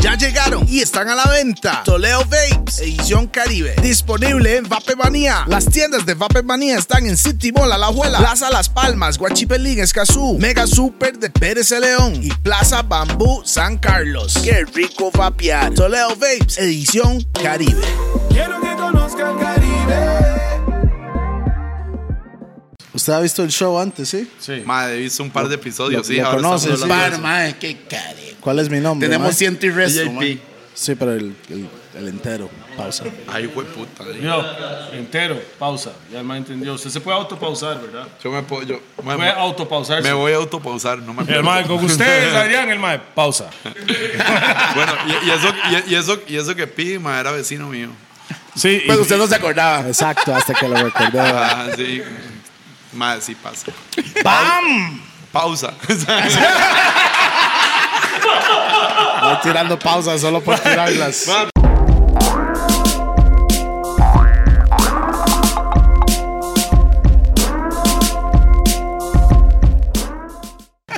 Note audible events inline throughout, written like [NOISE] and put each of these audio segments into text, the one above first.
Ya llegaron y están a la venta. Toleo Vapes, edición Caribe. Disponible en Vapemanía. Las tiendas de Vapemanía están en City Mall, Alajuela, Plaza Las Palmas, Guachipelín, Escazú, Mega Super de Pérez de León y Plaza Bambú, San Carlos. ¡Qué rico vapear! Toleo Vapes, edición Caribe. Quiero que conozca el Caribe. Usted ha visto el show antes, ¿sí? Sí. Madre, he visto un par de episodios, Lo- sí. lo ahora estamos conoces, hablando de par, eso. mae, qué caribe. ¿Cuál es mi nombre? Tenemos mae? ciento y resto, mae. JP. Sí, pero el, el, el entero. Pausa. Ay, güey, puta. güey. Yo, entero, pausa. Ya el mae entendió. Usted se puede autopausar, ¿verdad? Yo me puedo. Yo, me, Puede autopausarse. me voy a autopausar, no me El mae, [LAUGHS] con ustedes, Adrián, el mae, pausa. Bueno, y, y eso, y, y eso, y eso que Pi, ma, era vecino mío. Sí, Pues y- usted no se acordaba. Exacto, hasta que lo recordé. mae. Ah, sí. Madre, sí pasa. ¡Pam! Pausa. [LAUGHS] Voy tirando pausas solo por tirarlas.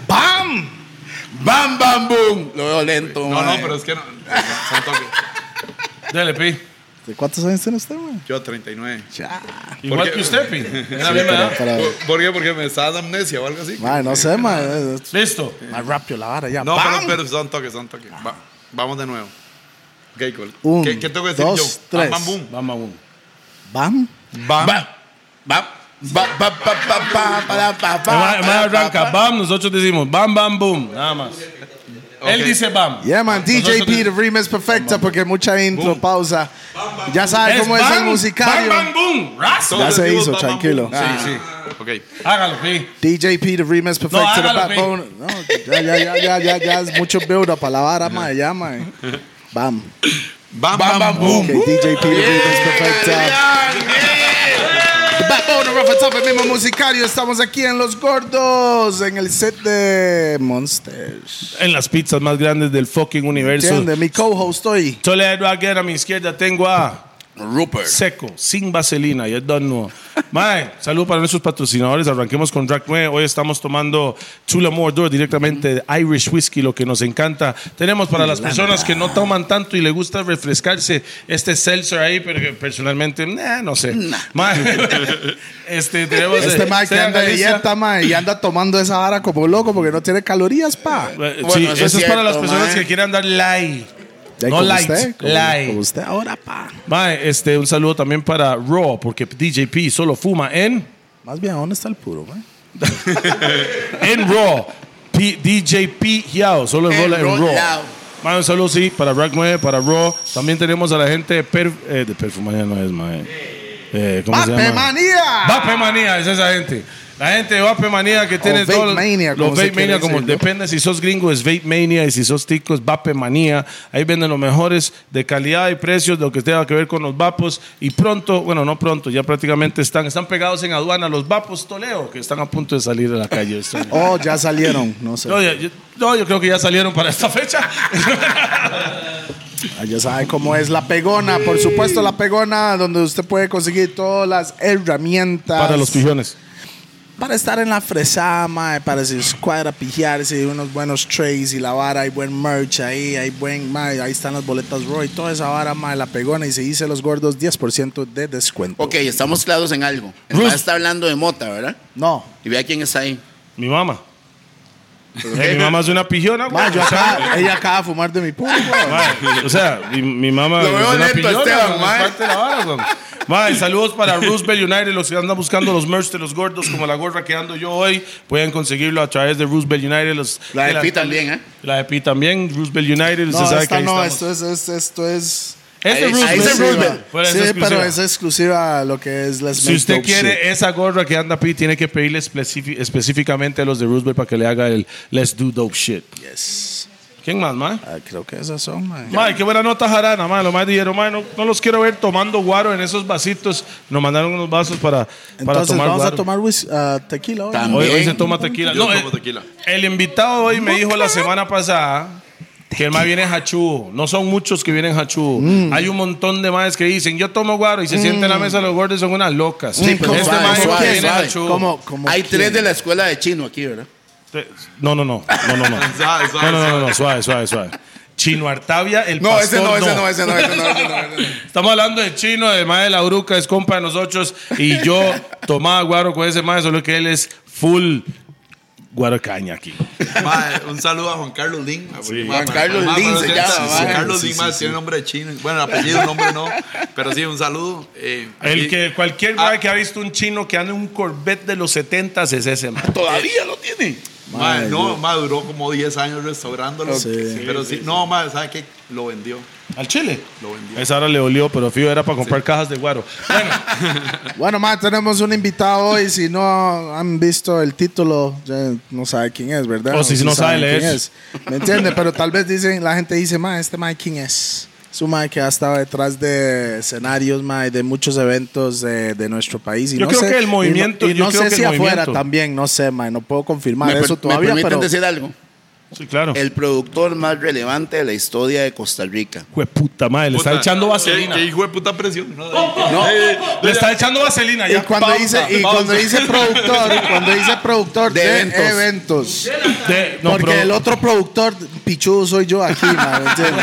¡Bam! ¡Bam, bam, boom! Lo veo lento, No, no, mae. pero es que no. son toques. Dele, Pi. ¿De cuántos años tiene usted, man? Yo 39. Igual Porque- que usted, Pi. Es la misma edad. ¿Por, por qué? Porque me estaba dando amnesia o algo así. Man, no sé, man. Es- Listo. Más rápido la vara ya. No, ¡Pam! pero, pero son toques, son toques. Va- vamos de nuevo. Ok, cool. Un, ¿Qué, qué tengo que decir dos, yo? tres. Bam, bam, boom. Vamos a uno. ¡Bam! ¡Bam! Bam. ¡Bam! ¡Bam, bam, bam, bam, bam, para, pa, El pa, mae- el mae para, arranca, pa, pa. bam, nosotros decimos bam, bam, boom. Nada más. Él Ok. dice bam. Yeah, man. DJ P, the Nosotros- remix perfecta porque mucha intro, pausa. Ya sabe Es cómo es el bam, musicario. Bam, bam, boom. Ras. Ya se Digo, hizo, bam, bam, tranquilo. Ah. boom. Sí, sí. Ok. Hágalo, Pi. DJ P, the remix perfecta. No, the hágalo, P. backbone. No, ya, ya, ya, ya, ya, ya. Es mucho build-up a la vara, man. Ya, man. Bam. Bam, Bam, bam, boom. Ok, DJ P, the remix perfecta. The Backbone, Rafa Top, el mismo musicario. Estamos aquí en Los Gordos, en el set de Monsters. En las pizzas más grandes del fucking universo. ¿Entiendes? Mi co-host hoy. Toledo Aguera, a mi izquierda tengo a Rupert. Seco, sin vaselina, y es don nuevo. Mae, salud para nuestros patrocinadores. Arranquemos con Rack 9. Hoy estamos tomando Tula Mordor directamente de Irish Whiskey, lo que nos encanta. Tenemos para las personas que no toman tanto y le gusta refrescarse este seltzer ahí, pero que personalmente, nah, no sé. Mae, [LAUGHS] este, tenemos. Este eh, man que Sega anda de Galicia. dieta, man, y anda tomando esa vara como loco porque no tiene calorías, pa. Eh, Bueno, sí, eso eso, es es para cierto, las personas mae. que quieran dar like. Ya, No como light, usted, como- light. como usted ahora, pa. Mae, este, un saludo también para Raw, porque DJP solo fuma en. Más bien, ¿dónde está el puro, man? en Raw. P- DJ P. Yao, solo En rola en Raw Raw. Yao. Mae, un saludo, sí, para Rack 9, para Raw. También tenemos a la gente de, Perf eh, de Perfumanía, no es, mae. Eh, ¿Cómo se ¡Pape llama? manía! Vape Manía, es esa gente. La gente de Vape Manía que tiene Vape todo. Mania, como los se Vape quiere Mania, como decir, ¿no? depende si sos gringo, es Vape Mania. Y si sos tico, es Vape Manía. Ahí venden los mejores de calidad y precios, lo que tenga que ver con los vapos. Y pronto, bueno, no pronto, ya prácticamente están, están pegados en aduana los vapos Toleo, que están a punto de salir de la calle. Esto- Oh, ya salieron, no sé. No, ya- yo, no, yo creo que ya salieron para esta fecha. Ah, Ya saben cómo es la pegona, por supuesto, la pegona, donde usted puede conseguir todas las herramientas. para los pijones. Para estar en la fresada, mae, para su escuadra pijearse, unos buenos trays y la vara, hay buen merch ahí, hay buen, mae, ahí están las boletas Roy, toda esa vara, mae, la pegona y se dice los gordos 10% de descuento. Ok, estamos claros en algo. El Ruth. mae está hablando de mota, ¿verdad? No, Y vea quién está ahí. Mi mamá. Eh, mi mamá es una pijona. mae, güey. yo acá, eh. ella acaba de fumar de mi puto. Mae, O sea, mi, mi mamá. Lo veo es una lento, pillona, Esteban, weón, mae. es parte de la vara, weón. Mae, saludos para Roosevelt United, los que andan buscando los merch de los gordos, como la gorra que ando yo hoy, pueden conseguirlo a través de Roosevelt United. Los, La de las- Pi también, ¿eh? La de Pi también, Roosevelt United. usted No, sabe esta que ahí no, estamos. esto es, es- esto es... Es ahí- de ahí Roosevelt. se exclusiva. Roosevelt. Pero es Sí, exclusiva. pero es exclusiva a lo que es las Si usted quiere esa gorra que anda Pi, tiene que pedirle especifi- específicamente a los de Roosevelt para que le haga el Let's Do Dope Shit. ¿Quién más, mae? Ah, creo que esas son, mae. Mae, qué buena nota jarana, mae. Los más dijeron, mae, no, no los quiero ver tomando guaro en esos vasitos. Nos mandaron unos vasos para, para Entonces tomar vamos guaro. a tomar whis- ah, tequila hoy. Tam- hoy, hoy Bien. se toma tequila. Yo No, tomo eh, [LAUGHS] tequila. El invitado hoy me dijo la semana pasada que el mae viene hachudo. No son muchos que vienen hachudo. Mm. Hay un montón de maes que dicen, yo tomo guaro y se sienten en la mesa los gordos son unas locas. Sí, pero este suave, mae dijo que suave, viene suave. hachudo. Como- como Hay quién. tres de la escuela de chino aquí, ¿verdad? No, no, no. No, no, no. [LAUGHS] Suave, suave, No, no, no, no, suave, suave, suave. Chino Artavia, el No, ese pastor, no, ese no, ese no, ese no, ese no, [LAUGHS] ese no. Estamos hablando de Chino, además de la bruca, es compa de nosotros. Y yo tomaba guaro con ese más, solo que él es full guaro caña aquí. Mae, un saludo a Juan Carlos Lin. Porque, mae, Juan mae, Carlos mae, Lin mae, se mae, llama, Juan mae. Carlos Lin, mae, tiene nombre de chino. Bueno, apellido, nombre no. Pero sí, un saludo. eh, El y- que cualquier Ah. guy que ha visto un chino que anda en un Corvette de los 70 es ese man. Todavía lo tiene. Mae, Mae, no, mae, duró como 10 años restaurándolo. Sí. pero sí, no, mae, ¿sabe qué? Lo vendió. ¿Al Chile? Lo vendió. Esa ahora le olió, pero fío, era para comprar cajas [LAUGHS] de guaro. Bueno, Bueno, más tenemos un invitado hoy. Si no han visto el título, ya no sabe quién es, ¿verdad? O si sí no saben sabe quién leer. es. ¿Me entiende? Pero tal vez dicen, la gente dice, ma, este ma, ¿quién es? Es un ma que ha estado detrás de escenarios, ma, y de muchos eventos de, de nuestro país. Y Yo no creo sé- que el y no- movimiento- Y no, yo creo sé que si el afuera movimiento- también, no sé, ma, no puedo confirmar me, eso per- me todavía, permiten pero... decir algo. sí, claro. El productor más relevante de la historia de Costa Rica. Jueputa madre, le está Puta, eh, echando vaselina. Qué, qué hijo de puta presión. No, eh, Le está echando vaselina Y ya. cuando, dice, y cuando dice productor, cuando dice productor de, De eventos. eventos. De- no, porque pero- el otro productor, pichudo, soy yo aquí, ma, ¿me [LAUGHS] entiende?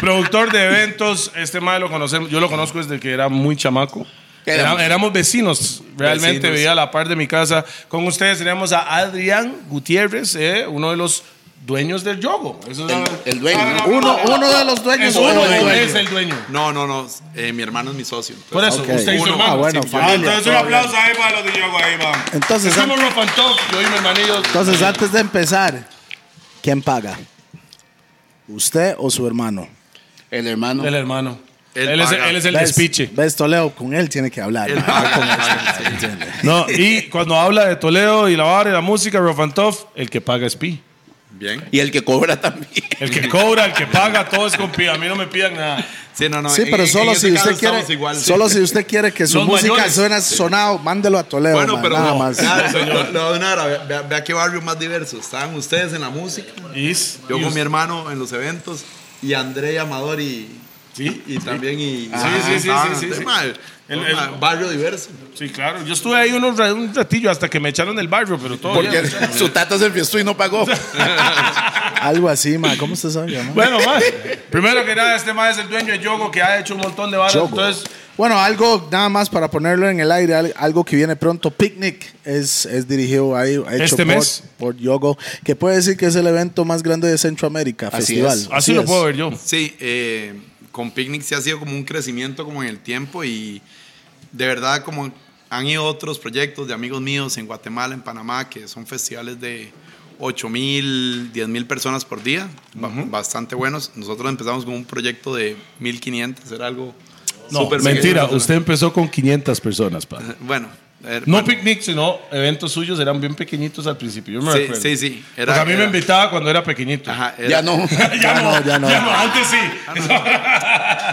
productor de eventos, este mae lo conocemos, yo lo conozco desde que era muy chamaco. Era- Éramos, Éramos. vecinos, realmente Vecinos. vivía a la par de mi casa. Con ustedes teníamos a Adrián Gutiérrez, eh, uno de los dueños del yogo. Eso es- El- el dueño, ¿no? Uno, uno de los dueños. Es uno, o el dueño. es el dueño. no, no, no, eh, mi hermano es mi socio. Por eso, Ok. usted y su Uno. hermano. Ah, bueno, Sí, familia, entonces, un todo bien. aplauso ahí para los de yogo, ahí va. Entonces, Somos Rough and Tough, yo y mi hermanillo. Entonces, antes de empezar, ¿quién paga? ¿Usted o su hermano? El hermano. El hermano. Él él, es, paga. él es el ¿Ves? [LAUGHS] despiche. ¿Ves, Toledo? Con él tiene que hablar. Él ma. paga, Con él paga, tiene sí. que Ah, ¿entiende? No, y cuando habla de Toledo y la vara y la música, Rough and Tough, el que paga es Pi. Bien. Y el que cobra también. El que cobra, el que paga, todo es con Pi. A mí no me pidan nada. Sí, no, no, Sí, en- pero en- solo en si ese usted caso quiere, estamos igual, sí. solo si usted quiere que su Los música mayores. suene sonado, mándelo a Toledo. Bueno, ma, pero nada no, más. nada, lo- lo de una hora, vea, vea- vea qué barrio más diverso. Estaban ustedes en la música, Is. yo con Is. mi hermano en los eventos y André Amador y, Sí, y también y ah, sí, sí, sí, estaban- sí, sí. mal, El- no, el- mal, barrio diverso. Sí, claro. Yo estuve ahí unos, ra- un ratillo hasta que me echaron del barrio, pero todo bien. Porque su tata se fiestó y no pagó. Algo así, ma. ¿Cómo usted sabe, ma? Bueno, más. Primero que nada, este más es el dueño de Yogo que ha hecho un montón de barras. Yogo. Entonces, Bueno, algo nada más para ponerlo en el aire, al- algo que viene pronto, Picnic, es, es dirigido ahí, hecho por, Este mes. por Yogo, que puede decir que es el evento más grande de Centroamérica, Así festival. es. así, lo es. puedo ver yo. Sí, eh, con Picnic sí ha sido como un crecimiento como en el tiempo y de verdad como han ido otros proyectos de amigos míos en Guatemala, en Panamá, que son festivales de 8 mil, 10 mil personas por día, ba- bastante buenos. Nosotros empezamos con un proyecto de 1500, era algo... No, súper mentira. pequeño. Usted empezó con 500 personas, padre. Bueno, era- No bueno, picnic, sino eventos suyos eran bien pequeñitos al principio. Yo me Sí, recuerdo. sí, sí. Era- Porque a mí me era- invitaba cuando era pequeñito. [LAUGHS] ajá, Ah, era- ya no. [LAUGHS] Ya no, ya no. Antes sí. [LAUGHS]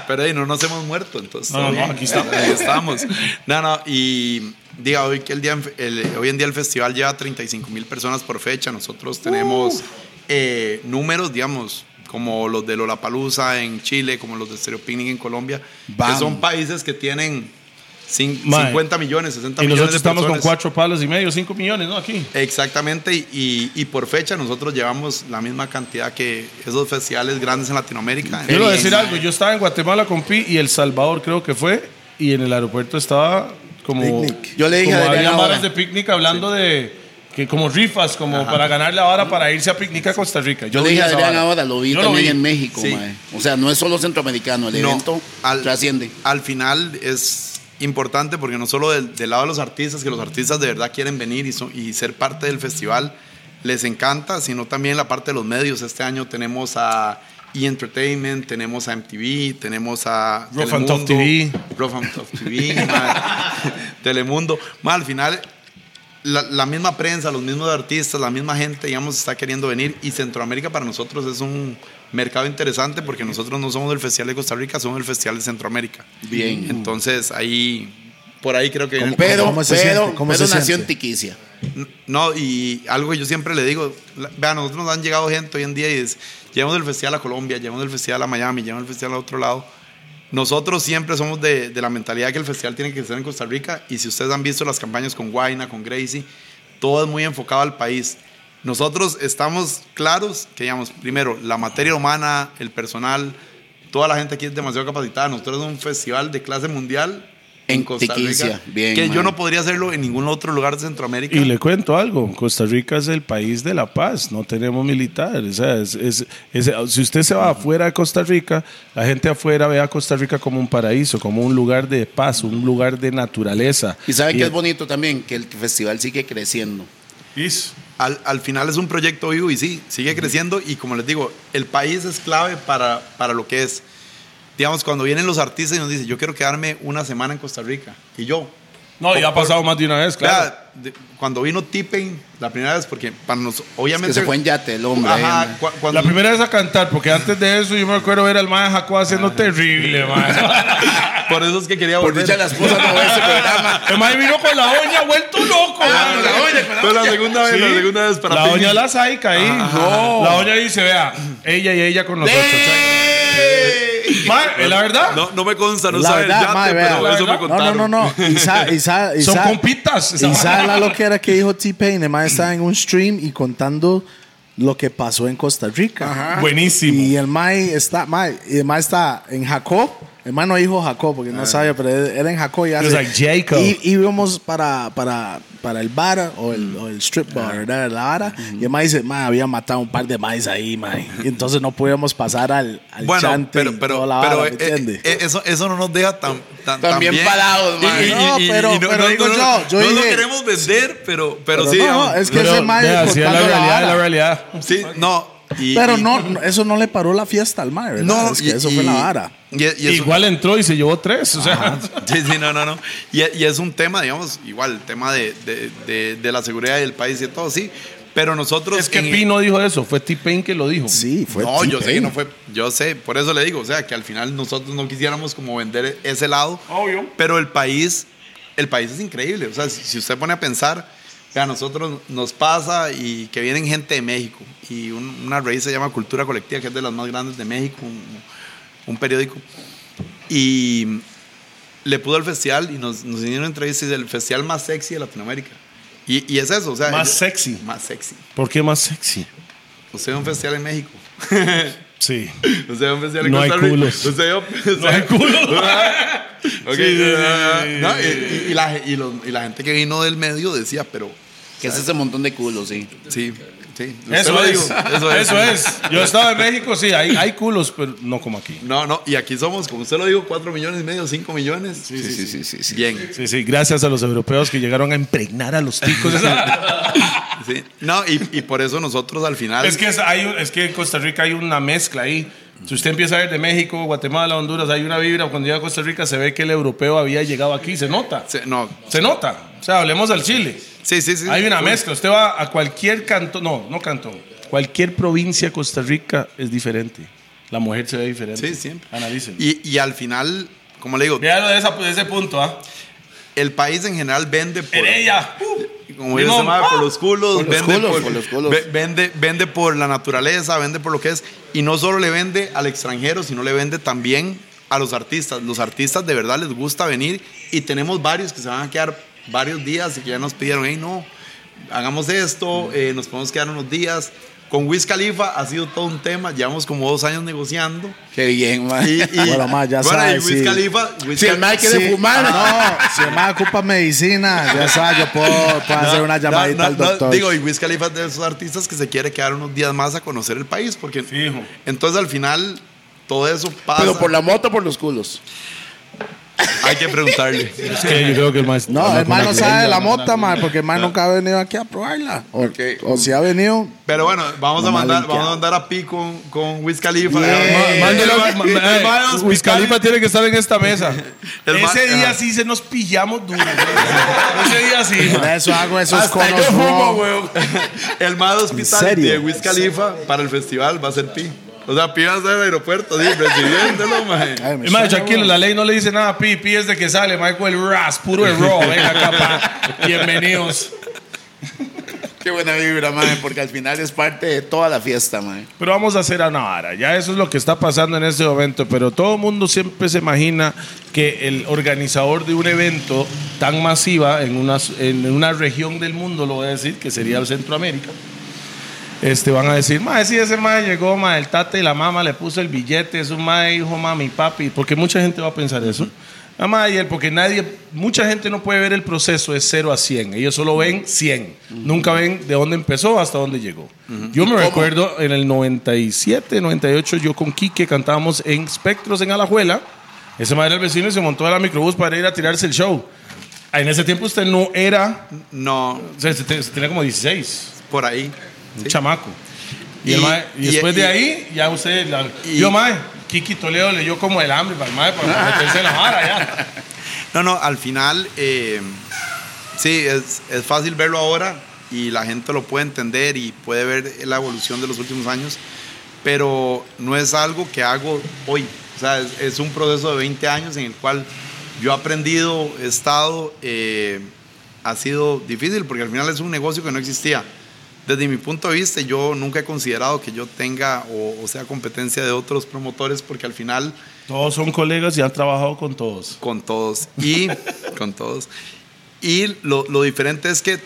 Pero ahí no nos hemos muerto, entonces. No, no, todo no, bien. aquí estamos. Ahí estamos. No, no, y diga, hoy, que el día, el- hoy en día el festival lleva 35 mil personas por fecha. Nosotros tenemos eh, números, digamos, como los de Lollapalooza en Chile, como los de Stereo Picnic en Colombia, que son países que tienen cin- Mae. 50 millones, 60 y millones nosotros de estamos con personas. cuatro palos y medio, cinco millones, ¿no? Aquí. Exactamente, y, y por fecha nosotros llevamos la misma cantidad que esos festivales grandes en Latinoamérica. Quiero Entonces, decir eh. algo, yo estaba en Guatemala con Pi y El Salvador creo que fue, y en el aeropuerto estaba como... Picnic. Yo le dije como a Adrián había ahora. varas de picnic hablando de... Que como rifas, como para ganar la hora para irse a picnic a Costa Rica. Yo le dije a esa Adrián vara. ahora, lo vi Yo también vi. en México, Sí. mae. O sea, no es solo centroamericano, el No, evento trasciende. Al final es importante porque no solo del, del lado de los artistas, que los artistas de verdad quieren venir y, son- y ser parte del festival, les encanta, sino también la parte de los medios. Este año tenemos a E! Entertainment, tenemos a MTV, tenemos a Rough and Tough Telemundo, TV. Rough and Tough TV, ma, [LAUGHS] Telemundo. Ma, al final la, la misma prensa, los mismos artistas, la misma gente, digamos, está queriendo venir. Y Centroamérica para nosotros es un mercado interesante porque nosotros no somos del Festival de Costa Rica, somos del Festival de Centroamérica. Bien. Entonces, ahí, por ahí creo que... viene el- Pero, cómo se pero, siente? ¿Cómo pero se nació siente? en Tiquicia. No, y algo que yo siempre le digo, la- vean, nosotros nos han llegado gente hoy en día y es, llevamos el festival a Colombia, llevamos el festival a Miami, llevamos el festival a otro lado. Nosotros siempre somos de, de la mentalidad que el festival tiene que ser en Costa Rica y si ustedes han visto las campañas con Guaina, con Gracie, todo es muy enfocado al país. Nosotros estamos claros que, digamos, primero, la materia humana, el personal, toda la gente aquí es demasiado capacitada. Nosotros somos un festival de clase mundial en, En Costa Rica. Tiquicia, bien, que yo mae. no podría hacerlo en ningún otro lugar de Centroamérica. Y le cuento algo, Costa Rica es el país de la paz, no tenemos militares. o sea, es- es- es- si usted se va afuera de Costa Rica, la gente afuera ve a Costa Rica como un paraíso, como un lugar de paz, un lugar de naturaleza. Y sabe que es bonito también, que el festival sigue creciendo. al, al final es un proyecto vivo y sí, sigue creciendo y como les digo, el país es clave para, para lo que es. Digamos, cuando vienen los artistas y nos dicen, yo quiero quedarme una semana en Costa Rica. Y yo, No, ya ha pasado más de una vez, claro. vea, de- cuando vino Tippen, la primera vez, porque para nos, Es que obviamente... se fue en yate el hombre. Ajá, eh, mae. cua- cuando- La primera vez a cantar, porque antes de eso yo me acuerdo ver al Mae Jacob haciendo Ah, [LAUGHS] terrible, Mae. [LAUGHS] Por eso es que quería Por volver. dicha la esposa no ve [LAUGHS] ese programa. El Mae vino con la doña vuelto loco, mae. Pero Ah, la segunda vez, Sí. la segunda vez para La ti. doña [LAUGHS] la saica ahí. No. La doña dice, vea, ella y ella con nosotros. [LAUGHS] Mae, la verdad. No, no me consta, no La sabe el verdad, yate, mae, pero vea. eso me No, contaron. No, no, no, no. Y [LAUGHS] sa- y sa- y Son sa- compitas. Y sabe la loquera que dijo T-Pain. El mae estaba en un stream y contando lo que pasó en Costa Rica. Buenísimo. Y el mae está, mae, y el mae está en Jacob. El mae no dijo Jacob porque Ah. no sabía, pero él- era en Jacob y hace. was like Jacob. Y íbamos para, para, para el bar o el, Mm. o el strip Ah. bar, ¿verdad? La vara. Mm-hmm. Y el mae dice, mae, había matado un par de maes ahí, mae. Y entonces no podíamos pasar al, al Bueno, chante pero, y pero, toda la pero vara, ¿me eh, entiendes? eh, eso, eso no nos deja tan, tan, Tan bien parados, mae. No, pero- pero digo yo, yo no lo dije- queremos vender, pero, Pero pero, sí, no, digamos, es que Pero, ese mae vea, sí, es la contando la realidad, es la vara. realidad. sí, no. y- Pero eh, y- no, no, eso no le paró la fiesta al mae, ¿verdad? no, es que y- eso fue y- la vara. y- y es un- Igual entró y se llevó tres. O sea, [LAUGHS] Sí, sí, no, no, no. Y, y es un tema, digamos, igual, el tema de, de, de, de la seguridad del país y todo, sí. Pero nosotros. es que en- Pi no dijo eso, fue T-Pain que lo dijo. Sí, fue No, yo sé que T-Pain. no fue. Yo sé, por eso le digo, o sea, que al final nosotros no quisiéramos como vender ese lado. Obvio. Pero el país, el país es increíble. O sea, si, si usted pone a pensar, a nosotros nos pasa y que vienen gente de México y un- una raíz se llama Cultura Colectiva, que es de las más grandes de México, un, un periódico. Y le pudo al festival y nos, nos hicieron una entrevista y dice, el festival más sexy de Latinoamérica. Y, y es eso, o sea. Más ellos- sexy. Más sexy. ¿Por qué más sexy? Usted ve un festival en México. [LAUGHS] Sí. Usted va a empezar a No hay contar- culos. Usted va a empezar- No hay culo. Ok, Sí, sí, sí, no, y, y- y la, y los- y la gente que vino del medio decía, pero Que es ese montón de culos, sí. sí, sí. usted Eso lo es. dijo, Eso es. Yo he estado en México, sí, hay, hay culos, pero no como aquí. No, no, y aquí somos, como usted lo dijo, 4 millones y medio, 5 millones. Sí, sí, sí, sí. sí. Bien. Sí, sí, gracias a los europeos que llegaron a impregnar a los ticos. sí. No, y, y por eso nosotros al final. [LAUGHS] es, que es, hay un- es que en Costa Rica hay una mezcla ahí. Si usted empieza a ver de México, Guatemala, Honduras, hay una vibra. Cuando llega a Costa Rica se ve que el europeo había llegado aquí, se nota. se- no, Se nota. O sea, hablemos al Chile. sí, sí, sí. Hay una mezcla. Usted va a cualquier cantón, no, no cantón. Cualquier provincia de Costa Rica es diferente. La mujer se ve diferente. Sí, siempre. Analícenlo. Y, y al final, como le digo, Véalo de, esa- de ese punto, ¿ah? el país en general vende por. En ella. como dice Limón. esa madre, por los culos, Por los vende, culos, por, por los culos. ve- Vende, vende por la naturaleza, vende por lo que es. Y no solo le vende al extranjero, sino le vende también a los artistas. Los artistas de verdad les gusta venir y tenemos varios que se van a quedar varios días y que ya nos pidieron, hey, no, hagamos esto, eh, nos podemos quedar unos días. Con Wiz Khalifa ha sido todo un tema, llevamos como dos [LAUGHS] años negociando. Qué bien, man. Y, y- Bueno, ma, ya bueno, sabes, y Wiz sí. Khalifa, Wiz Si el Khal- Mike quiere Sí. fumar. Ah, No, si el mae ocupa medicina, ya sabes, yo puedo, puedo hacer [LAUGHS] No, una llamadita no, al no, doctor. digo, y Wiz Khalifa es de esos artistas que se quiere quedar unos días más a conocer el país, porque Fijo. entonces al final todo eso pasa. Pero por la moto, por los culos. Hay [LAUGHS] que preguntarle. Es que yo creo que el más. no, el mae no sabe de la mota, mae, porque el mae nunca ha venido aquí a probarla. O, o si ha venido, Pero bueno, vamos a Mamá mandar, limpia. vamos a mandar a Pi con, con Wiz Khalifa. Eh, Ma- mándelo- ma- ma- El man eh, hospital- Wiz Khalifa tiene que estar en esta [LAUGHS] mesa. El man- Ese día ajá. sí se nos pillamos duro. Ese día sí. por eso hago esos Hasta yo conos. fumo, no. weón. [LAUGHS] El más hospital serio? de Wiz Khalifa para el festival va a ser Pi. O sea, Pi va a estar en el aeropuerto, sí, recibiéndolo, maje. Ay, me Es más, suena, tranquilo, weón. la ley no le dice nada a Pi. Pi es de que sale, Michael Ras, puro el raw. Venga acá, [LAUGHS] pa. Bienvenidos. Qué buena vibra, man. Porque al final es parte de toda la fiesta, man. Pero vamos a hacer a Navara. Ya eso es lo que está pasando en este momento. Pero todo el mundo siempre se imagina que el organizador de un evento tan masiva en una, en una región del mundo, lo voy a decir, que sería Centroamérica, este, van a decir, mae, sí, ese mae llegó, mae, el tata y la mamá le puso el billete, es un mae, hijo, mami, papi, porque mucha gente va a pensar eso. Nada más ayer, porque nadie, mucha gente no puede ver el proceso de 0 a 100. Ellos solo ven 100. Nunca ven de dónde empezó hasta dónde llegó. Yo me recuerdo en el 97, 98, yo con Quique cantábamos en Spectros en Alajuela. Ese madre del vecino y se montó a la microbús para ir a tirarse el show. En ese tiempo usted no era, No, o sea, usted usted tenía como 16, por ahí. un chamaco. Y, el Y- mae- y y- e- después y- de ahí, ya usted. la- y- yo, mae, Kiki Toledo le dio como el hambre para el mae, para meterse en la vara ya. No, no, al final, eh, sí, es, es fácil verlo ahora y la gente lo puede entender y puede ver la evolución de los últimos años, pero no es algo que hago hoy. O sea, es, es un proceso de 20 años en el cual yo he aprendido, he estado, eh, ha sido difícil porque al final es un negocio que no existía. Desde mi punto de vista, yo nunca he considerado que yo tenga o- o sea competencia de otros promotores porque al final Todos son colegas y han trabajado con todos. con todos [LAUGHS] y con todos y lo, lo diferente es que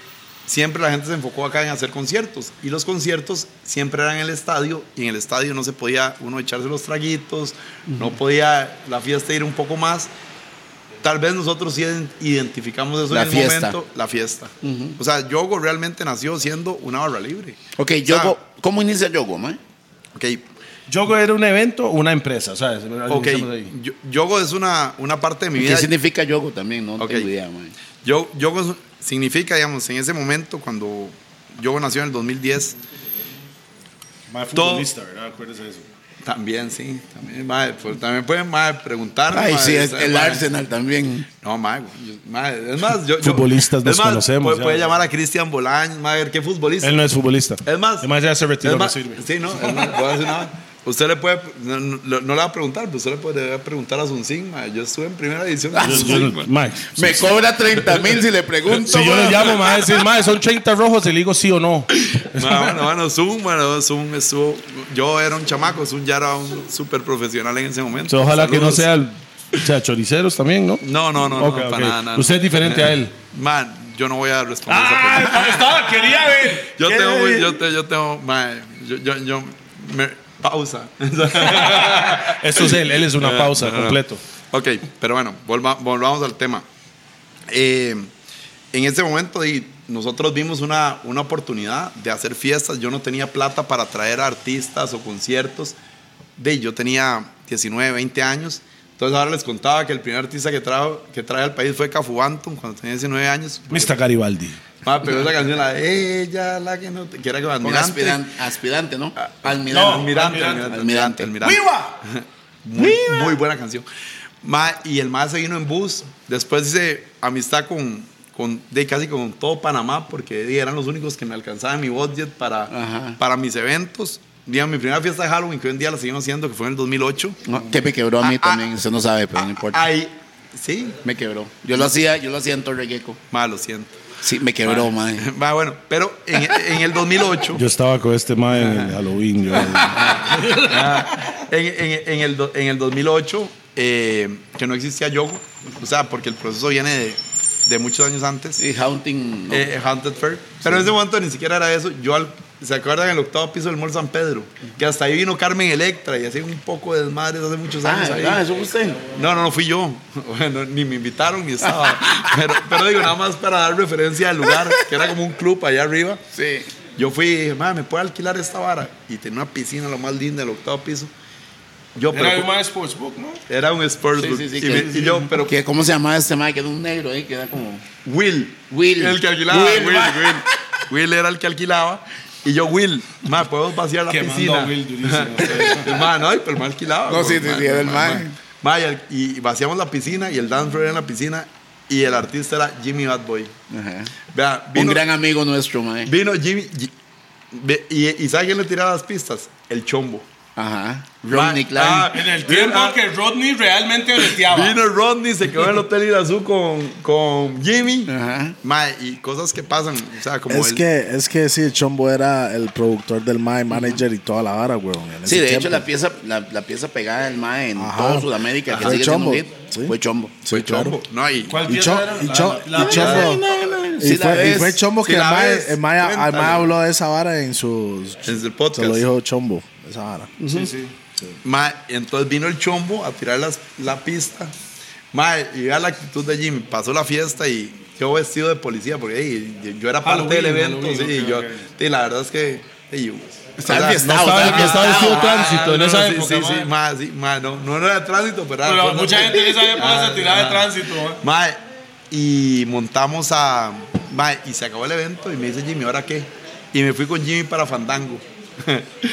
siempre la gente se enfocó acá en hacer conciertos y los conciertos siempre eran en el estadio y en el estadio no se podía uno echarse los traguitos no podía la fiesta ir un poco más tal vez nosotros sí ident- identificamos eso La en el fiesta. momento la fiesta o sea Yogo realmente nació siendo una barra libre Ok, O sea, Yogo, ¿cómo inicia Yogo, man? ok, Yogo era un evento, una empresa, ¿sabes? ok, Iniciamos ahí. Yo- Yogo es una, una parte de mi ¿Qué vida significa Yogo también? No Ok. tengo idea, man. Yo, Yogo significa, digamos, en ese momento, cuando Yogo nació en el 2010, Más Todo- futbolista, ¿verdad? Acuérdese de eso. también, sí, también, madre, pues, también pueden madre, preguntar. Ay, madre, sí, es madre, el madre. Arsenal también. No, madre, güey, yo- madre, es más, yo. yo- Futbolistas nos es más, conocemos, Puede, ya, puede ya. llamar a Cristian Bolaños, madre, ¿qué futbolista? Él no es futbolista. Es más, Además ya se retiró, es no más- sirve. Sí, no, es más, voy a decir una vez. Usted le puede, no, no- no le va a preguntar, pero usted le puede preguntar a Sunsin, madre. Yo estuve en primera edición. de Yo- Sunsin, yo- madre. Mae, Me cobra 30 mil si le pregunto. [LAUGHS] si yo man. le llamo, me va a decir, mae, son 30 rojos, y le digo sí o no. No, bueno, bueno, Zoom, bueno, Zoom estuvo. Yo era un chamaco, Zoom ya era un súper profesional en ese momento. So, ojalá que no Saludos. sea, el- o sea, choriceros también, ¿no? No, no, no, Ok, no, ok. para nada, nada. Usted es diferente a él. Man, yo no voy a responder esa Ah, pregunta. estaba, quería ver. Yo tengo, muy- yo, te- yo tengo, man, yo, yo, yo, me- pausa. Eso es él, él es una pausa, completo. Ok, pero bueno, volva- volvamos al tema. Eh, en ese momento di, nosotros vimos una, una oportunidad de hacer fiestas. Yo no tenía plata para traer artistas o conciertos. De, yo tenía 19, 20 años. Entonces ahora les contaba que el primer artista que, trajo, que trae al país fue Cafu Bantum cuando tenía 19 años. Mr. Garibaldi. Ma, pegó esa canción, la de ella, la que no te quiera que Con admirante. aspirante, aspirante, ¿no? Ah, No, Almirante. almirante, Almirante. almirante, almirante, almirante. Muy, muy buena canción. Ma, y el más se vino en bus. Después hice amistad con, con de casi con todo Panamá, porque di, eran los únicos que me alcanzaban mi budget para, Ajá. para mis eventos. Di, mi primera fiesta de Halloween, que hoy en día la seguimos haciendo, que fue en el 2008. No, que me quebró a mí Ah, ah, también. Usted no sabe, pero no importa. Ahí, sí, Me quebró. Yo lo hacía, yo lo hacía en Torre Gecko. ma, lo siento. [LAUGHS] Sí, me quebró, Ma, madre. ma, bueno, pero en, en el 2008. Yo estaba con este mae en el Halloween. yo- en, en- en el, do- en el 2008, eh, que no existía Yogo, o sea, porque el proceso viene de, de muchos años antes, Sí, Haunting. no. eh, Haunted Fair. Pero en ese momento ni siquiera era eso. Yo al- ¿Se acuerdan el octavo piso del Mall San Pedro? Que hasta ahí vino Carmen Electra y hacía un poco de desmadres hace muchos ah, años. ahí. ¿verdad? ¿Eso fue usted? No, no, no fui yo. [LAUGHS] Bueno, ni me invitaron ni estaba. pero, pero digo, nada más para dar referencia al lugar, que era como un club allá arriba. Sí. Yo fui y dije, "Ma, ¿me puede alquilar esta vara? Y tenía una piscina, lo más linda, el octavo piso. Yo, pero, mae Sportsbook, ¿no? era un Sí, Sportsbook. sí, sí. y, que- me- y yo, pero que- ¿Cómo se llamaba este madre? Que era un negro ahí, que era como. Will. Will. El que alquilaba. Will, Will, Will, ma. Will. era el que alquilaba. Y yo, Will, ma, ¿puedo vaciar la Quemando piscina? a Will durísimo. [LAUGHS] El ma, no, pero el ma alquilaba. No, güey, sí, sí, sí, era el ma. Ma, y al- y vaciamos la piscina y el dance floor era en la piscina y el artista era Jimmy Bad Boy. Ajá. Vea, Un vino- gran amigo nuestro, madre. Vino Jimmy. Ji- ve- ¿Y, y sabe quién le tiraba las pistas? El chombo. Ajá. Ma- Ronnie Klein. ah, En el tiempo ah, que Rodney realmente breteaba. Vino Rodney, se quedó en el Hotel Irazú con, con Jimmy. Ajá. Ma, y cosas que pasan. O sea, como Es el- que, es que sí, Chombo era el productor del My Manager y toda la vara, weón. en Sí, ese de hecho tiempo. la pieza, la, la pieza pegada del MAE en Ajá. toda Sudamérica que Fue sigue siendo un hit Chombo, sí. fue Chombo. Sí, claro. No, y ¿Cuál Y pieza Cho- era? y La- Cho- la- y Chombo- Y, Sí la fue, y ves. fue Chombo sí que el la mae- ves. el mae- el mae Cuéntale. habló de esa vara en sus... En el Se lo podcast. dijo Chombo, esa vara. Ma, entonces vino el chombo a tirar las- la pista. Ma, y vea la actitud de Jimmy. Pasó la fiesta y yo vestido de policía, porque ey, yo era parte Halloween, del evento. Halloween, sí, ok, yo, ok. sí, la verdad es que. ey, yo- Estaba o enfiestado, sea, no estaba enfiestado, enfiestado, estuvo tránsito en no, esa sí, época, Sí, sí, ma, sí, ma, no, no era de tránsito, pero. era- Pero fue- mucha gente en esa ah, época se tiraba de tránsito, man. Mae, y montamos a. Mae, y se acabó el evento y me dice Jimmy, ¿ahora qué? Y me fui con Jimmy para [LAUGHS] Fandango.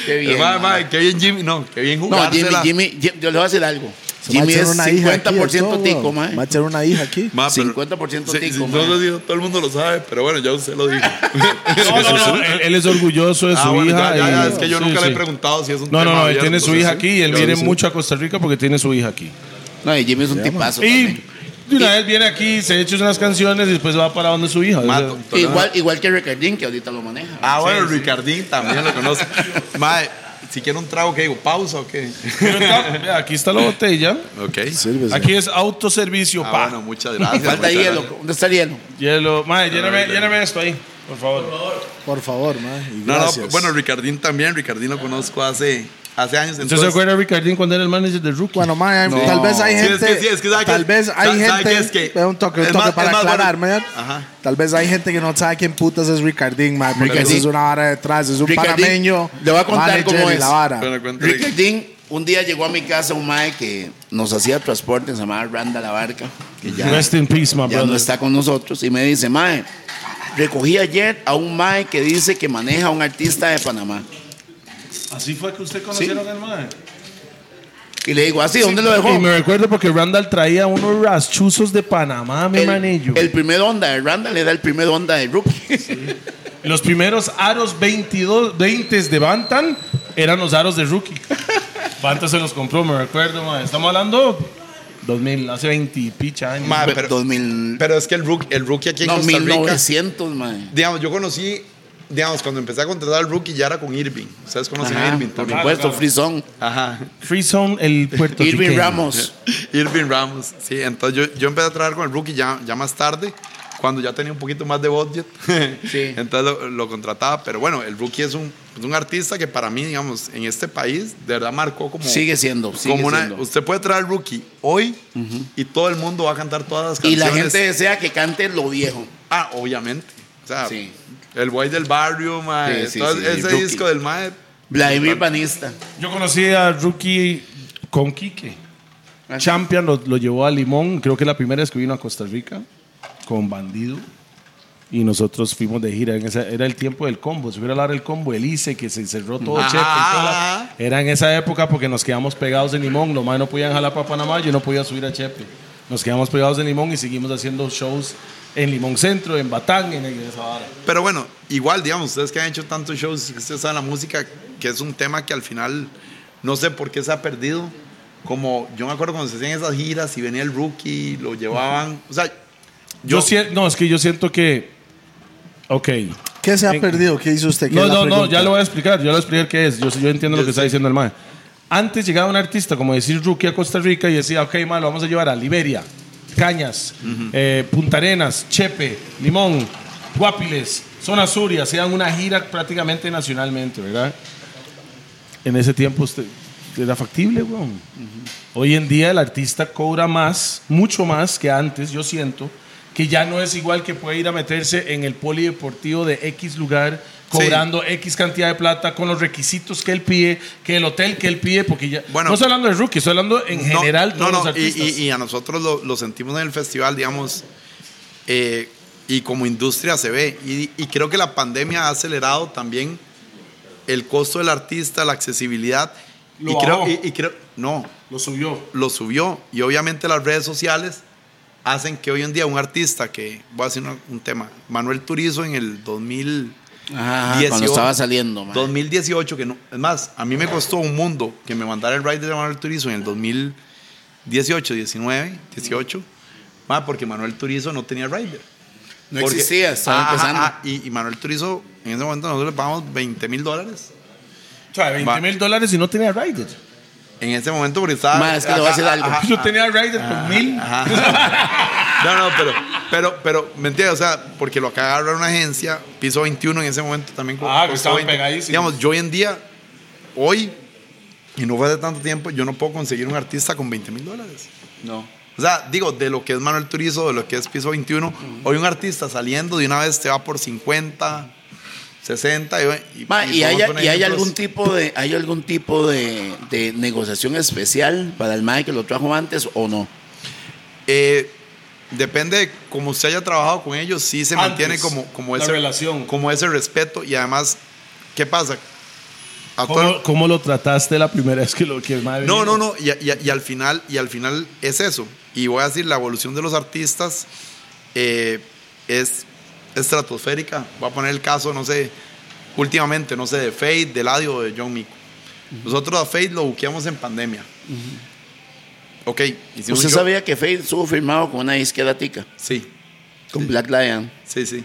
Qué bien, El [LAUGHS] mae, mae. mae, qué bien Jimmy. No, qué bien No, Jimmy, jugársela. Jimmy, Jim- yo le voy a decir algo. Jimmy Va a es tener una hija aquí, 50% esto, tico, weón. Va a mae. tener una hija aquí. Mae, pero- 50% Sí, tico, sí, mae. no lo digo, todo el mundo lo sabe, pero bueno, ya usted lo dijo. [LAUGHS] No, no, [LAUGHS] no. Él, él es orgulloso de su Ah, bueno, ya, hija. ya, ya, y- es que yo sí, nunca le he sí. preguntado si es un No, tema no, no, él abierto, tiene su sí. hija aquí y él Yo- viene mucho a Costa Rica porque tiene su hija aquí. No, y Jimmy es un tipazo. Y también. de una vez viene aquí, se echa unas canciones y después va para donde su hija. o sea, Mato, Toledo. Igual, igual que Ricardín, que ahorita lo maneja. Ah, bueno, Ricardín también lo conoce. mae, si quiere un trago, ¿qué digo? ¿Pausa o [LAUGHS] qué? pero está- vea, aquí está la botella. ok. Sírvese. Aquí es autoservicio, Ah, pa. bueno, muchas gracias. Falta muchas hielo. gracias. ¿Dónde está el hielo? Hielo. Mae, lléname, lléname esto ahí, por favor. Por favor, mae. y No, gracias. no, bueno, Ricardín también. Ricardín lo conozco hace, hace años. ¿Usted Pues, se acuerda de Ricardín cuando era el manager de Rookie? Bueno, mae, hay- tal vez hay Sí, es gente. que- sí, es que sabe que- tal vez hay sabe- sabe gente. que es que- Ve un toque, un es toque más- para es más aclarar, bueno. mae. Ajá. Tal vez hay gente que no sabe quién putas es Ricardín, mae. Porque Ricardín. eso es una vara detrás. Es un Ricardín, panameño. le voy a contar manager cómo y es. la vara. Bueno, cuéntale. Ricardín, un día llegó a mi casa un mae que nos hacía transporte, se llamaba Randa la Barca, que ya, Rest in peace, Ah, my ya no brother. está con nosotros, y me dice, mae, recogí ayer a un mae que dice que maneja a un artista de Panamá. Así fue que usted conocieron al mae. Y le digo, así, ¿dónde lo Y dejó? me recuerdo porque Randall traía unos raschuzos de Panamá, mi manillo. El, el primer onda de Randall era el primer onda de Rookie. Los primeros aros 22, 20 de Bantan eran los aros [LAUGHS] de rookie. Bantan se los compró, me recuerdo, mae. Estamos hablando 2000, hace 20 y picha años. Mae, pero, 2000, pero es que el rookie, el rookie aquí [LAUGHS] en no, Costa Rica. 1900, mae. Digamos, yo conocí, digamos, cuando empecé a contratar al rookie ya era con Irving. Ustedes conocen a Ajá, pues. Irving por también. supuesto, Free Zone. Ajá. Free Zone, el puerto Irving Ramos. Irving Ramos. Sí, entonces yo, yo empecé a trabajar con el rookie ya, ya más tarde, cuando ya tenía un poquito más de budget. [LAUGHS] Sí. Entonces lo, lo contrataba. Pero bueno, el rookie es un, es un artista que para mí, digamos, en este país, de verdad marcó como. Sigue siendo, sigue como una- siendo. Usted puede traer al rookie hoy y todo el mundo va a cantar todas las Y canciones. la gente desea que cante lo viejo. Ah, obviamente. O sea, Sí. el güey del barrio, mae. Sí, sí, todo sí, ese Rookie. disco del mae. Vladimir Panista. Yo conocí a Rookie con Quique. Ah, Champion lo, lo llevó a Limón. Creo que la primera vez que vino a Costa Rica con Bandido. Y nosotros fuimos de gira. En esa, era el tiempo del combo. Se hubiera la hora del combo, el ICE, que se cerró todo Ajá. cheque. y toda la- Era en esa época porque nos quedamos pegados en Limón. Los más no podían jalar para Panamá. Yo no podía subir a Chepe. Nos quedamos pegados en Limón y seguimos haciendo shows en Limón Centro, en Batán, en en esa vara. Pero bueno, igual, digamos, ustedes que han hecho tantos shows, que ustedes saben la música, que es un tema que al final no sé por qué se ha perdido. Como yo me acuerdo cuando se hacían esas giras y venía el rookie, lo llevaban. O sea, Yo, Yo- sien- no, es que yo siento que. Ok. ¿Qué se ha perdido? ¿Qué hizo usted? ¿Qué No, es la no, no, pregunta? ya lo voy a explicar, ya lo voy a explicar qué es. Yo, yo entiendo lo que está diciendo el mae. Antes llegaba un artista, como decir Rookie a Costa Rica, y decía, ok, mae, lo vamos a llevar a Liberia, Cañas, eh, Punta Arenas, Chepe, Limón, Guapiles, Zona Sur, y hacían una gira prácticamente nacionalmente, ¿verdad? En ese tiempo usted era factible, weón. Hoy en día el artista cobra más, mucho más que antes, yo siento, que ya no es igual que puede ir a meterse en el polideportivo de X lugar cobrando X cantidad de plata con los requisitos que él pide, que el hotel que él pide, porque ya... Bueno. no estoy hablando de rookie, estoy hablando en no, general no, todos no, los y- artistas. Y, y a nosotros lo, lo sentimos en el festival, digamos, eh, y como industria se ve. Y, y creo que la pandemia ha acelerado también el costo del artista, la accesibilidad. Lo y, creo, bajó. y- y creo, no, Lo subió. lo subió. Y obviamente las redes sociales hacen que hoy en día un artista que, voy a decir una- un tema, Manuel Turizo en el 2000... Ajá, ajá, 18. cuando estaba saliendo, mae. 2018, que no, es más, a mí me costó un mundo que me mandara el ride de Manuel Turizo en el 2018, 19, 18, más porque Manuel Turizo no tenía rider. No Porque- existía, estaba Ah, ah, empezando. ah, y, y Manuel Turizo, en ese momento nosotros le pagamos 20 mil dólares. O sea, 20 Va. mil dólares y no tenía rider. En ese momento, porque estaba. Ma, es que le voy a decir Ajá, algo. ajá, Yo tenía Rider ah, con mil. [LAUGHS] No, no, pero, pero, pero, ¿me entiendes? O sea, porque lo acaba de agarrar una agencia, piso 21 en ese momento también. co- Ah, que costó estaban 20. pegadísimos. Digamos, yo hoy en día, hoy, y no fue hace tanto tiempo, yo no puedo conseguir un artista con 20 mil dólares. No. O sea, digo, de lo que es Manuel Turizo, de lo que es piso 21, hoy un artista saliendo de una vez te va por 50, 60. Y, y- Ma, y ¿Y, hay, podemos poner y hay ejemplos. algún tipo de hay algún tipo de, de negociación especial para el mae que lo trajo antes o no? Eh, depende de cómo usted haya trabajado con ellos, sí se Antes, mantiene como, como, la ese, relación. como ese respeto y además, ¿qué pasa? A todo- ¿Cómo, cómo lo trataste la primera vez que lo que el madre no, vino? no, no, y, y- y al final, y al final es eso. Y voy a decir, la evolución de los artistas eh, es estratosférica. Voy a poner el caso, no sé, últimamente, no sé, de Fade, de Ladio, de John Mico. Nosotros a Fade lo buqueamos en pandemia. Ok, hicimos ¿Usted un show- sabía que Faith estuvo firmado con una disquera tica? Sí. Con Black Lion. Sí, sí.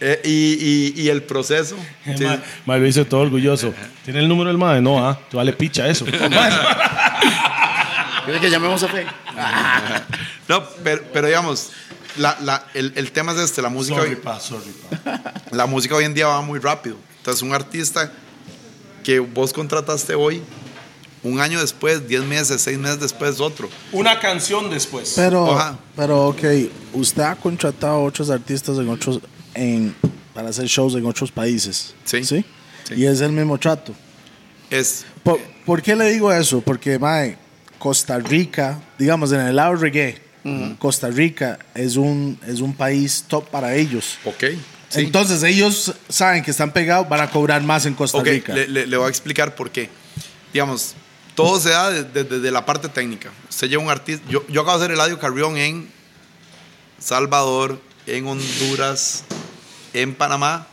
Eh, y, y- y el proceso. El sí. ma- ma lo hizo todo orgulloso. ¿Tiene el número del madre? No, ah, tú vale picha [LAUGHS] eso. ¿Quiere que llamemos a Faith? No, pero, pero digamos, la- la- el, el tema es este, la música, hoy- pa, sorry, pa. la música hoy en día va muy rápido. Entonces, un artista que vos contrataste hoy, un año después, 10 meses, 6 meses después, otro. Una canción después. Pero, Ajá. pero, ok, usted ha contratado a otros artistas en otros, en, para hacer shows en otros países. Sí. Sí. Y es el mismo trato. Es, ¿Por, por qué le digo eso? Porque, mae, Costa Rica, digamos, en el lado reggae, Costa Rica es un, es un país top para ellos. ok. sí. Entonces, ellos saben que están pegados, van a cobrar más en Costa Ok, Rica. le, le- le voy a explicar por qué. Digamos, todo se da de- de- desde la parte técnica. Usted lleva un artista. Yo, yo acabo de hacer Eladio Carrión en Salvador, en Honduras, en Panamá,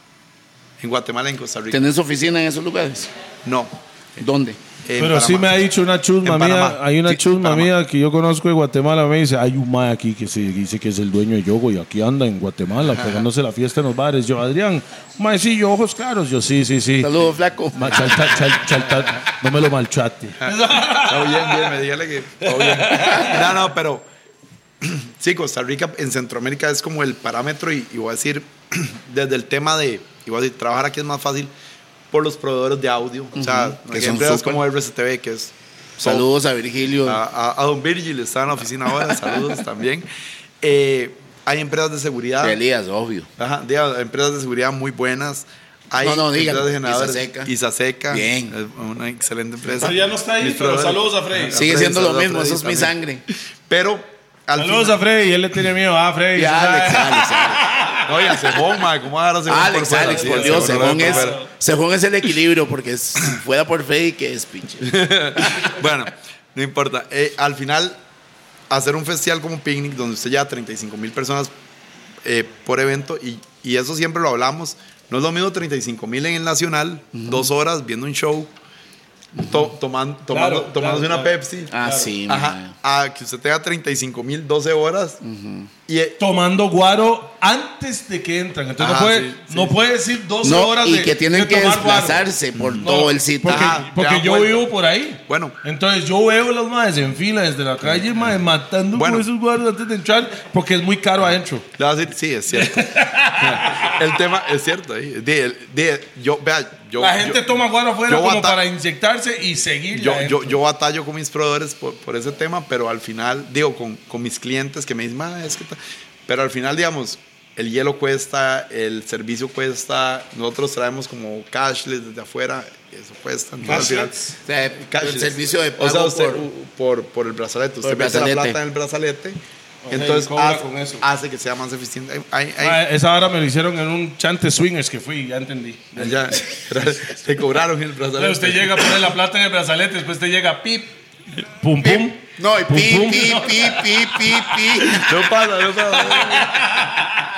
en Guatemala, en Costa Rica. ¿Tenés oficina en esos lugares? No. ¿Dónde? en Pero sí Panamá. me ha dicho una chusma En mía, Panamá. hay una Sí, en chusma Panamá. mía que yo conozco de Guatemala, me dice, hay un mae aquí que se dice que es el dueño de Yogo y aquí anda en Guatemala pegándose la fiesta en los bares. Yo, Adrián, mae, sí, yo ojos claros, yo sí, sí, sí. Saludos, [LAUGHS] flaco. Ma- chalta- chal- chalta- no me lo malchate. Está bien, bien, me dígale que. todo bien. No, no, pero. Sí, Costa Rica en Centroamérica es como el parámetro y, y voy a decir, [CLEARS THROAT] desde el tema de. Y voy a decir, trabajar aquí es más fácil por los proveedores de audio. O sea, Que son siempre es súper. como RCTV, que es. Saludos a Virgilio. A, a- a don Virgil, está en la oficina ahora, saludos también. Eh, hay empresas de seguridad. de Elías, obvio. Ajá, diga, empresas de seguridad muy buenas. Hay No, no, empresas dígalo. de generadores. Isaseca. Isaseca, Bien. es Una excelente empresa. Pero ya no está ahí, Mis pero proveedores. saludos a Freddy. Ajá, Sigue Freddy, siendo lo saludos a mismo, Freddy eso es mi también. sangre. [LAUGHS] Pero al Saludos final- a Freddy, él le tiene miedo a Freddy. Ya, ¿sabes? Alex, Alex, Alex. Oye, a Cebón, ma, ¿cómo Ah, va a dar a Cebón Alex, fuera? Alex, Sí, por a Dios, Cebón según por es, fuera. según es el equilibrio, porque si fuera por Freddy, que es [LAUGHS] pinche. bueno, no importa. Eh, al final, hacer un festival como Picnic, donde usted lleva 35 mil personas eh, por evento, y, y eso siempre lo hablamos, no es lo mismo 35 mil en el Nacional, dos horas viendo un show, to- toman- tomando, Claro, tomándose claro, una claro. Pepsi. Ah, sí, Ajá, mae. a que usted tenga 35 mil, 12 horas. y, eh, Tomando guaro antes de que entran. Entonces Ah, no, puede, sí, sí, no sí. puede decir 12 No, horas y de, que tienen de que tomar guaro. desplazarse por todo el sitio. Ah, Porque, Ajá, porque te dan yo vuelta. vivo por ahí. Bueno. Entonces yo veo los madres en fila desde la calle, madre, matando Bueno. con esos guardos antes de entrar, porque es muy caro adentro. Le vas a decir, sí, es [LAUGHS] cierto. el tema es cierto. ahí. Di- di- yo, vea, yo, la gente yo- toma guaro afuera yo como bata- para inyectarse y seguir. yo, la- yo, yo batallo con mis proveedores por, por ese tema, pero al final, digo, con, con mis clientes que me dicen, "Ma, es que... ta-". Pero al final, digamos, el hielo cuesta, el servicio cuesta, nosotros traemos como cashless desde afuera, eso cuesta. Entonces, al final- Cashless. O sea, el Cashless. servicio de pago o sea, usted, por- u- por, por, el brazalete, usted el mete la brazalete. plata en el brazalete, Ok, entonces cobra hace, con eso. hace que sea más eficiente. Ay, ay, Ah, esa hora me lo hicieron en un chante swingers que fui, ya entendí. ay, ya, [LAUGHS] te cobraron el brazalete. Entonces usted llega a poner la plata en el brazalete, después te llega pip, pum pum. No, y pum, pi, pum. pi, [LAUGHS] pi, pi, pi, pi. [LAUGHS] No pasa, no pasa.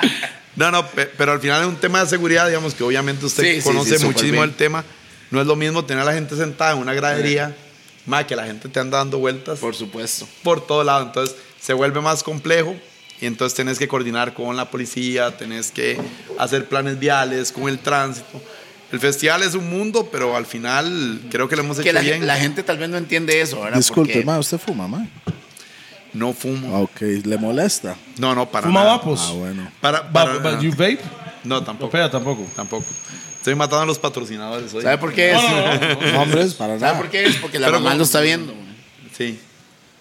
No, no, pe- pero al final es un tema de seguridad, digamos que obviamente usted Sí, sí, sí, conoce súper muchísimo bien. el tema. No es lo mismo tener a la gente sentada en una gradería, más que la gente te anda dando vueltas por, Por supuesto. todo lado. Entonces se vuelve más complejo y entonces tenés que coordinar con la policía, tenés que hacer planes viales, con el tránsito. el festival es un mundo, pero al final creo que lo hemos hecho Que la, bien. la gente tal vez no entiende eso, ¿verdad? Disculpe, Porque- ma, ¿usted fuma, ma? No fumo. Ah, Ok, ¿le molesta? No, no, para ¿Fuma nada. vapos? Ah, [LAUGHS] bueno. Para, Va- pues, para- va- ¿You vape? no, No tampoco. pega tampoco. Tampoco. Estoy matando a los patrocinadores hoy. ¿Sabe por qué es? [LAUGHS] No, no, no, no. No, hombre, es para ¿Sabe nada. por qué es? Porque la Pero mamá como- lo está viendo. Sí.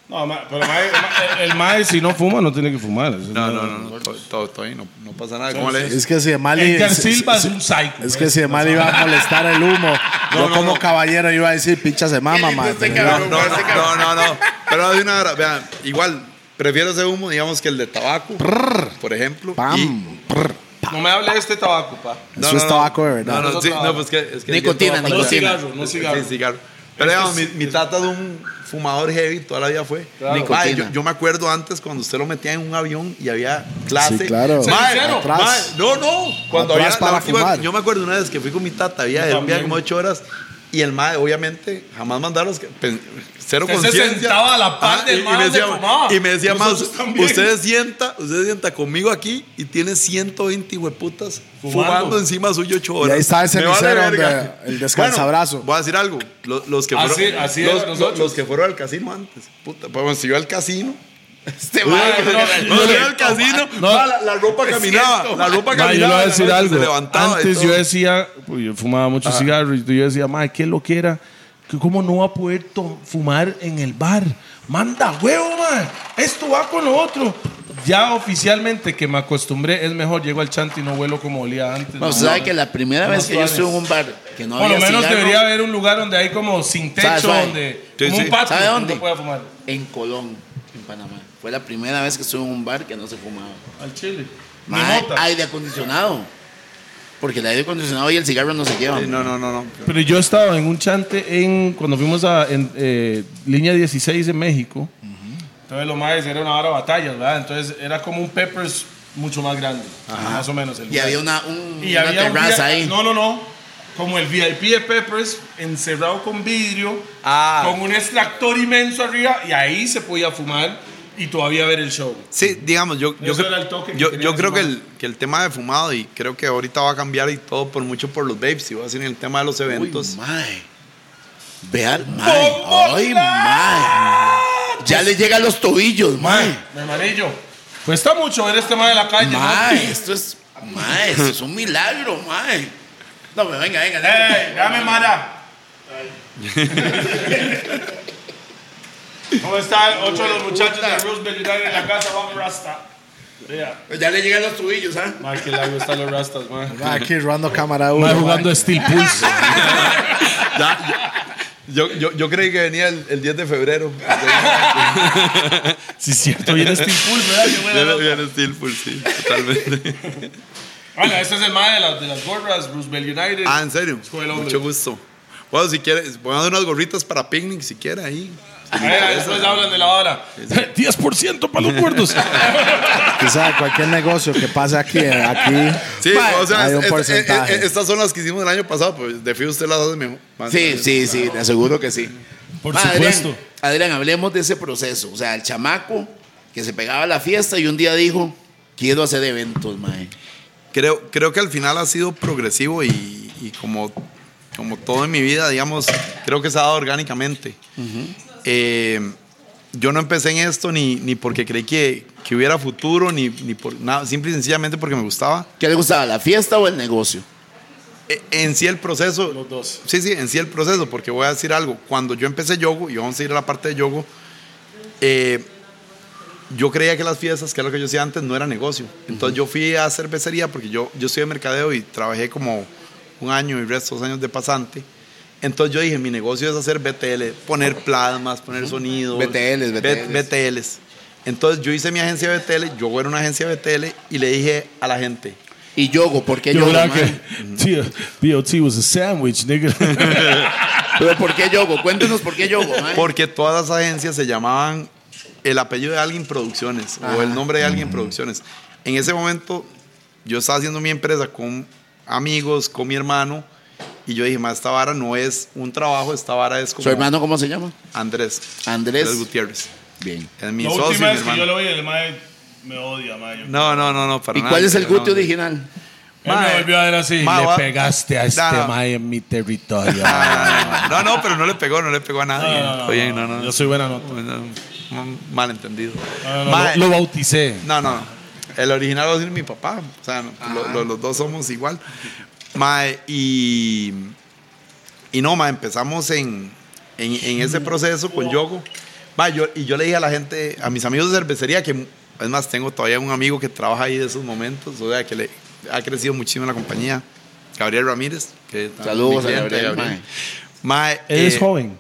No, ma- pero ma- ma- el mae, si no fuma, no tiene que fumar. Eso No, no, no, no, todo, todo, todo ahí, no, no pasa nada. ¿Cómo le Es que si de mal y- Edgar si- Silva es si- un psycho. pues, pues. es que si de mal iba a molestar el [LAUGHS] humo, yo como caballero iba a decir, pincha se mama, ma. Este pero- No, cabrón, no, este cabrón. no, no, no. Pero de una hora, vean, igual, prefiero ese humo, digamos, que el de tabaco, por ejemplo. y- Pam, prr. No me hable de este tabaco, pa. Eso es tabaco de verdad. No, no, sí, no, pues que, es que Nicotina, no, No nicotina. cigarro, no sí, cigarro. sí, cigarro. Pero digamos, mi, mi tata de un fumador heavy toda la vida fue. Nicotina. Mae, yo, yo me acuerdo antes cuando usted lo metía en un avión y había clase. Sí, claro. Mae, Cenicero. mae, Atrás. no, no. Cuando Atrás había, la para última- fumar. Yo me acuerdo una vez que fui con mi tata, había Yo un viaje también. como ocho horas y el mae, obviamente, jamás mandaron los que- pen- cero Usted se conciencia. Ah, sentaba a la par del y- y, mae me donde decía, fumaba. y me decía más, Nosotros también. usted sienta, usted sienta conmigo aquí y tiene 120 hueputas fumando. Fumando. encima suyo ocho Y horas. ahí está ese Me vale misero donde verga. el descansabrazo. Bueno, voy a decir algo. Lo- Los, que Así- fueron, así los, era nosotros. los- los que fueron al casino antes. Puta, pues bueno, si yo al casino. [LAUGHS] Este No, mae, no, yo al casino. no. ma, la, la ropa caminaba. La ropa Ma, caminaba. yo le voy a la decir noche algo. Se levantaba. y Antes todo. yo decía, pues, yo fumaba mucho cigarro y yo decía, madre, qué lo que era. ¿Cómo no va a poder to- fumar en el bar? Manda huevo, madre. Esto va con lo otro. Ya oficialmente que me acostumbré, es mejor. Llego al chante y no vuelo como olía antes. No, ma. usted sabe que la primera vez que yo estuve en un bar que no Por lo había menos cigarro, debería haber un lugar donde hay como sin techo, ¿Sabe, sabe? donde Sí, como sí. un patio ¿Sabe donde dónde? uno pueda fumar. en Colón, en Panamá. Fue la primera vez que estuve en un bar que no se fumaba. Al chile. Ni Mae, mota. aire acondicionado. Porque el aire acondicionado y el cigarro no se llevan. Sí, No, no, no, no. Pero yo estaba en un chante en cuando fuimos a en, eh, línea 16 en México. Entonces lo más era una hora de batallas, ¿verdad? Entonces era como un Peppers mucho más grande, más o menos. El Y lugar. había una, un- Y una había un terraza VIP ahí. No, no, no. Como el VIP de Peppers, encerrado con vidrio, Ah. con un extractor inmenso arriba, y ahí se podía fumar y todavía ver el show. Sí, digamos, yo, yo, Eso cre- era el toque que yo, tenía yo que creo que fumar. el, que el tema de fumado, y creo que ahorita va a cambiar y todo por mucho por los babes, y va a ser en el tema de los eventos. Uy, mae. Vean, mae. Ay, mae. Ya le llega a los tobillos, mae. Mi hermanillo, cuesta mucho ver este man de la calle, ¿no? Mae, esto es. Mae, esto es un milagro, mae. No, pero venga, venga. ¡Ey! ¡Dame Mara! ¿Cómo están? Ocho de los muchachos de Roosevelt United en la casa, vamos Rasta. Vea, Ya le llegan los tobillos, ¿ah? ma, qué largo están los Rastas, man. Ma, Aquí robando cámara uno. ma. Steel Pulse. Yo, yo, yo creí que venía el, el 10 de febrero. Sí, es cierto, viene Steel Pulse, ¿verdad? Qué buena nota. Viene Steelful, sí, totalmente. Bueno, este es el mae de las, de las gorras, Roosevelt United. Ah, ¿en serio? Escuela, hombre. Mucho gusto. Bueno, si quieres, voy a dar unas gorritas para picnic, si quiere, ahí. Ah, después hablan de la hora. [LAUGHS] 10% para los gordos. Usted sabe, cualquier negocio que pase aquí, eh, [LAUGHS] aquí. Sí, o sea, Hay un es- es- porcentaje. es- es- estas son las que hicimos el año pasado, pues de fijo usted las hace mejor. más- Sí, sí, sí, te aseguro que sí. Por Ma, supuesto. Adrián, Adrián, hablemos de ese proceso. O sea, el chamaco que se pegaba a la fiesta y un día dijo: Quiero hacer eventos, mae. creo, creo que al final ha sido progresivo y, y como, como todo en mi vida, digamos, creo que se ha dado orgánicamente. Eh, yo no empecé en esto ni, ni porque creí que, que hubiera futuro, ni, ni por nada, simple y sencillamente porque me gustaba. ¿Qué le gustaba, la fiesta o el negocio? Eh, En sí el proceso. Los dos. Sí, sí, en sí el proceso, porque voy a decir algo. Cuando yo empecé yogo, y vamos a ir a la parte de yogo, eh, yo creía que las fiestas, que es lo que yo hacía antes, no era negocio. Entonces yo fui a cervecería, porque yo, yo estudié mercadeo y trabajé como un año y restos años de pasante. Entonces yo dije, mi negocio es hacer BTL, poner plasmas, poner sonidos. BTLs, BTLs. BTLs. Entonces yo hice mi agencia BTL, yo era una agencia BTL y le dije a la gente, Y yogo, ¿por qué Yo yogo? era mae? que tío, BOT was a sandwich, nigga. Pero ¿por qué yogo? Cuéntenos por qué [LAUGHS] yogo, mae. Porque todas las agencias se llamaban el apellido de alguien Producciones o el nombre de alguien Producciones. En ese momento yo estaba haciendo mi empresa con amigos, con mi hermano y yo dije, "Ma, esta vara no es un trabajo, esta vara es como ¿Su hermano cómo se llama? Andrés, Andrés. Gutiérrez, Bien. es mi La socio, [LAUGHS] y mi última vez que hermano. yo lo vi, el mae me odia, mae. No, no, no, no, para ¿Y nada, cuál es el pero no, Ah, guti no. original? Él me volvió a ver así. Ma, le va- pegaste a este No. mae en [LAUGHS] mi territorio. No, no, pero no le pegó, no le pegó a nadie. No, no, no, Oye, no, no, no. yo soy buena nota. No, un Malentendido. No, no, Mae, lo, lo bauticé. No, no. El original va a decir mi papá. O sea, no, lo- lo- los dos somos igual. Mae, y. Y no, mae, empezamos en, en, en ese proceso con Yogo. Mae, yo, y yo le dije a la gente, a mis amigos de cervecería, que es más, tengo todavía un amigo que trabaja ahí de esos momentos, o sea, que le, ha crecido muchísimo la compañía, Gabriel Ramírez. Que también Saludos mi a cliente, Gabriel, Mae, Él es eh, joven.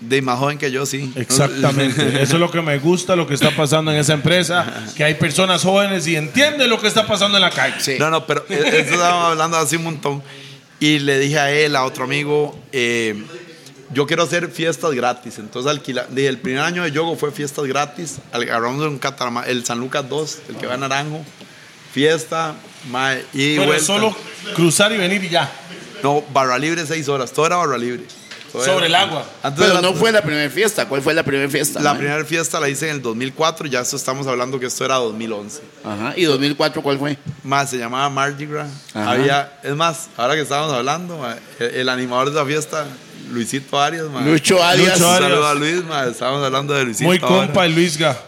De más joven que yo, sí. Exactamente. [LAUGHS] Eso es lo que me gusta, lo que está pasando en esa empresa, que hay personas jóvenes y entienden lo que está pasando en la calle. Sí. No, no, pero [LAUGHS] e- eso estábamos hablando así un montón. Y le dije a él, a otro amigo, eh, yo quiero hacer fiestas gratis. Entonces alquila, dije, el primer año de Yogo fue fiestas gratis. Agarramos un catarama, el San Lucas 2, el que va a Naranjo. Fiesta, mae, y Pero vuelta. es solo cruzar y venir y ya. No, barra libre seis horas. Todo era barra libre. Todo era- Sobre el agua. Antes Pero era- no fue la primera fiesta. ¿Cuál fue la primera fiesta? La mae? primera fiesta la hice en el 2004. Ya eso estamos hablando que esto era 2011. Ajá. ¿Y 2004 cuál fue? Más, se llamaba Mardi Gras. Ajá. Había, es más, ahora que estábamos hablando, ma, el, el animador de la fiesta, Luisito Arias, ma. Lucho Arias. [LAUGHS] Lucho Un Arias. saludo a Luis, ma, estábamos hablando de Luisito. Muy ahora. compa de Luisga.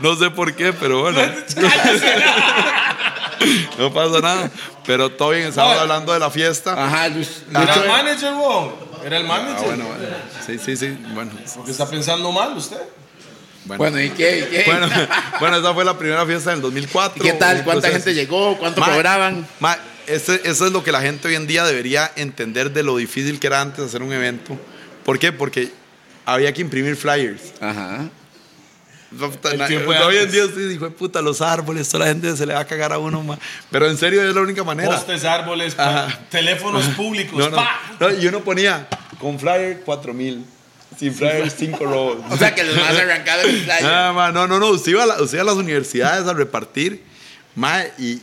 No sé por qué, pero bueno. [LAUGHS] no pasó nada. Pero todo bien, estábamos Ahora. hablando de la fiesta. Ajá, Luis- Era Lucho- el manager, weón. Era el Ah, manager. bueno, bueno. Sí, sí, sí. Bueno, Porque está pensando mal usted. [LAUGHS] Bueno, ¿y qué? ¿Y qué? bueno, [LAUGHS] [LAUGHS] bueno, esa fue la primera fiesta del 2004. ¿Qué tal? Un ¿Cuánta proceso. gente llegó? ¿Cuánto Ma- cobraban? ma, ese- eso es lo que la gente hoy en día debería entender de lo difícil que era antes hacer un evento. ¿Por qué? Porque había que imprimir flyers. Ajá. Puta, tiempo de hoy en antes. día usted dice, "Hijo de puta, los árboles, toda la gente se le va a cagar a uno más. Pero en serio es la única manera. Postes, árboles, Ajá. pa- teléfonos públicos. Pues No, no, pa. no, y uno ponía con flyer 4000, sin flyer 5 robos. [LAUGHS] O sea, que los más arrancados en playa. Ah, ma, no, no, no. Usted iba, a la- usted iba a las universidades a repartir. ma, y,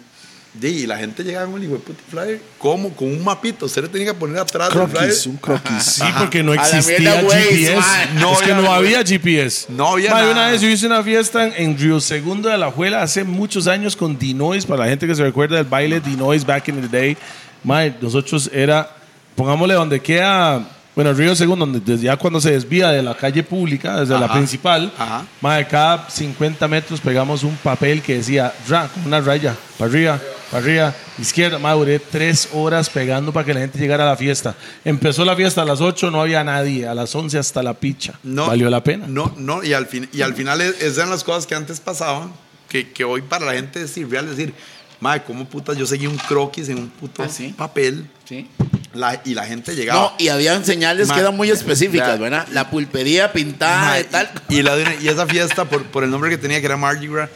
di, y la gente llegaba con el hijo de puta flyer. ¿Cómo? Con un mapito. Usted le tenía que poner atrás del flyer. Croquis, un croquis. Sí, porque no la existía mierda, Waze, GPS. man. No, No es que había no Waze. había GPS. No había Man, Una nada. vez yo hice una fiesta en, en Río Segundo de la Juela hace muchos años con Dinois, para la gente que se recuerda del baile Dinois back in the day. Man, nosotros era, pongámosle donde queda, bueno, Río Segundo, donde desde ya cuando se desvía de la calle pública, desde la Ajá. principal, Ajá. man, cada 50 metros pegamos un papel que decía, "Ra", con una raya, para arriba. Para arriba, izquierda, man, duré tres horas pegando para que la gente llegara a la fiesta. Empezó la fiesta a las 8, no había nadie. A las 11 hasta la picha. No, Valió la pena. No, no, y al, fin, y al final es- esas eran las cosas que antes pasaban, que, que hoy para la gente es irreal decir, madre, ¿cómo puta yo seguí un croquis en un puto Ah, sí. papel? Sí. La- y la gente llegaba. No, y habían señales Ma- que eran muy específicas, Ya. ¿verdad? La pulpería pintada de Mae, tal. Y, la de una- y esa fiesta, por, por el nombre que tenía, que era Mardi Gras,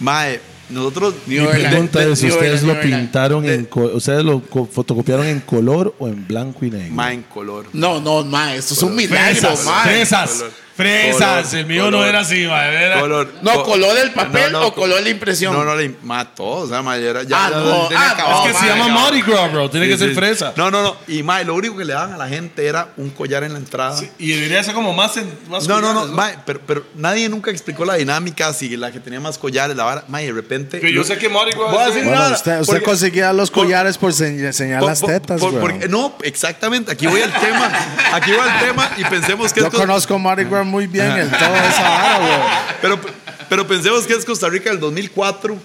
mae, nosotros... New Mi Orleans. pregunta es, New ¿ustedes Orleans, lo New Orleans. pintaron en... co- ¿Ustedes lo co- fotocopiaron en color o en blanco y negro? Mae, en color. No, no, ma, esto es un milagro, Fresas, ma. fresas, Color. fresas. Color, el mío no color. era así, ma, era- Color. No, Co- color del papel No, no, o color de impresión. No, no, le mató. O sea, mae, era- ya, Ah, ya no, tenía ah, acabado, no, Es que se my mae, llama acabado. Mardi Gras, bro. Tiene Sí, que ser sí. fresa. No, no, no. Y mae, lo único que le daban a la gente era un collar en la entrada. Y debería ser como más... en- más No, no, no, cuidadas, mae, pero, pero nadie nunca explicó la dinámica, si la que tenía más collares, la vara, mae, de repente... Que yo sé que Mardi Gras Voy a es- decir Bueno, nada, usted, usted porque- conseguía los por- collares por señ- señalar por- las por- tetas, por- güey. porque- No, exactamente, aquí voy al tema, aquí voy al tema y pensemos que... Yo es co- conozco Mardi Gras muy bien en toda esa vara, [LAUGHS] güey. pero, pero pensemos que es Costa Rica del 2004,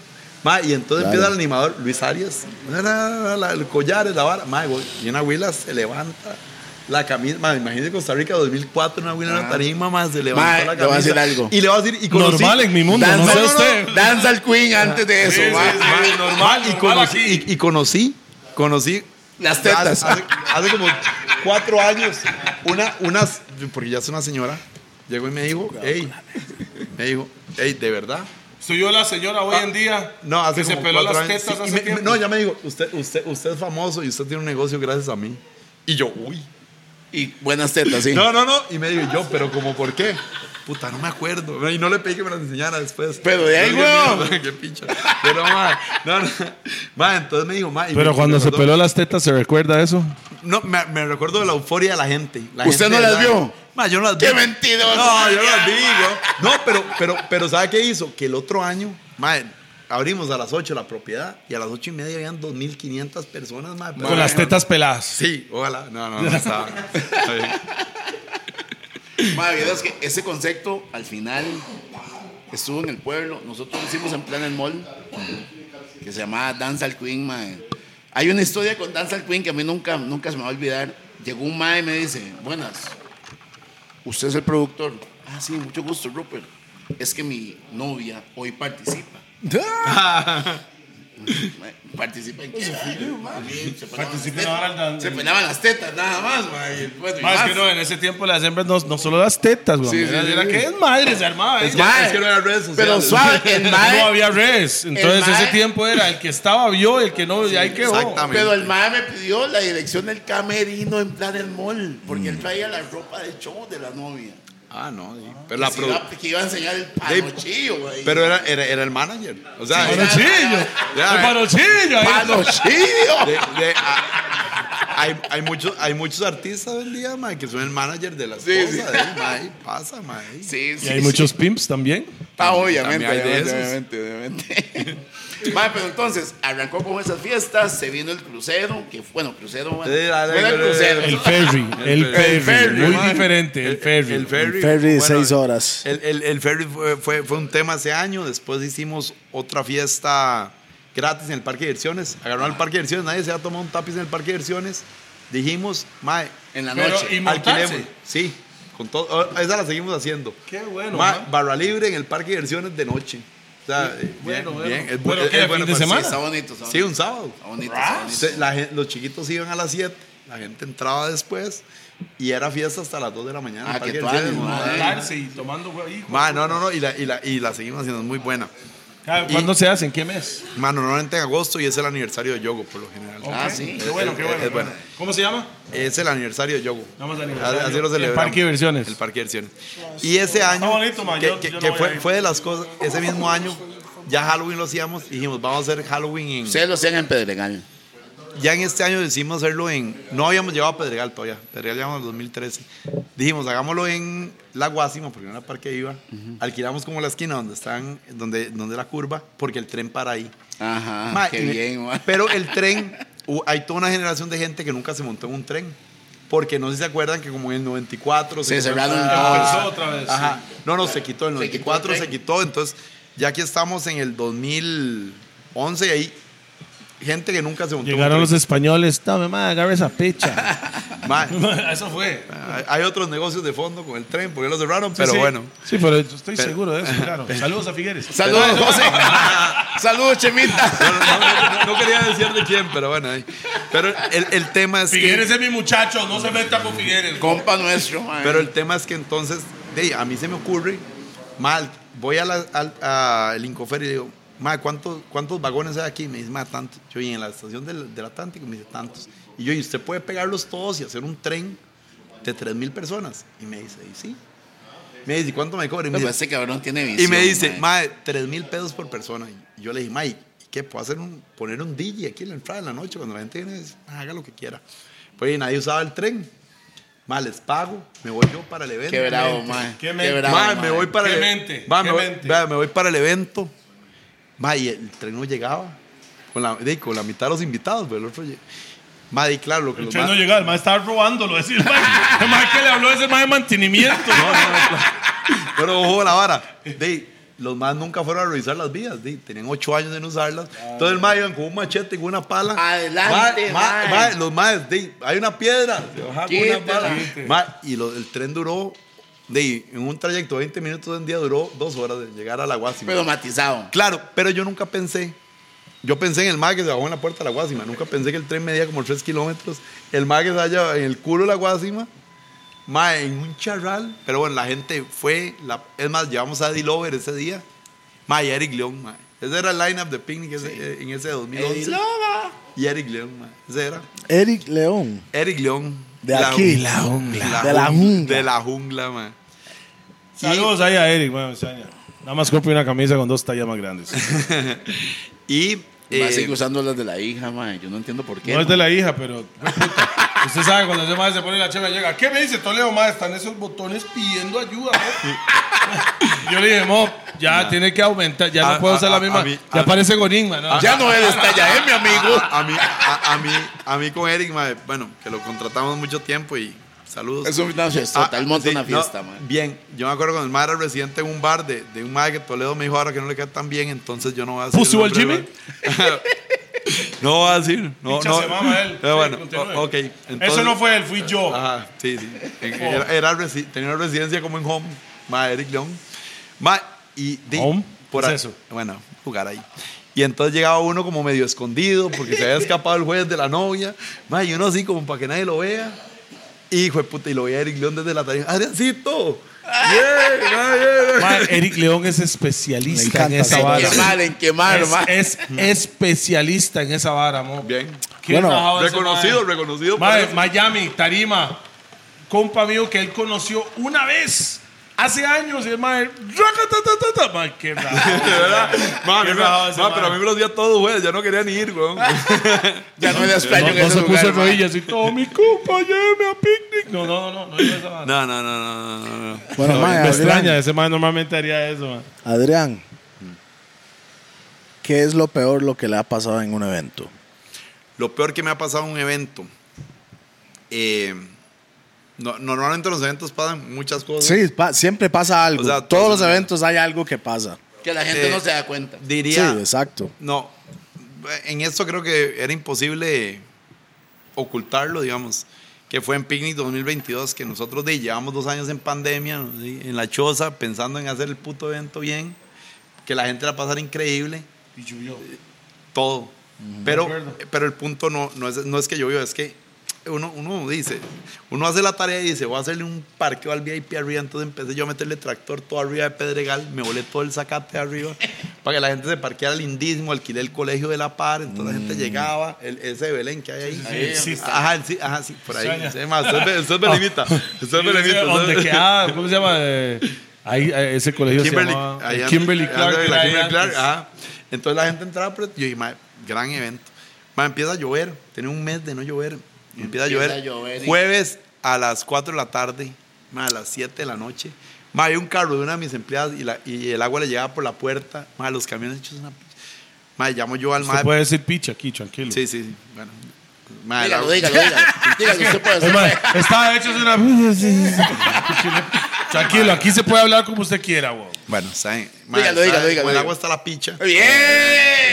mae, y entonces empieza el animador, Luis Arias, na, na, na, la- el collar, la vara, mae, güey, y una huila se levanta... La camisa, mae, imagínate Costa Rica 2004, una huila en la tarima, mae, se levanta Mae, la camisa. Ah. le voy a decir algo. Y le va a decir, y conocí- Normal en mi mundo, no Danza- sé no, no, usted. no, Danza al Queen antes de eso, ma. Ma, sí, normal, y normal conocí, aquí. y- y conocí, conocí Las tetas. hace, hace como cuatro años, una, unas, porque ya es una señora, llegó y me dijo, hey, me dijo, hey, de verdad. Soy yo la señora hoy en día Ah, No, hace que se como peló cuatro las años. tetas Sí, y hace me- tiempo. No, ya me dijo, usted, usted, usted es famoso y usted tiene un negocio gracias a mí. Y yo, uy. Y buenas tetas, sí. No, no, no. Y me dijo, yo, pero como, ¿por qué? Puta, no me acuerdo. Y no le pedí que me las enseñara después. Pero de ahí, Yo dije, weón. "Mierda, Qué pinche. Pero, ma, no, no. Ma, entonces me dijo, ma. y me- Pero cuando me se recordó- peló las tetas, ¿se recuerda eso? No, me, me recuerdo de la euforia de la gente. La ¿Usted gente, no las ¿verdad? vio? Ma, yo no las vi. ¡Qué mentiroso! No, yo no las vi, weón. No, pero, pero, pero, ¿sabe qué hizo? Que el otro año, ma, abrimos a las 8 la propiedad y a las 8 y media habían 2.500 personas más. Con las tetas peladas. Sí, ojalá. No, no, no [LAUGHS] estaba. Está bien. Madre, es que ese concepto al final estuvo en el pueblo. Nosotros lo hicimos en Planet Mall, que se llamaba Danza al Queen, madre. Hay una historia con Danza al Queen que a mí nunca, nunca se me va a olvidar. Llegó un mae y me dice, buenas, usted es el productor. Ah, sí, mucho gusto, Rupert. Es que mi novia hoy participa. Mae, ¿Participa en qué? Pues, Participa en ahora ahora el dan- Se peinaban las tetas, nada más, mae. Bueno, y pues, Más más. que no, en ese tiempo las hembras no, no solo las tetas, güey. Sí, era, sí, era sí. que es madre, se armaba. ¿eh? Mae, Es que no eran redes sociales. [LAUGHS] Pero suave, el mae- No había redes. Entonces El mae- ese tiempo era el que estaba vio, el que no, y ahí quedó. exactamente. Pero el mae me pidió la dirección del camerino en plan el mall, porque Mm. él traía la ropa de show de la novia. Ah, no. sí. Pero, la Que pro- se iba- que iba a enseñar el panochillo, güey. pero era, era, era el manager. O sea, era- Panochillo. Ya, El eh. panochillo. ahí- ¡Panochillo! [LAUGHS] de- de- a- hay, hay, muchos, hay muchos artistas hoy en día, mae, que son el manager de las Sí, cosas. sí. eh, mae, pasa, mae. Sí, sí. Y hay sí. muchos pimps también. Ah, obviamente, También hay de obviamente, esos. obviamente, obviamente. [LAUGHS] Mae, pero entonces, arrancó con esas fiestas, se vino el crucero, que bueno, crucero, bueno, Sí, dale, no era el dale, crucero. dale. El ferry. El ferry. ferry. muy mae. diferente. El ferry. El ferry, Ferry de seis bueno, horas. El, el- el ferry fue, fue- fue un tema ese año. Después hicimos otra fiesta gratis en el parque de diversiones. Agarraron el parque de diversiones. Nadie se había tomado un tapiz en el parque de diversiones. Dijimos, mae, [LAUGHS] En la Pero- noche. y montarse. Sí, con todo. oh, Esa la seguimos haciendo. Qué bueno, Mae, mae. barra libre en el parque de diversiones de noche. O sea, eh, bueno, bien, bueno. bien, es bu- Bueno, es ¿qué, fin de para- semana? Está bonito, está bonito. Sí, un sábado. Está bonito, está bonito. Se- la gen- los chiquitos iban a las 7, la gente entraba después y era fiesta hasta las 2 de la mañana. Ah, el parque qué de tuanis, diversiones, mae. mae. Montarse y tomando, güey. Ma, no, no, no, y la, y la, y la seguimos haciendo, es muy buena. Ah, ¿Cuándo se hacen? ¿Qué mes? Ma, normalmente en agosto y es el aniversario de Yogo, por lo general. Ah, sí. Qué bueno, qué Es- bueno. es buena. ¿Cómo se llama? Es el aniversario de Yogo. Vamos al Así aniversario. así lo El celebramos. Parque de Diversiones. El Parque de Diversiones. Y ese año, bonito, ma, que, yo- que- yo no que voy a fue, ir. fue de las cosas, ese mismo año, ya Halloween lo hacíamos, dijimos, vamos a hacer Halloween en... Ustedes lo hacían en Pedregal. Ya en este año decidimos hacerlo en. No habíamos llevado a Pedregal todavía. Pedregal llevamos en 2013. Dijimos, hagámoslo en La Guasima, porque no era parque iba. Alquilamos como la esquina donde están, donde, donde la curva, porque el tren para ahí. Ajá, Ma, Ah, qué y- bien, mae. Pero el tren, hu- hay toda una generación de gente que nunca se montó en un tren. Porque no sé si se acuerdan que como en el 94 Se quitó- cerraron Ah, todos. Empezó otra vez, Ajá. No, no, se quitó. En el Se quitó el 94 se tren. quitó. Entonces, ya que estamos en el 2011 y ahí. Gente que nunca se montó. en un Llegaron tren. los españoles. Dame, madre, agarra esa pecha. Ma, [LAUGHS] Eso fue. Hay, hay otros negocios de fondo con el tren, porque los cerraron, pero Sí. bueno. Sí, pero yo estoy seguro de eso, [LAUGHS] claro. Saludos a Figueres. Saludos, José. Saludos, Chemita. No, no, no, no quería decir de quién, pero bueno. ahí. Pero el, el tema es que, es mi muchacho, no se meta con Figueres. Compa nuestro, mae. Pero el tema es que entonces, de, a mí se me ocurre, mal, voy a la- al a el Incofer y digo, ma, ¿cuántos, ¿cuántos vagones hay aquí? Me dice, ma, tantos. Yo, y en la estación del, del Atlántico, me dice, tantos. Y yo, y usted puede pegarlos todos y hacer un tren de 3.000 personas. Y me dice, y sí. Me dice, "¿Y ¿cuánto me cobra? Y me Pero pues, dice, ese cabrón tiene visión. Y me dice, mae. mae, 3 mil pesos por persona. Y yo le dije, mae, ¿y ¿qué puedo hacer? Un, poner un DJ aquí en la entrada de la noche cuando la gente viene, es, haga lo que quiera. Pues y nadie usaba el tren. Mae, les pago, me voy yo para el evento. Qué bravo, mae. Qué Qué mente. bravo, Mae, mae. me voy para Qué el e-, mente, Mae, qué me, voy, mente. vea, me voy para el evento. Mae, y el tren no llegaba. Con la, de, con la mitad de los invitados, pero el otro lle- Mae, y claro, lo que El los tren no mae- llegaba, el maestro estaba robándolo. Es decir, el maestro- el maestro que le habló es el maestro de mantenimiento. No, no, no, claro. Pero ojo la vara. De, los más nunca fueron a revisar las vías. De, tenían ocho años de no usarlas. Entonces el más iban con un machete y con una pala. Adelante, Ma- ma- mae. ma- los más, hay una piedra. se bajaban con una Quítala. pala. Ma, y lo- el tren duró. De, en un trayecto de 20 minutos en día duró dos horas de llegar a la Guasima. Pero matizado. claro, pero yo nunca pensé. Yo pensé en el MAG que se bajó en la puerta de la Guasima. Nunca pensé que el tren medía como 3 kilómetros. El MAG que se halla en el culo de la Guasima. Ma, en un charral. Pero bueno, la gente fue. la- es más, llevamos a Eddie Lover ese día. Ma, y Eric León, ma. Ese era el lineup de Picnic ese- eh, en ese 2011. Eddie Lover. Y Eric León, ma. Ese era. Eric León. Eric León. De aquí. jun- La jungla. la De la jun- jungla. De la jungla, ma. [LAUGHS] Saludos ahí a Eric, bueno, ese año. Nada más compré una camisa con dos tallas más grandes. Y. Va a eh, seguir usando las de la hija, mae. Yo no entiendo por qué. No es de mae. la hija, pero. Usted sabe, cuando ese madre se pone la cheva, llega. ¿Qué me dice Toledo, madre? Están esos botones pidiendo ayuda, mo". Yo le dije, mo, ya tiene que aumentar. Ya A- no puedo a- usar la Ah, a- misma. a mí- Ah. ya a- parece Gonín, man. ¿no? Ya no eres talla M, amigo. A, a mí, a, a mí, a mí con Eric, mae, bueno, que lo contratamos mucho tiempo y saludos. Es una Ah, fiesta, él monta sí, una no, fiesta, man. Bien, yo me acuerdo cuando el mae era residente en un bar de, de un mae que Toledo me dijo ahora que no le queda tan bien, entonces yo no voy a decir. ¿Puso el el nombre del bar. [LAUGHS] no voy a decir. No, Picha no. se mama él. Pero Sí, bueno, continúe. o- ok. Eso entonces- no fue él, fui yo. Ajá, sí, sí. Era, era resi- tenía una residencia como en Home, ma, Eric León. Ma, y de- ¿Home? ¿Qué es ahí- eso? Bueno, jugar ahí. Y entonces llegaba uno como medio escondido porque se había escapado el juez de la novia. Ma, y uno así como para que nadie lo vea. Hijo de puta, y lo veía Eric León desde la tarea. ¡Adriancito! Yeah, ma, yeah, ma. Ma, eh, Eric León es especialista en esa sí, vara. En quemar, en quemar, man. Es, es especialista en esa vara, mo. Bien. Qué Bueno, rajado ese Reconocido, mae. reconocido. por Mae, eso. Miami, Tarima, compa mío que él conoció una vez. Hace años, y el mae, racatatata, mae, [LAUGHS] qué rajado. De verdad. Ma, a mí Qué me- rajado ese ma, mae. pero a mí me los dio a todos, güey. Ya no quería ni ir, güey. Ya no eres No, playo en no ese se puso lugar, en man. rodillas y todo, mi compa, lléveme a picnic. No, no, no, no, no iba a esa vara. No, no, no, no, no, no, no. Bueno, mae, Me extraña, Adrián, ese mae normalmente haría eso, mae. Adrián, ¿qué es lo peor lo que le ha pasado en un evento? Lo peor que me ha pasado en un evento. Eh, no- normalmente en los eventos pasan muchas cosas. Sí, pa- siempre pasa algo. O sea, Todos todo- los eventos hay algo que pasa. Que la gente Eh, no se da cuenta. Diría. Sí, exacto. No. En esto creo que era imposible ocultarlo, digamos. Que fue en Picnic 2022, que nosotros de, llevamos dos años en pandemia, ¿no? Sí, en la choza, pensando en hacer el puto evento bien, que la gente la pasara increíble. Y llovió. todo. Pero, De acuerdo. pero el punto no, no, es, no es que yo vivo, es que uno, uno dice, uno hace la tarea y dice, voy a hacerle un parqueo al VIP arriba, entonces empecé yo a meterle tractor todo arriba de Pedregal, me volé todo el zacate arriba, [LAUGHS] para que la gente se parqueara lindísimo, alquilé el colegio de la par, entonces la gente llegaba, el, ese Belén que hay ahí. Mm. sí, sí, sí. Ajá, sí, ajá, sí, por ahí. Sueña. Sí, ma, usted es be- usted es [LAUGHS] Ah. belenita, usted es belenita, usted es- ¿Dónde queda? ¿Cómo se llama? Eh, ahí, eh, ese colegio Kimberly, se llama ahí anda- Kimberly anda Clark. la era ahí Kimberly Clark, Ah, antes. ajá. Entonces la gente entraba, pero yo dije, "Mae, gran evento. Mae, empieza a llover, tenía un mes de no llover. Empieza a llover. a llover y- Jueves a las 4 de la tarde, mae, a las 7 de la noche. Mae, había un carro de una de mis empleadas y, la- y el agua le llegaba por la puerta. Mae, los camiones hechos una... Mae, llamo yo al Usted mae. puede decir picha aquí, tranquilo. Sí, sí, sí. Bueno. Mae, el Dígalo, agua- dígalo, dígalo. Dígalo, usted [LAUGHS] puede Es hacer. más, está hecho de una. Tranquilo, aquí se puede hablar como usted quiera, güey. Bueno, saben. Dígalo, dígalo, dígalo, El dígalo. agua está la picha. Bien,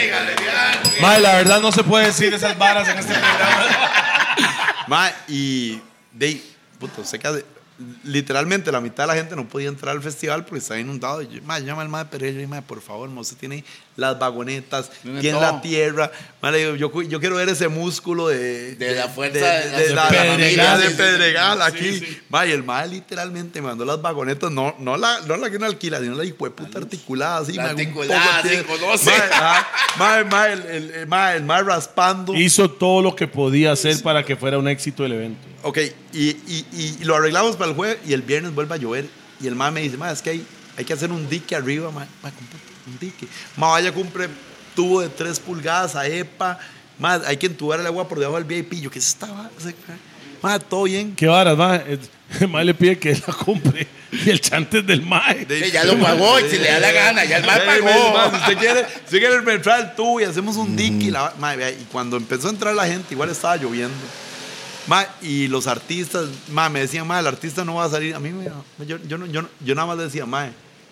galería. Mae, la verdad no se puede decir esas varas en este programa. Ma, y de ahí, puto, sé que hace- literalmente la mitad de la gente no podía entrar al festival porque estaba inundado. Y yo, ma, llama al madre Pereira y ma, por favor, no se tiene las vagonetas, Tiene tiene todo. la tierra. Ma, le digo, yo, cu- yo quiero ver ese músculo de, De la fuerza de la- de la- de la familia Pedregal. de Pedregal aquí. sí. Ma, y el madre literalmente me mandó las vagonetas, no, no, la, no la que no alquila, sino la hijueputa articulada así. La ma, un articulada, poco sí, tiene- conoce. Ma, ajá. Ma, ma, el- el- el- ma, el madre raspando. Hizo todo lo que podía hacer para que fuera un éxito el evento. Ok, y, y- y lo arreglamos para el jueves y el viernes vuelve a llover. Y el ma me dice, ma, es que hay, hay que hacer un dique arriba, ma, ma compre un dique. Ma, vaya, compre tubo de 3 pulgadas a EPA. Ma, hay que entubar el agua por debajo del VIP. Yo, ¿qué es esta vara? Se- Ma, todo bien. ¿Qué varas, mae? El mae le pide que la compre y el chante es del mae. De- Sí, ya lo pagó, y si le da la gana, ya el ma Sí, me pagó. dice, "Ma, Si usted quiere, si quiere me entra el tubo y hacemos un Mm. dique. Y, la va-". Ma, vea, y cuando empezó a entrar la gente, igual estaba lloviendo. Ma, y los artistas, ma, me decían, ma, el artista no va a salir. A mí, me- yo, yo, no- yo, no- yo nada más decía, ma,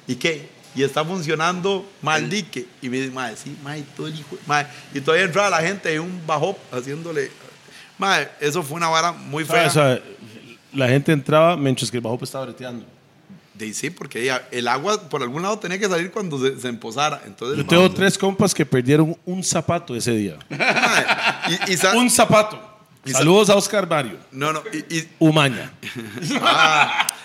¿y qué? Y está funcionando mal dique. Y me dice, ma, sí, ma, y todo el hijo. Ma, y todavía entraba la gente y un bajo haciéndole. Ma, eso fue una vara muy O fea. sea, la gente entraba mientras que el bajo pues estaba breteando. De sí, porque ya el agua por algún lado tenía que salir cuando se, se empozara. Entonces, Yo ma, tengo tres compas que perdieron un zapato ese día. Mae, y, y sa- Un zapato. Saludos a Oscar Mario. no, no, y, y- Umaña.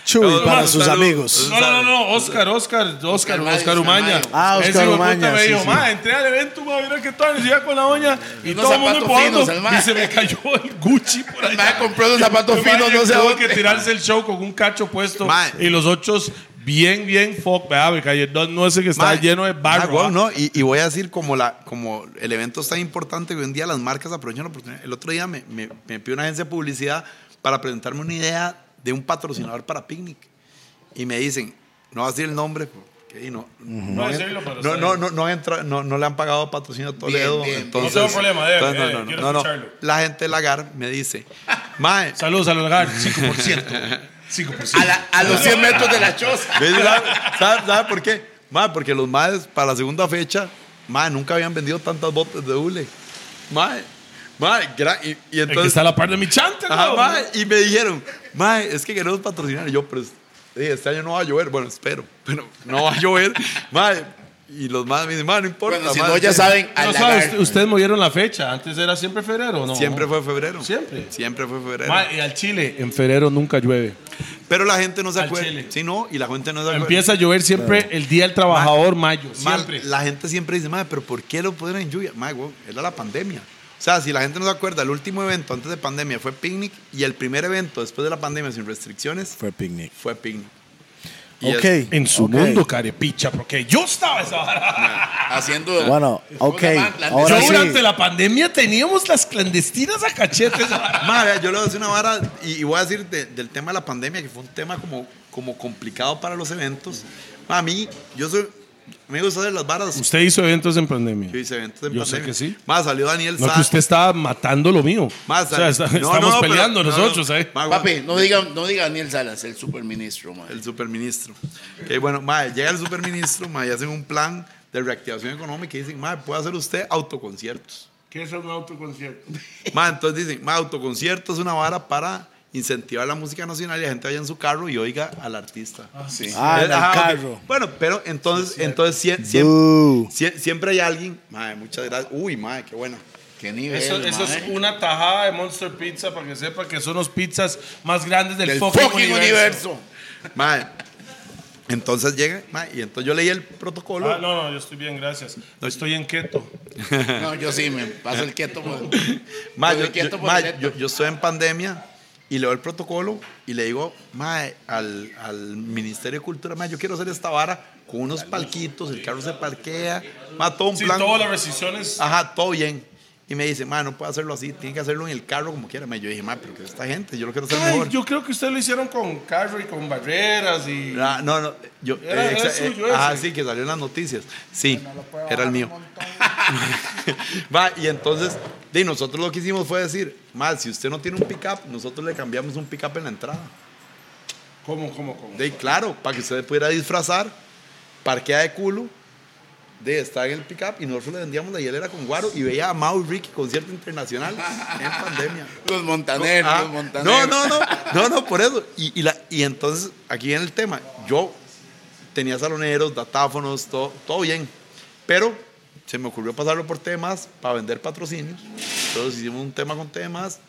Chuy, No, para no, sus salud. amigos. No, no, no, no, Oscar, Oscar, Oscar, Mayo, Oscar Oscar Umaña. Mayo. Ah, Ese Oscar hijo de puta Umaña, me sí, dijo, sí. ma, entré al evento, ma, mira que tal, y iba con la oña y Unos todo el mundo zapatos empujando finos, el ma. y se me cayó el Gucci por El allá. ma compró los zapatos El ma finos, no sé tuvo dónde. que tirarse el show con un cacho puesto Ma. y los ocho bien, bien fuck, ¿verdad? Porque ayer Don no es el que está Mae, lleno de barro. ¿ah? mae, weón, ah. ¿verdad? Ah, no, y, y voy a decir, como, la, como el evento es tan importante que hoy en día las marcas aprovechan la oportunidad. El otro día me, me, me pidió una agencia de publicidad para presentarme una idea de un patrocinador para Picnic. Y me dicen, no vas a decir el nombre, porque ahí no, no, Puede han- serlo, pero no, está no, bien. no, no han entrado- no- no le han pagado patrocinio a Toledo. bien, bien. entonces, No tengo problema, debe, entonces, debe, no, no, quiero no, no. escucharlo. La gente de Lagar me dice, Mae, Saludos al hogar, 5%. 5%. A, la- a los 100 metros de la choza. ¿Ves? ¿Sabe, sabe- sabe por qué? Ma, porque los madres para la segunda fecha, ma, nunca habían vendido tantas botas de hule. Ma, ma, gra- y, y El que entonces. está a la par de mi chante, Ajá, ¿no? Ah, ma, y me dijeron, ma, es que queremos patrocinar. Y yo, pero es- eh, este año no va a llover. Bueno, espero, pero no va a llover. Ma, y los madres me dicen, ma, no importa. Bueno, si ma, no, ya sí". saben, a No, la sabe, gar- usted- ustedes movieron la fecha. Antes era siempre febrero, ¿no? Siempre fue febrero. Siempre. Siempre fue febrero. Ma, y al Chile, en febrero nunca llueve. Pero la gente no se Al acuerda. chile. Sí, no, y la gente no se acuerda. Empieza a llover siempre el Día del Trabajador, mayo. Ma, Siempre. la gente siempre dice, madre, pero ¿por qué lo pusieron en lluvia? Madre, weón, era la pandemia. O sea, si la gente no se acuerda, el último evento antes de pandemia fue Picnic y el primer evento después de la pandemia sin restricciones Fue picnic. fue Picnic. Y Ok. es- En su Ok. mundo, carepicha, porque yo estaba esa vara. haciendo. Bueno, ¿cómo ok. se llama? Clandestino. Ahora Yo sí. durante la pandemia teníamos las clandestinas a cachetes. Ma, vea, yo le voy a decir una vara y, y voy a decir de- del tema de la pandemia, que fue un tema como, como complicado para los eventos. Ma, a mí, yo soy, me gusta hacer las varas. Usted hizo eventos en pandemia. Yo hice eventos en Yo sé pandemia. que sí. Ma, salió Daniel No que Sa- usted estaba matando lo mío. Ma, o sea, sal- está- No, no, estamos no, pero- peleando no, no. nosotros, ¿eh? Ma, weón, Papi, no diga, no diga Daniel Salas, el superministro, man. El superministro. Que bueno, mae, llega el superministro, mae, y hacen un plan de reactivación económica y dicen, mae, puede hacer usted autoconciertos. ¿Qué es un autoconcierto? Mae, entonces dicen, mae, autoconcierto es una vara para incentivar la música nacional y la gente vaya en su carro y oiga al artista. Ah, en el Ajá, ok. carro. Bueno, pero entonces, entonces sie- siem- Boo. sie- siempre hay alguien, mae, muchas gracias. Uy, mae, qué buena. Qué nivel, Eso, eso mae. es una tajada de Monster Pizza para que sepa que son los pizzas más grandes del, del fucking, fucking universo. universo. Mae, entonces llega, mae, y entonces yo leí el protocolo. Ah, no, no, yo estoy bien, gracias. Estoy en keto. No, yo sí, me paso el quieto, man. [LAUGHS] Ma, Estoy yo, quieto yo- por ma, el yo- yo estoy en pandemia y leo el protocolo y le digo ma, al, al Ministerio de Cultura, ma, yo quiero hacer esta vara con unos palquitos, el carro se parquea, ma, todo un Sí, plan. Ah, todas las restricciones. Ajá, todo bien. Y me dice, ma, no puedo hacerlo así, tiene que hacerlo en el carro como quiera. Ma, yo dije, ma, pero que esta gente, yo lo quiero hacer Ay, mejor. yo creo que ustedes lo hicieron con carro y con barreras y. Ah, no, no, yo. eh, Era- era exa- suyo ajá, ese. sí, que salió en las noticias. Sí, era el mío. [LAUGHS] Va, y entonces, de nosotros lo que hicimos fue decir, más, si usted no tiene un pickup, nosotros le cambiamos un pickup en la entrada. ¿Cómo, cómo, cómo? De claro, para que usted pudiera disfrazar, parquea de culo, de estar en el pickup, y nosotros le vendíamos la hielera con guaro y veía a Mau y Ricky concierto internacional en pandemia. Los montaneros, Ah, los no, montaneros. no, no, no, no, por eso. Y, y la, y entonces, aquí viene el tema. Yo tenía saloneros, datáfonos, todo, todo bien. Pero se me ocurrió pasarlo por temas para vender patrocinios. Entonces hicimos un tema con temas.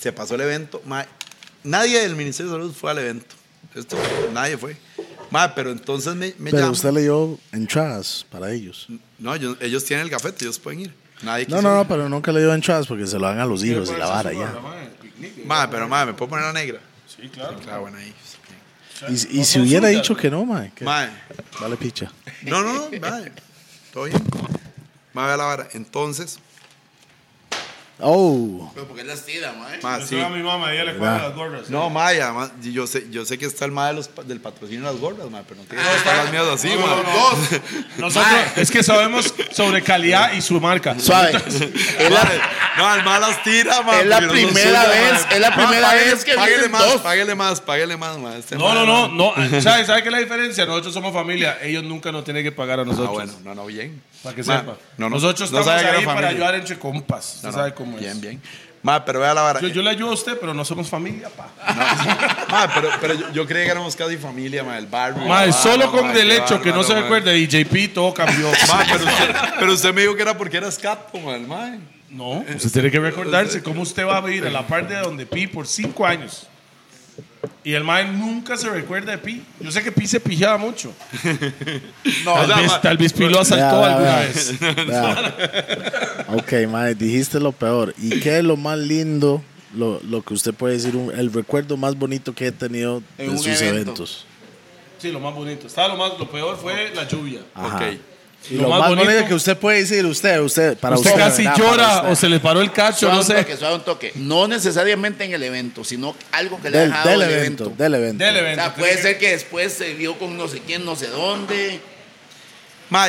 Se pasó el evento. ma- nadie del Ministerio de Salud fue al evento. Esto, nadie fue. Ma, pero entonces me, me Pero llaman. usted le dio entradas para ellos. No, yo- ellos tienen el gafete, ellos pueden ir. Nadie No, quiso no, ir. no, pero nunca le dio entradas porque se lo dan a los hijos y la vara ya. Ma, pero ma, ¿me puedo poner la negra? Sí, claro. Claro, bueno, ahí. Y, y si hubiera dicho que no, mae, que Ma, vale picha. No, no, no, madre. Todo bien. Madre a la vara. Entonces, Oh, Pero porque las tira, mae. madre, ah, sí. Ah. a mi mamá, ella le cuadra las gorras. No, madre, además, yo sé, yo sé que está el madre de los pa- del patrocinio de las gordas, madre, pero no tiene que estar las mías así, madre. Dos. Nosotros es que sabemos sobre calidad y su marca. suave. Madre, No, el madre las tira, madre. Es la porque no son primera suyas, vez, madre. es la Madre, primera páguele- vez que Páguele vienen más, dos. páguele más, páguele más, madre. este No, madre, no, no, [LAUGHS] no. ¿Sabes sabe qué es la diferencia? Nosotros somos familia. Ellos nunca nos tienen que pagar a Ah, nosotros. bueno, no, no, bien. Para que Ma, sepa. no, no, nosotros no estamos sabía que era ahí para familia. ayudar entre compas. Usted No, no, sabe cómo es. Bien, bien. Madre, pero vea la vara. Yo, yo le ayudo a usted, pero no somos familia, pa. Madre, pero, pero yo, yo creía que éramos casi familia, madre, el barrio. Madre, la solo vara, con madre, el qué hecho que no bárbaro, se madre. recuerde de JP, todo cambió. Ma, pero, usted, pero usted me dijo que era porque era escapo, man, mae. No, usted tiene que recordarse cómo usted va a ir a la par de donde Pi por cinco años. Y el mae nunca se recuerda de Pi. Yo sé que Pi se pijaba mucho. No, Tal vez, tal vez Pi lo Vea, asaltó vea, alguna vea. vez. Vea. Ok, mae, dijiste lo peor. ¿Y qué es lo más lindo, lo, lo que usted puede decir, un- el recuerdo más bonito que he tenido En de un sus evento. eventos? Sí, lo más bonito. Estaba lo más, lo peor fue la lluvia. Ah, Ok. Y lo, más, bonito, que usted puede decir, usted, usted, para usted usted. casi ¿verdad? llora Para o usted. se le paró el cacho, Suave no un sé. toque, suave un toque. No necesariamente en el evento, sino algo que le Del, ha dejado del el evento, evento. del evento. Del O evento. sea, puede ser que después se vio con no sé quién, no sé dónde. Ma,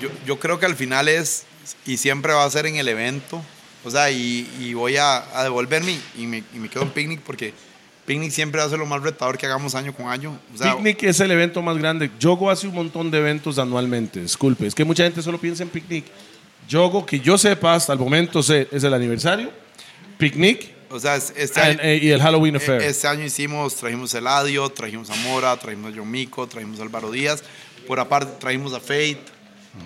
yo, yo creo que al final es, y siempre va a ser en el evento, o sea, y, y voy a, a devolverme y me, y me quedo en picnic porque picnic siempre va a ser lo más retador que hagamos año con año. O sea, Picnic es el evento más grande. Yogo hace un montón de eventos anualmente. Disculpe, es que mucha gente solo piensa en picnic. Yogo, que yo sepa hasta el momento, sé, es el aniversario, picnic o sea, es- este año, and- eh, y el Halloween Affair. eh, este año hicimos, trajimos a Eladio, trajimos a Mora, trajimos a John Mico, trajimos a Álvaro Díaz, por aparte trajimos a Faith.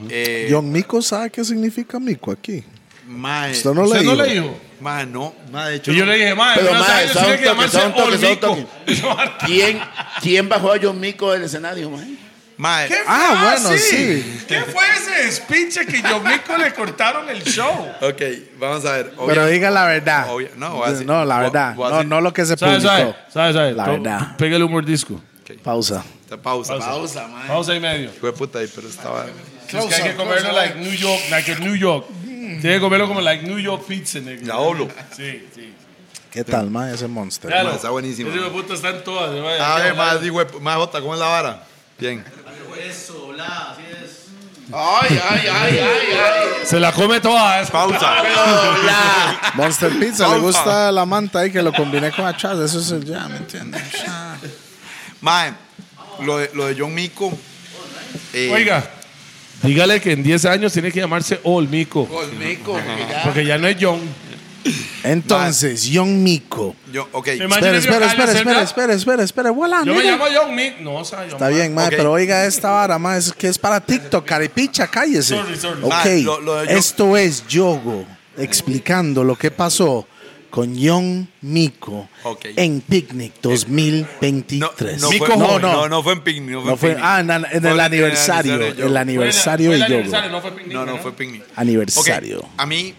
eh, John Mico sabe qué significa Mico aquí. ma, Usted no le ¿Usted dijo. no le dijo? ma, no, ma, de hecho, Y yo no. le dije, madre, Pero, no mae, sabes, son tiene que toques, llamarse son toques, son Olmico. [LAUGHS] ¿Quién, quién bajó a John Mico del escenario, man? ma, Ah, bueno, sí. ¿Qué fue ese despiche que yo Mico le cortaron el show? Ok, vamos a ver. Pero obvia- diga la verdad. obvia- no, voy a decir- no, la voy- verdad. voy a No, decir- no lo que se ¿Sabes, sabes? publicó. ¿Sabes, sabes? La To- verdad. Pega el humor disco. Pausa. Pausa, pausa. Pausa, man. Pausa y medio. Fue puta ahí, pero estaba. Es que hay que comerlo like New York, like a New York. Tiene que comerlo como like New York pizza, nigga. La hablo. Sí, sí. ¿Qué tal, ma? Ese monster. Claro. está buenísimo. Ese hijo de puta está en todas. ¿no? A ver, más digo, más Jota, ¿cómo es la vara? Bien. Ay, ay, ay, ay, ay. Se la come toda. ¿eh? es- Pausa. Hola. Monster Pizza, le Alfa. gusta la manta ahí que lo combiné con achas. Eso es el ya, ¿me entiendes? Ya. Mae, lo de, lo de John Mico. eh, Oiga, dígale que en 10 años tiene que llamarse Olmico. Con Mico, porque ya. Porque ya no es John. Entonces, John Mico. Yo, ok. Espera, Imagínese espera, que espera, Carlos espera, Serra- espera, espera, espera. Hola, Yo me nigga. llamo John Mico. No, o sea, yo Está bien, ma, Ok. pero oiga esta vara, ma, es que es para TikTok, caripicha, cállese. Sorry, sorry. Ok, Ma, lo- lo de yo- esto es Yogo explicando lo que pasó con John Mico Ok. en Picnic No, 2023. no, fue, Mico no, joven. no, no fue en picnic. No fue, No en fue, picnic. ah, en, en Fue el aniversario, de John. el aniversario Fue de el Yogo. aniversario, no fue picnic, No, no ¿no? fue picnic. Aniversario. Ok, A mí,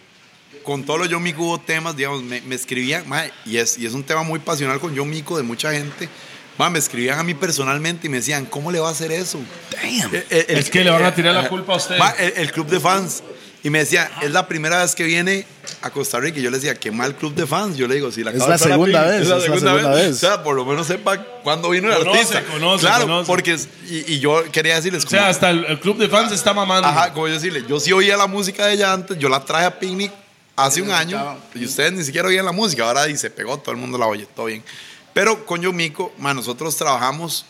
con todo lo de John Mico hubo temas, digamos, me, me escribían, mae, y es, y es un tema muy pasional con John Mico de mucha gente. Mae, me escribían a mí personalmente y me decían, ¿cómo le va a hacer eso? Eh, eh, el- Es que le van a tirar la culpa a usted. Ma, el, el club de fans. Y me decía, es la primera vez que viene a Costa Rica. Y yo le decía, qué mal club de fans. Yo le digo, si la Es acabo la de entrar a segunda Pini, vez, Es es la la segunda segunda vez. vez. O sea, por lo menos sepa cuándo vino el Conoce, artista. conoce, claro, conoce. porque. es- Y, y yo quería decirles, O sea, como- hasta el, el club de fans está mamando. ajá, como yo decirle, yo sí oía la música de ella antes. Yo la traje a Picnic hace un año. estaba. Y ustedes ni siquiera oían la música. Ahora dice, pegó, todo el mundo la oye, todo bien. Pero con Yo Mico, ma, nosotros trabajamos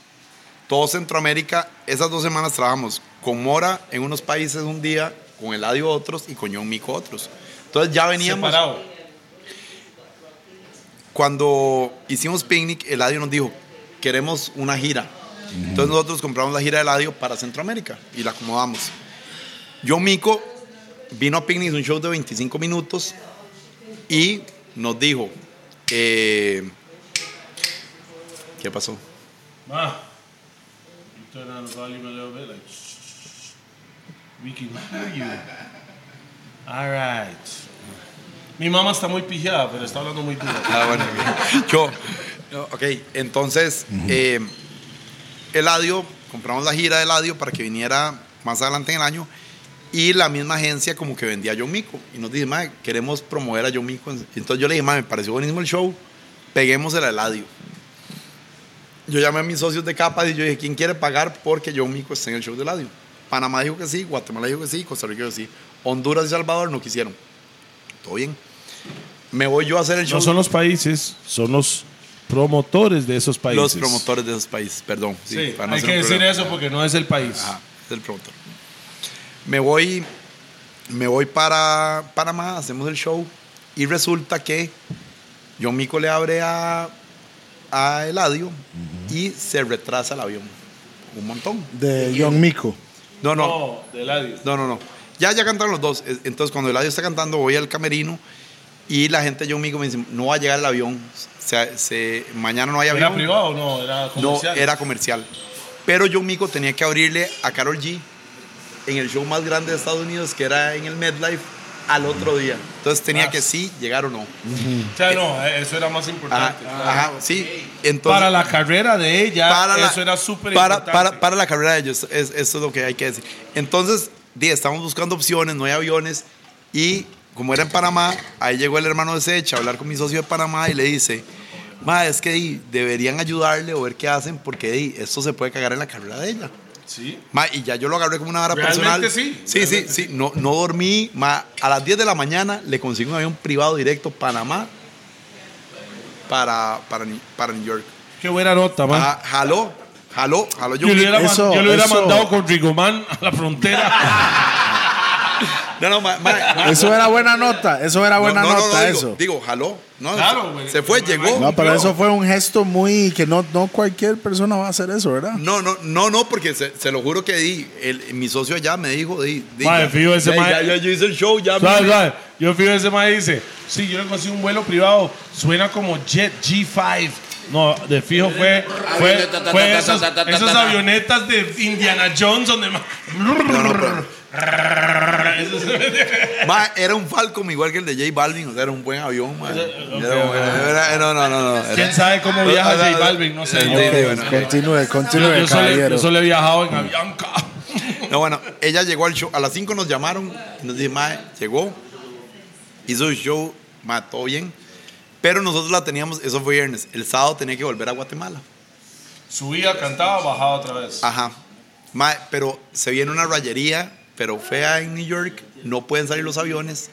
todo Centroamérica, esas dos semanas trabajamos con Mora en unos países un día, con Eladio otros y con John Mico otros. Entonces ya veníamos. Separado. Cuando hicimos picnic, Eladio nos dijo, queremos una gira. Entonces nosotros compramos la gira de Eladio para Centroamérica y la acomodamos. John Mico vino a picnic, hizo un show de 25 minutos y nos dijo, eh, ¿qué pasó? Ma, you turn down the volume a little bit, like, shh, shh, shh. we can hear you. All right. Mi mamá está muy pijada, pero está hablando muy duro. Ah, bueno, ok. Yo, no, ok, entonces, eh, Eladio, compramos la gira de Eladio para que viniera más adelante en el año y la misma agencia como que vendía a John Mico y nos dice, "Mae, queremos promover a John Mico. Entonces yo le dije, "Mae, me pareció buenísimo el show, peguemos el Eladio. Yo llamé a mis socios de Capas y yo dije, ¿quién quiere pagar porque John Mico esté en el show de Eladio? Panamá dijo que sí, Guatemala dijo que sí, Costa Rica dijo que sí, Honduras y Salvador no quisieron. Todo bien. Me voy yo a hacer el show. No son los países, son los promotores de esos países. Los promotores de esos países, perdón. sí, Sí, para no hay hacer que un decir problema. eso porque no es el país. Ajá, es el promotor. Me voy, me voy para Panamá, hacemos el show y resulta que John Mico le abre a, a Eladio y se retrasa el avión un montón. De John Mico. No, no, No, del adiós. no, no, no. Ya, ya cantaron los dos. Es- Entonces, cuando Eladio está cantando, voy al camerino y la gente, yo Mico me dice, no va a llegar el avión. Se, se- mañana no hay avión. ¿Era privado o no? Era No, comercial. era comercial. Pero John Mico tenía que abrirle a Carol G en el show más grande de Estados Unidos, que era en el MedLife, al otro día. Entonces Ah. tenía que sí llegar o no. O sea, no, eh, eso era más Ajá, importante. Ah, ajá, sí. Entonces, Para la carrera de ella, para la- eso era súper para, importante. para, para la carrera de ellos, es, eso es lo que hay que decir. Entonces, di, estamos buscando opciones, no hay aviones, y como era en Panamá, ahí llegó el hermano de Secha a hablar con mi socio de Panamá y le dice, ma, es que di, deberían ayudarle o ver qué hacen, porque di, esto se puede cagar en la carrera de ella. Sí. Ma, y ya yo lo agarré como una vara Realmente personal. sí, Sí, realmente sí, sí. No, no dormí. Ma, a las 10 de la mañana le consigo un avión privado directo Panamá para, para, Ni- para New York. Qué buena nota, man. Ah, jaló, jaló, jaló yo. yo, le hubiera man- eso- yo le hubiera eso- mandado con Rigomán a la frontera. No, no, [LAUGHS] ma- ma- ma- Eso era buena nota, eso era no, buena no, no, no, nota, digo, eso. Digo, jaló. No, Claro, se- güey. se fue, llegó. No, pero eso fue un gesto muy que no, no cualquier persona va a hacer eso, ¿verdad? No, no, no, no, porque se, se lo juro que di, el, mi socio allá me dijo, di, di, Madre, fijo ese ya, madre. ya- ya yo hice el show, ya. Suave, suave. Yo fui a ese man y dice, sí, yo le conseguí un vuelo privado, suena como Jet G5. No, de fijo fue, fue, Avioneta, ta, fue ta, ta, esos- ta, ta, ta, esas ta. avionetas de Indiana Jones donde... ma- [LAUGHS] no, pero- Esos- Ma, era un Falcon igual que el de J Balvin, o sea, era un buen avión, ma. Era, era- era- no, no, no, no, era- ¿Quién sabe cómo viaja Ah, J Balvin? No sé. Sí, Yo- sí, Ok, bueno. continúe, Yo, continúe, solo, caballero. yo solo he viajado en Avianca. [LAUGHS] No, bueno, ella llegó al show. A las 5 nos llamaron. Y nos dice, Mae, llegó. Hizo el show, mató bien. Pero nosotros la teníamos, eso fue viernes. El sábado tenía que volver a Guatemala. Subía, cantaba, bajaba otra vez. Ajá. Mae, pero se viene una rayería, pero fea en New York. No pueden salir los aviones.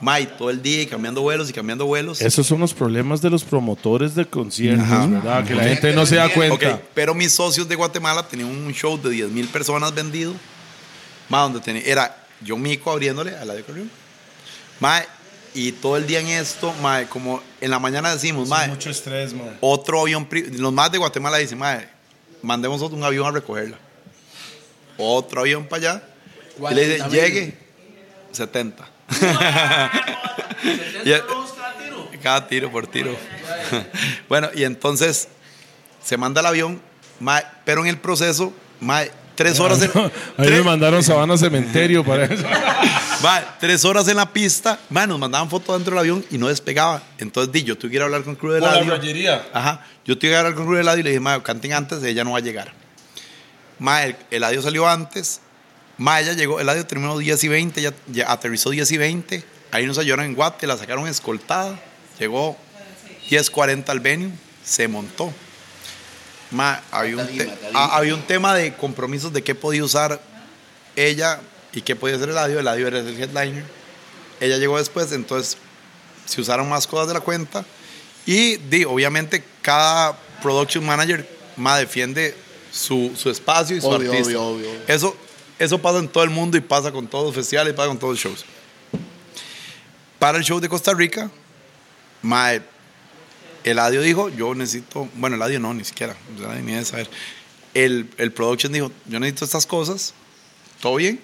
Mae, todo el día y cambiando vuelos y cambiando vuelos. Esos son los problemas de los promotores de conciertos, ¿verdad? Que la gente no se da cuenta. Ok, pero mis socios de Guatemala tenían un show de 10 mil personas vendido. Más donde tenía, era yo mico abriéndole a la de Corrión. Mae, y todo el día en esto, mae, como en la mañana decimos, mae, Mucho estrés, man. otro avión, pri- los más de Guatemala dicen, mae, mandemos otro- un avión a recogerla. Otro avión para allá. Y le dice, 40.000. llegue, [LAUGHS] 70. Y el- cada tiro por tiro. [LAUGHS] bueno, y entonces se manda el avión, mae, pero en el proceso, mae, tres horas en, [LAUGHS] Ahí me tres, mandaron Sabana Cementerio [LAUGHS] para eso. mae, tres horas en la pista, mae, nos mandaban fotos dentro del avión y no despegaba. Entonces di, yo tuve que ir a hablar con Cruz de Por la Radio. rayería. Ajá. Yo te iba a agarrar con Rubio Eladio y le dije, Mae, canten antes, ella no va a llegar. Mae, el Eladio salió antes. Mae, ella llegó, Eladio terminó 10 y 20, ya, ya aterrizó 10 y 20. Ahí nos ayudaron en Guate, la sacaron escoltada. Llegó 10.40 al venue, se montó. Mae, había un, Talima, te- Talima. ah, había un tema de compromisos de qué podía usar ella y qué podía hacer Eladio. Eladio era el headliner. Ella llegó después, entonces se usaron más cosas de la cuenta. Y di, obviamente cada production manager más defiende su, su espacio y su Obvio, artista. obvio, obvio, obvio. Eso, eso pasa en todo el mundo y pasa con todos los festivales y pasa con todos los shows. Para el show de Costa Rica, mae, Eladio dijo, yo necesito, bueno, Eladio no, ni siquiera, o sea, ni de saber. El, el production dijo, yo necesito estas cosas, todo bien,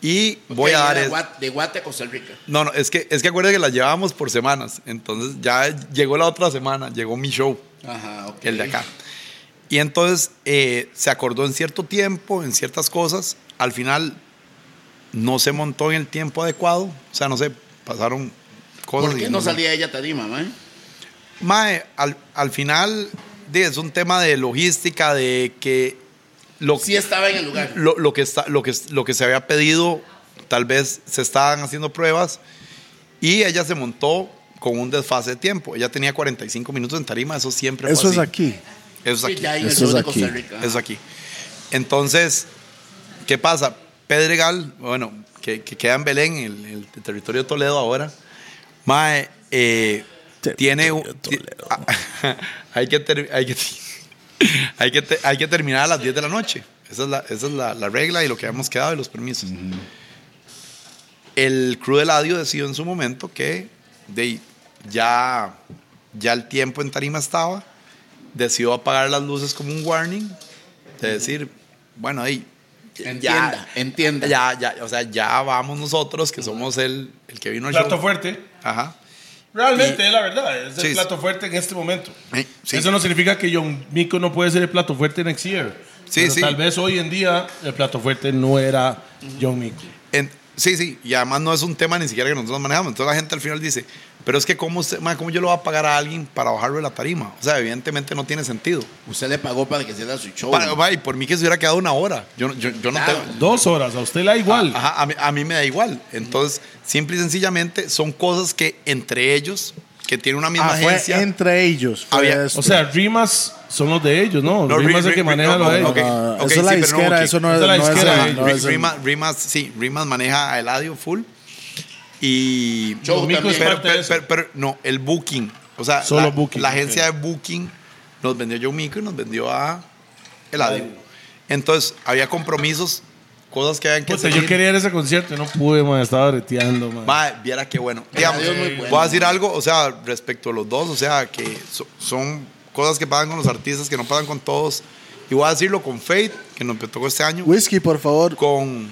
y voy a Ok, dar... de es- Guate- De Guate a Costa Rica. no, no, es que, es que acuérdate que las llevábamos por semanas. Entonces ya llegó la otra semana, llegó mi show, Ajá, ok. el de acá. Y entonces eh, se acordó en cierto tiempo, en ciertas cosas. Al final no se montó en el tiempo adecuado. O sea, no sé, pasaron cosas. ¿Por y qué no salía ella a tarima, man? Mae, al, al final di, es un tema de logística, de que lo, Sí estaba en el lugar. lo, lo que está, lo, que, lo que se había pedido, tal vez se estaban haciendo pruebas y ella se montó con un desfase de tiempo. Ella tenía 45 minutos en tarima, eso siempre Eso fue es así. aquí. Eso es aquí. Ya en el Eso sur es de aquí. Costa Rica. Eso es aquí. Entonces, ¿qué pasa? Pedregal, bueno, que, que queda en Belén, el, el territorio de Toledo ahora. Mae, eh, tiene un- [LAUGHS] hay que ter- hay que [LAUGHS] hay que, te- hay que terminar a las 10 de la noche. Esa es la, esa es la, la regla y lo que habíamos quedado y los permisos. El crew del Adio decidió en su momento que de, ya, ya el tiempo en tarima estaba, decidió apagar las luces como un warning, de decir, bueno, ahí, Entienda, entienda. ya, ya, o sea, ya vamos nosotros, que somos el, el que vino al Plato show. fuerte. Ajá. Realmente, es la verdad. Es Sí, el sí. plato fuerte en este momento. Eh, sí. Eso no significa que John Mico no puede ser el plato fuerte next year. Sí, Pero sí. Tal vez hoy en día el plato fuerte no era John Mico. En- Sí, sí, y además no es un tema ni siquiera que nosotros manejamos. Entonces la gente al final dice, pero es que cómo, usted, ma, ¿cómo yo lo voy a pagar a alguien para bajarlo de la tarima? O sea, evidentemente no tiene sentido. Usted le pagó para que hiciera su show. Para- ma. ma, y por mí que se hubiera quedado una hora. Yo, no- yo, yo no Claro. tengo... Dos horas, a usted la igual. Ajá, a, mí, a mí me da igual. Entonces, simple y sencillamente son cosas que entre ellos, que tiene una misma Ah, fue agencia... entre ellos. fue este, Había- esto. o sea, Rimas son los de ellos, ¿no? ah, No, Rimas es Ri- el que Ri- maneja no, los de no, ellos. ok. Ah, ok, eso es la sí, pero no, disquera, ok. eso no es, Esa es no la es disquera, el- eh. no Ri- es el- Rimas, Rimas, sí, Rimas maneja el audio full. Y. Show también. Pero- pero, Parte de pero- eso. pero- pero no, el Booking. O sea, Solo la, Booking, la ok. agencia de Booking nos vendió yo Mico y nos vendió a Eladio. Entonces, había compromisos, cosas que habían que Puta, hacer. yo quería ir a ese concierto y no pude, man. Estaba reteando, man. viera qué bueno. Eladio Digamos, es muy bueno. voy a decir algo, o sea, respecto a los dos, o sea, que so- son cosas que pasan con los artistas, que no pasan con todos. Y voy a decirlo con Faith, que nos tocó este año Whisky, por favor. con,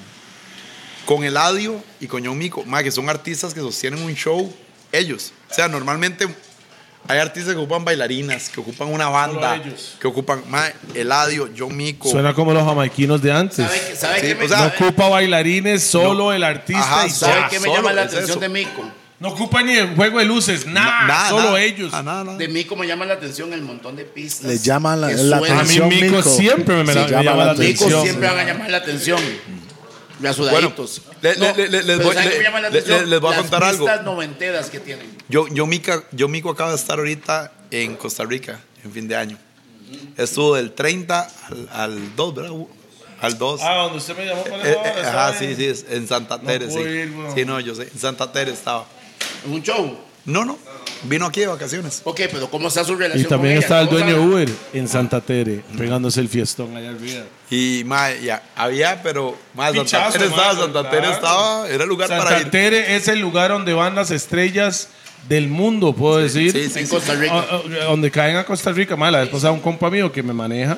con Eladio y con John Mico, más que son artistas que sostienen un show ellos. O sea, normalmente hay artistas que ocupan bailarinas, que ocupan una banda, ellos. que ocupan más Eladio, John Mico. Suena como los jamaiquinos de antes. ¿Sabe, que- sabe Sí, que o me, sea, No sabe- ocupa bailarines, solo el artista Ajá, y sabe ya. sabe que me solo llama la es atención eso. de Mico? No ocupa ni el juego de luces, nada, Na- nada, solo nada. ellos. Ah, nada, nada. De Mico me llama la atención el montón de pistas. Le llama la, que la suenan. A mí atención. Mico siempre me- me la- me llama la Mico atención. siempre van a llamar la atención. Los Bueno, sudaditos. le- le- le- le- les voy- le- le- le- les voy a contar algo. Las pistas noventeras que tienen. Yo, yo, Mica- yo Mico acaba de estar ahorita en Costa Rica, en fin de año. Estuvo del 30 al, al 2, ¿verdad? Hugo? Al 2. Ah, donde usted me llamó para Eh, la eh, hora, ajá, ¿sabe? sí, sí, es en Santa Tere, sí. pude ir, weón. Sí, no, yo sé, en Santa Tere estaba. Es un show. No, no, vino aquí de vacaciones. Ok, pero ¿cómo está su relación Y también con está el ella? dueño de ¿Cómo Uber en Santa Tere, pegándose el fiestón allá arriba. Y mae, ya, había, pero mae, Santa Pichazo, Tere mae, estaba, Santa Tere claro. estaba, era lugar para Santa ir. Tere es el lugar donde van las estrellas del mundo, puedo decir. Sí, sí, En sí. Costa Rica. O- o- donde caen a Costa Rica, mala. Después a un compa mío que me maneja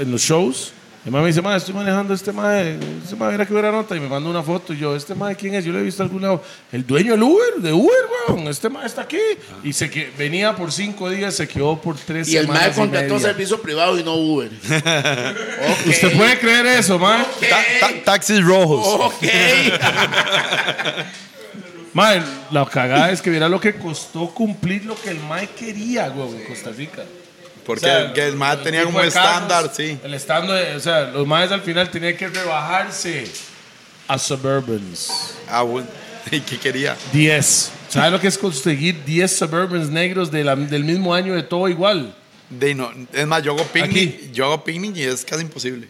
en los shows. Y me dice, madre, estoy manejando este madre. Este madre era que hubiera nota. Y me manda una foto. Y yo, ¿este madre quién es? Yo le he visto a algún lado. El dueño del Uber, de Uber, weón. Este madre está aquí. Ah. Y se que, venía por cinco días, se quedó por tres Y el semanas. MAE Y contrató media. servicio privado y no [LAUGHS] Uber. Ok. ¿Usted puede creer eso, madre? Ta- ta- taxis rojos. Oh. Ok. Madre, la cagada es que viera lo que costó cumplir lo que el mae quería, weón, en Costa Rica. Porque O sea, el, que el mae tenía tipo como de carros, estándar, sí. El estándar, o sea, los maes al final tenían que rebajarse a Suburbans. Ah, bueno. [LAUGHS] ¿Y qué quería? 10. ¿Sabes lo que es conseguir 10 Suburbans negros de la- del mismo año de todo igual? De, no, es más, yo hago Aquí. picnic, yo hago picnic y es casi imposible.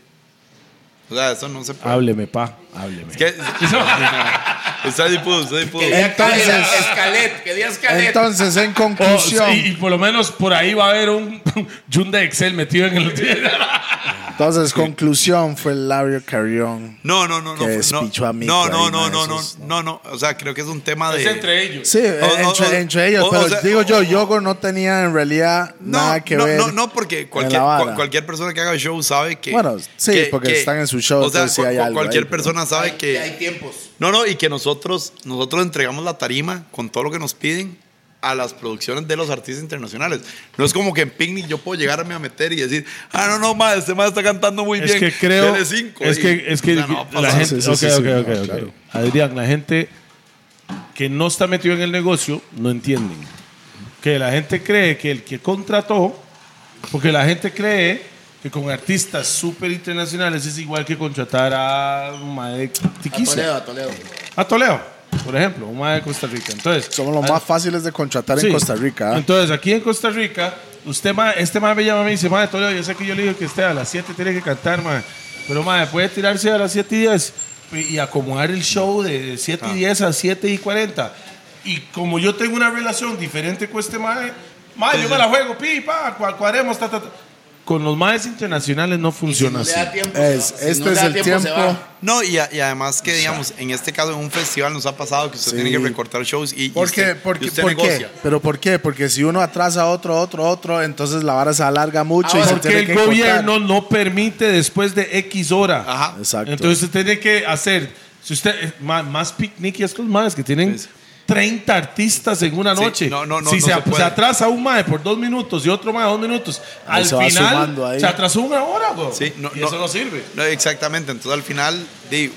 O sea, eso no se puede. Hábleme, pa, hábleme. Es [LAUGHS] que, [LAUGHS] usted sí pudo, usted sí pudo. Entonces, Escalet, quería Escalet. Entonces, [LAUGHS] en Oh, conclusión, y, y por lo menos por ahí va a haber un [LAUGHS] Yunda Excel metido en el. entonces conclusión fue el labio carrión. No, no, no, no. Que no, despichó a Mico no, ahí, no, ma, no, no, no, esos- no, no. O sea, creo que es un tema de. es [LAUGHS] entre ellos. Sí, eh, O- o- entre, o- entre ellos, oh, o- o pero sea, digo o- yo, Yogo no tenía en realidad No, nada que no, ver. no, no, porque cualquier, la vara. cual- cualquier persona que haga show sabe que. Bueno, sí, que- porque que- están en su show, O sea, entonces sí cu- hay cu- algo cualquier ahí, pero- persona sabe Que hay que. tiempos. No, no, y que nosotros, nosotros entregamos la tarima con todo lo que nos piden a las producciones de los artistas internacionales. No es como que en Picnic yo puedo llegarme a meter y decir, ah, no, no, ma, este ma está cantando muy Es bien. que creo. dele cinco", Es y- que, es que o sea, no va a la pasar. Sí, gente. sí, ok, sí, sí, ok, no, ok, ok. claro. Adrián, la gente que no está metido en el negocio no entienden. Que la gente cree que el que contrató, porque la gente cree que con artistas súper internacionales es igual que contratar a un mae A tiquiza. Toledo, a Toledo. A Toledo, por ejemplo, un mae de Costa Rica. Entonces, Somos los a- más fáciles de contratar en Ah. Sí. Costa Rica. ¿eh? Entonces, aquí en Costa Rica, usted, ma, este mae me llama y me dice, mae, Toledo, yo sé que yo le digo que usted a las 7 tiene que cantar, mae. Pero, mae, puede tirarse a las 7 y 10 y, y acomodar el show de 7 Ah. y 10 a 7 y 40. Y como yo tengo una relación diferente con este mae, mae, yo me la juego, pipa, cuadremos, ta, ta, ta. Con los maes internacionales no funciona No le así. da tiempo. Es- Si no este le es da el tiempo, se tiempo. va. No, y, a- y además que, digamos, en este caso, en un festival nos ha pasado que usted Sí. tiene que recortar shows y, y ¿Por qué? usted, ¿Por y qué? usted ¿Por qué? negocia. ¿Pero por qué? Porque si uno atrasa otro, otro, otro, entonces la vara se alarga mucho y Ah, Ahora, se Porque tiene el que cortar. gobierno no permite después de X hora. Ajá. Exacto. Entonces usted tiene que hacer, si usted, eh, ma- más, picnic y estos madres que tienen Sí. 30 artistas en una Sí, noche. no, no, no, si no se, se a- puede. se atrasa un mae por dos minutos y otro mae dos minutos, al se va final sumando ahí. se atrasó una hora, güey. Sí, no, y eso no sirve. No, exactamente. Entonces, al final, di,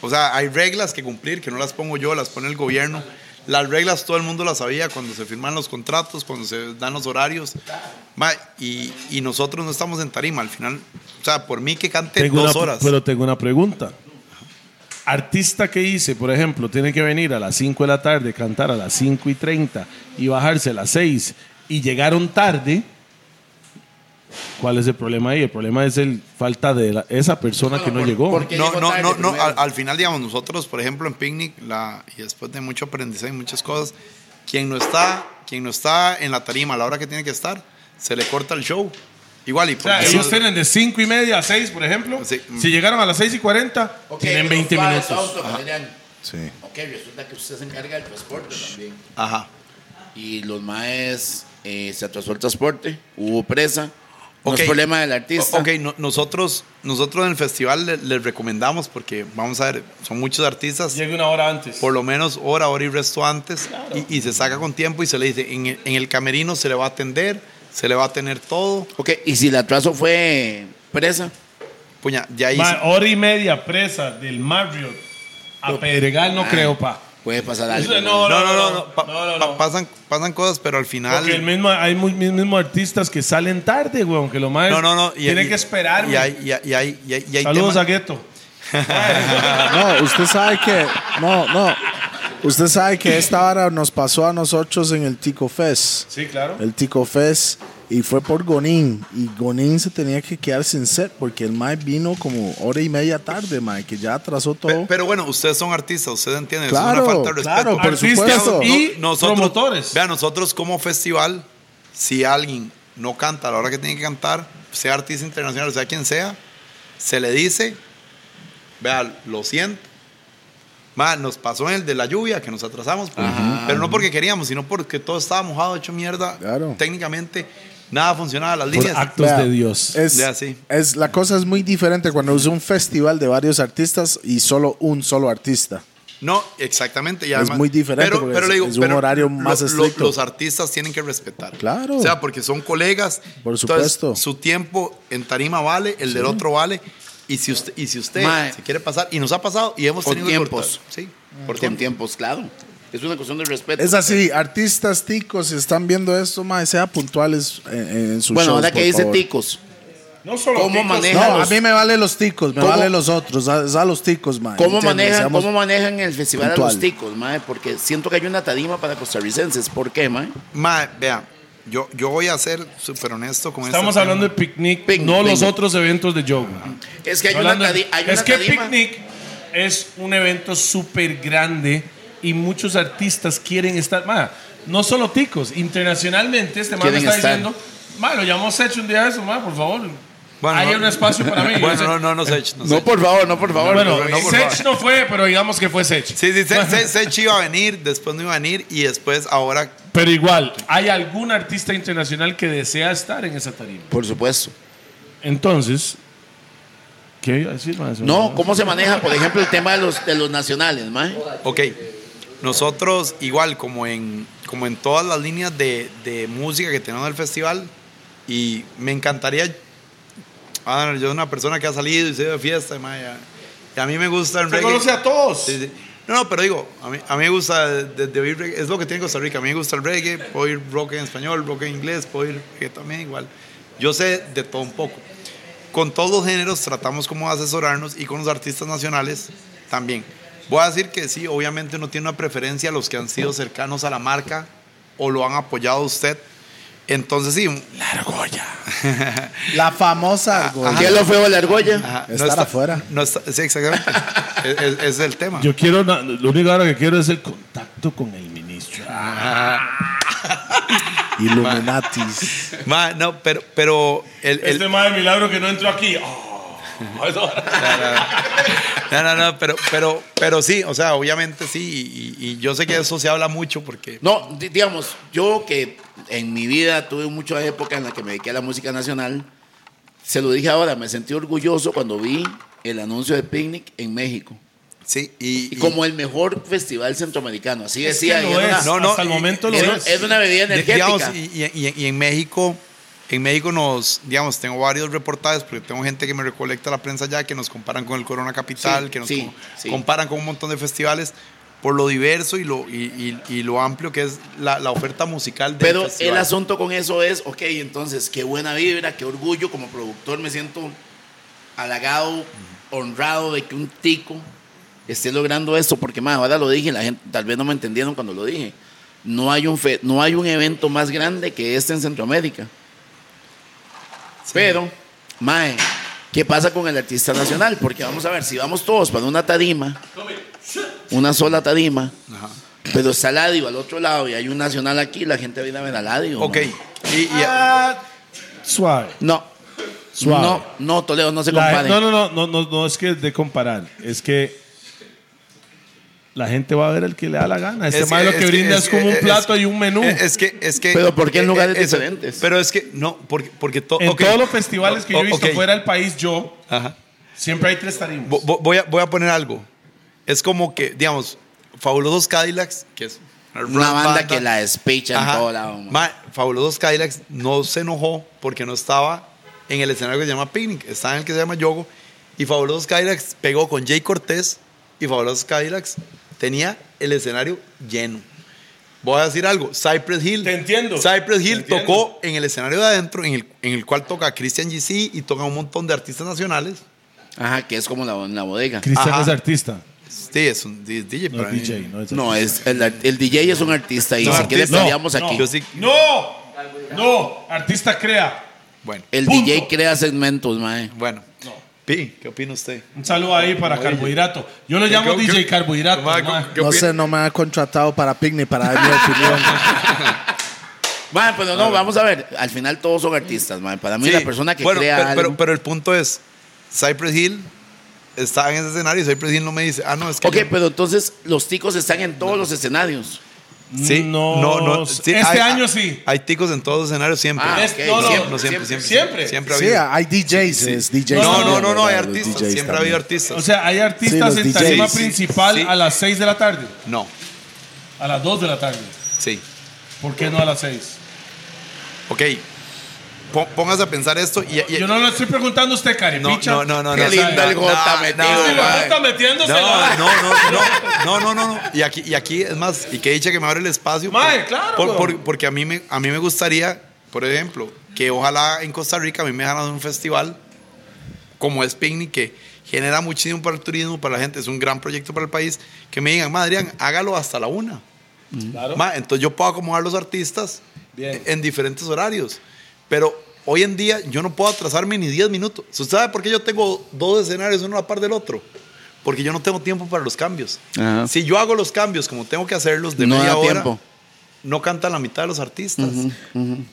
O sea, hay reglas que cumplir, que no las pongo yo, las pone el gobierno. Las reglas todo el mundo las sabía cuando se firman los contratos, cuando se dan los horarios. Ma, y, y nosotros no estamos en tarima al final. O sea, por mí que cante Tengo dos una- horas. Pero tengo una pregunta. Artista que hice, por ejemplo, tiene que venir a las 5 de la tarde, cantar a las 5 y 30 y bajarse a las 6 y llegaron tarde. ¿Cuál es el problema ahí? El problema es el falta de la- esa persona que no llegó. porque no, llegó no, tarde no, no. primero. Al, al final, digamos, nosotros, por ejemplo, en Picnic, la, y después de mucho aprendizaje y muchas cosas, quien no, está, quien no está en la tarima a la hora que tiene que estar, se le corta el show. Igual, y O sea, porque- ellos tienen de 5 y media a 6, por ejemplo. Sí. Si llegaron a las 6 y 40, Ok, tienen pero 20 suave, minutos. Fausto, Adrián. Sí. Ok, resulta que usted se encarga del transporte también. Ajá. Y los maes eh, se atrasó el transporte, hubo presa. No Ok. es problema del artista. O- Ok, no- nosotros, nosotros en el festival le- les recomendamos, porque vamos a ver, son muchos artistas, Llega una hora antes. por lo menos hora, hora y resto antes, y, y se saca con tiempo y se le dice, en, el- en el camerino se le va a atender, se le va a tener todo. Ok, y si el atraso fue presa, Puña, ya ahí... Ma, hora y media presa del Marriott a Pedregal, no Ah. creo, pa. puede pasar Eso algo. oh, no, ¿no? No, no, no, no, pa- no, no, pa- no. Pasan, pasan cosas, pero al final... Porque el mismo, hay muy- mis mismos artistas que salen tarde, güey, aunque lo más No, no, no. tienen que esperar. Y güey. hay, y hay- y hay- y hay- y hay Saludos temas- a Gueto. Ah, No, usted sabe que. No, no. Usted sabe que esta hora nos pasó a nosotros en el Tico Fest. Sí, claro. El Tico Fest. Y fue por Gonin. Y Gonin se tenía que quedar sin set porque el Mae vino como hora y media tarde, Mae, que ya atrasó todo. Pe- Pero bueno, ustedes son artistas, ustedes entienden, es Claro, una falta de respeto. claro, por Artistas supuesto. y No- nosotros, promotores. Vean, nosotros como festival, si alguien no canta a la hora que tiene que cantar, sea artista internacional, sea quien sea, se le dice, vean, lo siento. Ma, nos pasó en el de la lluvia, que nos atrasamos, pues, pero no porque queríamos, sino porque todo estaba mojado, hecho mierda. Claro. Técnicamente, nada funcionaba, las Por líneas. actos Vea, de eh, Dios. Es, Ya, sí. es- la cosa es muy diferente cuando es un festival de varios artistas y solo un solo artista. No, exactamente. y además- muy diferente Pero, porque pero es- le digo, es un pero horario más estricto. Los artistas tienen que respetar. Claro. O sea, porque son colegas. Por entonces, supuesto. su tiempo en tarima vale, el del otro vale. Y si usted, y si usted Mae. se quiere pasar, y nos ha pasado, y hemos Con tenido que tiempos. cortar. Sí, por Con tiempo. tiempos, claro. Es una cuestión de respeto. Es así, artistas ticos, si están viendo esto, mae, sea puntuales en, eh, en sus bueno, shows, ahora que por dice favor. ticos, No solo ¿cómo No, manejan, a los- mí me vale los ticos, me ¿Cómo? vale los otros, a, es a los ticos, mae. ¿cómo ¿entiendes? manejan, Seamos- cómo manejan el festival a puntual. los ticos, mae? Porque siento que hay una tarima para costarricenses. ¿Por qué, mae? Mae, vea, yo, yo voy a ser súper honesto con este Estamos tema. hablando de picnic, Picnic, no los picnic. otros eventos de yoga. Es que hay una, tadi- hay es una que tarima. picnic es un evento súper grande y muchos artistas quieren estar. ma, no solo ticos, internacionalmente este man me Quieren está estar. diciendo, ma, lo llamamos hecho un día de eso, ma, por favor. Bueno, Hay no- un espacio para [LAUGHS] mí. Bueno, no, no, no Eh, sé. No, sé. por favor, no, por favor. Bueno, no, por Sech no fue, pero digamos que fue Sech. Sí, sí, [LAUGHS] sé, sé- sé que iba a venir, después no iba a venir, y después ahora. Pero igual, hay algún artista internacional que desea estar en esa tarima. Por supuesto. Entonces, ¿qué iba a decir? ma? Se me No, olvidó. ¿cómo se maneja, por ejemplo, el tema de los, de los nacionales, mae? Ok, nosotros igual como en, como en todas las líneas de, de música que tenemos del festival y me encantaría, ah, yo soy una persona que ha salido y se de fiesta, mae, ya- y a mí me gusta el Se reggae. conoce a todos. Sí, sí. No, no, pero digo, a mí, a mí me gusta desde oír reggae, es lo que tiene Costa Rica, a mí me gusta el reggae, puedo ir rock en español, rock en inglés, puedo ir reggae también igual. Yo sé de todo un poco. Con todos los géneros tratamos como de asesorarnos y con los artistas nacionales también. Voy a decir que sí, obviamente uno tiene una preferencia a los que han sido cercanos a la marca o lo han apoyado a usted. Entonces sí, La Ah, famosa argolla. ¿Qué es lo feo de la argolla? ajá, Estar afuera. no está- sí, [LAUGHS] exactamente. es, es- es el tema. Yo quiero, na- lo único ahora que quiero es el contacto con el ministro. Ah, Illuminatis. Ma, no, pero, pero el, el- este madre milagro que no entró aquí. Ah, [LAUGHS] No, no, no, pero, pero, pero sí, o sea, obviamente sí, y, y- y yo sé que eso se habla mucho porque... No, di- digamos, yo que en mi vida tuve muchas épocas en las que me dediqué a la música nacional, se lo dije ahora, me sentí orgulloso cuando vi el anuncio de Picnic en México. Sí, y... Y como el mejor festival centroamericano, así decía. que y lo era es, una- no, no, hasta el y- momento lo era- [LAUGHS] es. era una bebida y- digamos, energética. y, y- y- y en México, En México nos, digamos, tengo varios reportajes porque tengo gente que me recolecta la prensa allá, que nos comparan con el Corona Capital, Sí, que nos sí, co- sí. comparan con un montón de festivales por lo diverso y lo, y, y- y lo amplio que es la, la oferta musical del Pero festival. el asunto con eso es, ok, entonces, qué buena vibra, qué orgullo, como productor me siento halagado, honrado de que un tico esté logrando esto, porque más ahora lo dije, la gente tal vez no me entendieron cuando lo dije. No hay un fe- no hay un evento más grande que este en Centroamérica. Pero, mae, ¿qué pasa con el artista nacional? Porque vamos a ver, si vamos todos para una tarima, una sola tarima, pero está Ladio al otro lado y hay un nacional aquí, la gente viene a ver a Ladio. Ok. mae. Y, y- Ah, Suave. No. Suave. No, no, Toledo, no se La- compare. no, no, no, no, no, no es que de comparar, es que la gente va a ver el que le da la gana. Este Es mae que- lo que es que- brinda es, es como que- un es- plato y un menú. eh, es que, es que. Pero ¿por qué en eh, lugares eh, eso- diferentes? Pero es que, no, porque, porque todo. en todos los festivales que yo he visto fuera del país, yo, Ajá. siempre hay tres tarimas. Vo- vo- voy, a, voy a poner algo. Es como que, digamos, Fabulosos Cadillacs, que es Una banda que la despicha en Ajá. todo lado. mae. Ma- Fabulosos Cadillacs no se enojó porque no estaba en el escenario que se llama Picnic, estaba en el que se llama Yogo. Y Fabulosos Cadillacs pegó con Jay Cortés y Fabulosos Cadillacs tenía el escenario lleno. Voy a decir algo, Cypress Hill. Te entiendo. Cypress Te Hill entiendo. tocó en el escenario de adentro, en el, en el cual toca Christian GC y toca un montón de artistas nacionales. Ajá, que es como la, la bodega. Cristian Ajá. es artista, Sí, es un di- DJ no para es mí. DJ. No, es No, artista. es, el, el DJ es un artista y No, si quiere artista. peleamos aquí. Yo sí- ¡No! ¡No! Artista crea. Bueno, El Punto. DJ crea segmentos, mae. bueno. Pi, ¿qué opina usted? Un saludo ahí para Carbohidrato. Yo lo llamo ¿Qué- DJ qué- Carbohidrato. Ma, mae. ¿qué No opina? sé, no me ha contratado para picnic para dar mi [LAUGHS] opinión. Mae, pero no, vamos a ver. Al final todos son artistas, mae. Para mí Sí, la persona que bueno, crea pero, pero- algo- pero el punto es, Cypress Hill está en ese escenario y Cypress Hill no me dice, ah, no, es que... Ok, yo- pero entonces los ticos están en todos los escenarios. sí, No, sí, este hay- año hay- sí. Hay ticos en todos los escenarios siempre. Ah, Es- ok, no, no, No, siempre, siempre, siempre. siempre. ha Sí, habido. hay DJs, es DJs. no, no, también, no, no, hay ¿verdad? Los artistas, DJs siempre ha también. habido artistas. O sea, hay artistas Sí, los en tarima DJs. Sí, sí, principal sí. a las 6 de la tarde, no, a las 2 de la tarde. sí. ¿Por qué no a las 6? Ok, po- póngase a pensar esto y... y- Yo no lo estoy preguntando a usted, Karen. no, no, no, no, Qué no, lindo no, el Jota no, metido, no, mae. está metiéndose. No, no, no, no, no, no, no, no. Y aquí, y aquí es más, y que dicha que me abre el espacio. Mae, claro, por- weón. por- porque a mí, me, a mí me gustaría, por ejemplo, que ojalá en Costa Rica a mí me dejaran un festival como es Picnic, que genera muchísimo para el turismo, para la gente, es un gran proyecto para el país, que me digan, "Ma, Adrián, hágalo hasta la una. Claro. Ma, entonces yo puedo acomodar los artistas Bien. en diferentes horarios. Pero hoy en día yo no puedo atrasarme ni 10 minutos. ¿Usted sabe por qué yo tengo dos escenarios uno a la par del otro? Porque yo no tengo tiempo para los cambios. Ajá. Si yo hago los cambios como tengo que hacerlos de No media da hora, tiempo. no canta la mitad de los artistas.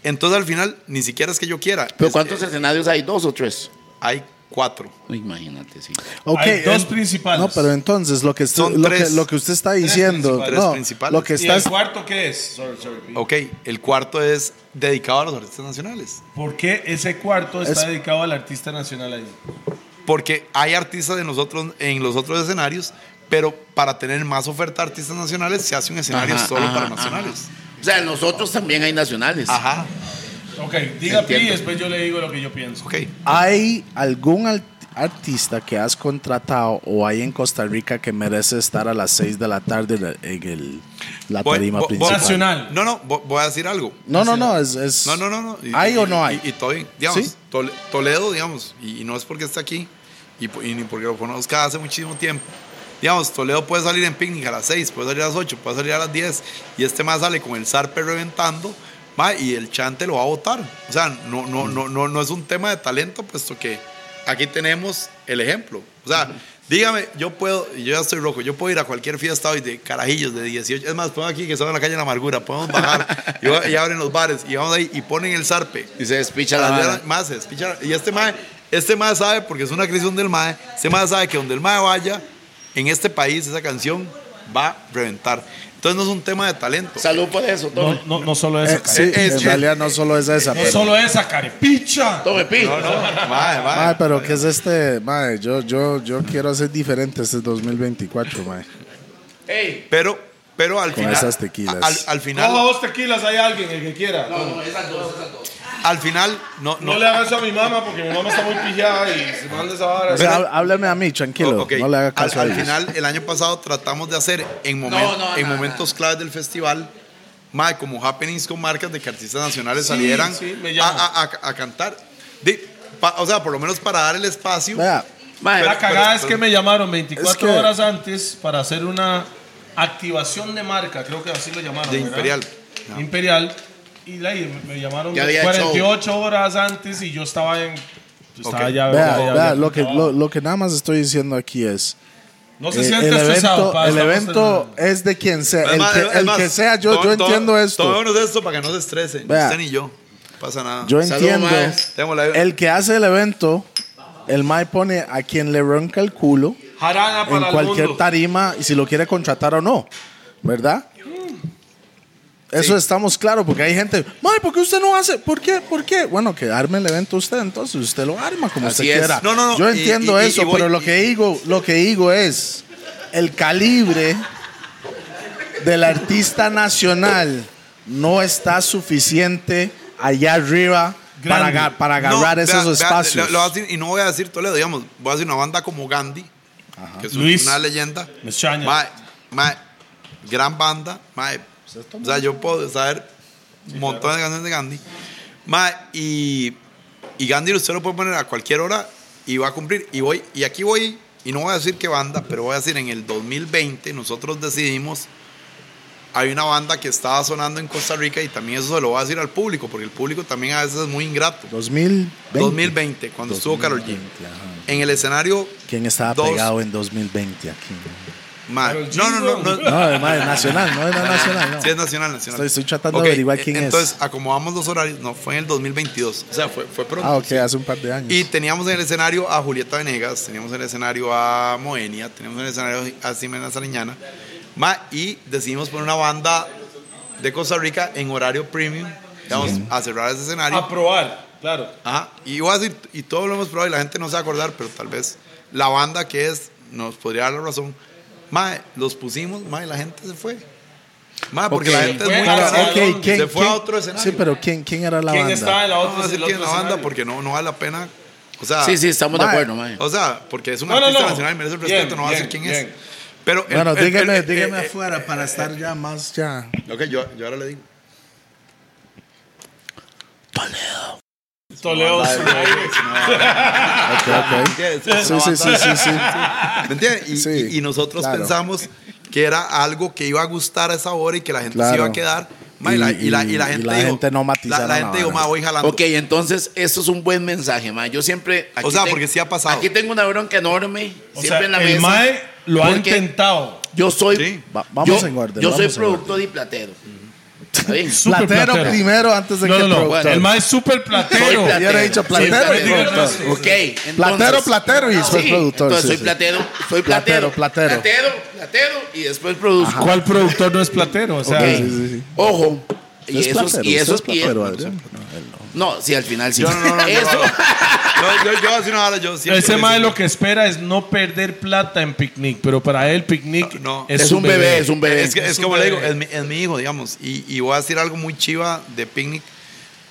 Entonces al final ni siquiera es que yo quiera. ¿Pero Es- cuántos eh, escenarios hay? ¿Dos o tres? hay cuatro. Imagínate, sí. Ok, Hay dos en- principales. No, pero entonces lo que, estu- Son lo tres. que, lo que usted está diciendo, no, principales. Tres principales. lo que ¿Y el estás cuarto qué es? Sorry, sorry. Ok, el cuarto es dedicado a los artistas nacionales. ¿Por qué ese cuarto está Es- dedicado al artista nacional ahí? Porque hay artistas de nosotros en los otros escenarios, pero para tener más oferta de artistas nacionales se hace un escenario Ajá, solo ajá, para ajá. nacionales. O sea, nosotros también hay nacionales. Ajá. Ok, diga Pi y Entiendo. después yo le digo lo que yo pienso. ok. ¿Hay algún al- artista que has contratado o hay en Costa Rica que merece estar a las 6 de la tarde en el- en el, la Voy- tarima voy- voy- principal? Nacional. No, no, vo- voy a decir algo. No, no, no, es, es- No, no, no. no. Y- ¿Hay y- o no hay? Y, y todo bien. Digamos, Sí. Tol- Toledo, digamos, y, y no es porque está aquí, y, po- y ni porque lo conozca hace muchísimo tiempo. Digamos, Toledo puede salir en picnic a las 6, puede salir a las 8, puede salir a las 10, y este más sale con el zarpe reventando, ma, y el chante lo va a votar. O sea, no, no, no, no, no es un tema de talento, puesto que aquí tenemos el ejemplo. O sea, dígame, yo puedo, y yo ya estoy rojo, yo puedo ir a cualquier fiesta hoy de carajillos de 18, es más, pongo aquí que estaba en la calle de la amargura, podemos bajar, y, va- y abren los bares, y vamos ahí, y ponen el zarpe, Y se despicha a la las diez de vara. la- más se despicha. Y este mae, este mae sabe, porque es una creación del mae, este mae sabe que donde el mae vaya, en este país, esa canción va a reventar. Entonces no es un tema de talento. Salud por eso, tome. No, no, no solo esa, Eh, sí, Karen. Es- Eh, en es- realidad no solo es esa, No pero, solo esa, Karen. ¡Picha! Tome, pi. No, no, mae, mae. Mae, pero ¿qué es este? Mae, yo, yo, yo quiero ser diferente este 2024, mae. Ey. Pero, pero al Con final. esas tequilas. Al, al Coja final. dos tequilas, hay alguien, el que quiera. No, esas dos, esas dos. al final, no, no. No le hagas a mi mamá porque mi mamá está muy pijada y se manda esa vara. O sea, há- háblame a mí, tranquilo. Ok, No le haga caso al, a al ellos. final, el año pasado tratamos de hacer en, momen- No, no, en no, momentos claves del festival, mae, como happenings con marcas de que artistas nacionales salieran sí, me a, llama. a- a- a cantar. Di- pa- o sea, por lo menos para dar el espacio. Vea, Mae, La cagada es pero- que me llamaron 24 Es que- horas antes para hacer una activación de marca, creo que así lo llamaron. De ¿verdad? Imperial. No. Imperial. Y la- y me llamaron Ya había 48 horas antes y yo estaba en. yo estaba ya, vea, ya- ya- vea, ya- lo, que, no. lo, lo que nada más estoy diciendo aquí es. No se eh, siente el estresado, evento, pa, el estamos evento en- es de quien sea. Es El más- que, es el más, que sea, yo, to- yo to- entiendo esto. Tomémonos esto para que no se estrese. ni Vea. usted ni yo. No pasa nada. Yo Salud, entiendo. maes. Démosle ahí. El que hace el evento, el Mae pone a quien le ronca el culo Jarana para en el cualquier mundo. tarima y si lo quiere contratar o no, ¿verdad? Eso estamos claros, porque hay gente, Mae, ¿por qué usted no hace? ¿Por qué? ¿Por qué? Bueno, que arme el evento usted, entonces usted lo arma como Así usted es. quiera. No, no, no. Yo Y- entiendo y- y- eso, y voy- pero lo que digo, lo que digo es el calibre del artista nacional no está suficiente allá arriba para, Grande. aga- para No, agarrar vea, esos vea, espacios. lo- lo voy a decir- y no voy a decir Toledo, digamos, voy a decir una banda como Gandhi, que es Luis. una leyenda. Me extraña. Mae, mae, gran banda, mae. Pues O sea, yo puedo saber un montón de canciones de Gandhi. Mae, y, y Gandhi usted lo puede poner a cualquier hora y va a cumplir. Y voy, y aquí voy, y no voy a decir qué banda, pero voy a decir en el 2020 nosotros decidimos hay una banda que estaba sonando en Costa Rica y también eso se lo voy a decir al público, porque el público también a veces es muy ingrato. 2020. 2020, cuando estuvo Carol G. En el escenario. ¿Quién estaba dos- pegado en 2020 aquí? ma- Karol G, No, no, no. no, No, además nacional, no era nacional. No. Sí, es nacional, nacional. Estoy- estoy tratando de Ok, averiguar eh, quién es. entonces, acomodamos los horarios. No, fue en el 2022. O sea, fue, fue pronto. Ah, ok, hace un par de años. Y teníamos en el escenario a Julieta Venegas, teníamos en el escenario a Moenia, teníamos en el escenario a Ximena Sariñana. Ma, y decidimos poner una banda de Costa Rica en horario premium. Vamos a cerrar ese escenario. A probar, claro. Ajá. Y, voy a decir, y todo lo hemos probado y la gente no se va a acordar, pero tal vez la banda que es nos podría dar la razón. Mae, los pusimos, mae, la gente se fue. Mae, porque Ok. la gente es muy Pero, desagradable. ok, ¿quién- Se fue a otro escenario. Sí, pero ¿quién, quién era la ¿Quién banda? estaba en la No, otra? vamos a decir el que otro la banda escenario? porque no, no vale la pena. O sea, Sí, sí, estamos de Mae. acuerdo, mae. o sea, porque es un No, no, artista no. nacional y merece el Bien, respeto, no va a decir bien, quién es. bien. Pero el- Bueno, el- el- dígame, el- dígame el- afuera para estar ya más ya. Ok, yo, yo ahora le digo. Toledo. Ah, Ok, ok. Sí, sí, sí, sí, sí. ¿Me entiendes? Y, Sí, y- y nosotros claro. pensamos que era algo que iba a gustar a esa hora y que la gente se Claro. iba a quedar. Ma, y, la, y la- y la Y- y gente la dijo, gente no matizara La, la la gente dijo, vara. ma, voy jalando. Ok, entonces esto es un buen mensaje, mae. Yo siempre. aquí O sea, ten- porque sí ha pasado. Aquí tengo una bronca enorme. O siempre sea, en la el mesa. Mae lo ha porque intentado. Yo soy. Sí. Va- vamos yo, en orden, Yo soy vamos en orden. productor y platero. ¿Está bien? Súper Platero primero antes de No, que no, no. productor. El Mae es súper platero. Soy Yo hubiera dicho Soy platero y platero. productor. Sí, sí, sí. Ok, entonces- Ah, Platero, platero y después Sí, productor, Entonces sí, soy sí. platero, soy Platero, platero. platero. Platero, platero y después produzco. ¿Cuál productor no es platero? O sea, Ok. Sí, sí, sí. Ojo. Y Es eso platero, y usted eso es platero, Adrián. No, sí, al final sí. Yo no, no, no, eso, no, No, yo, yo, así no jalo, yo siempre. Ese le mae digo, lo que espera es no perder plata en picnic, pero para él picnic Ah, No, no. es, es un bebé, es un bebé. Es, que- es [LAUGHS] Es un como le digo, bebé. es mi, es mi hijo, digamos. Y, y voy a decir algo muy chiva de picnic.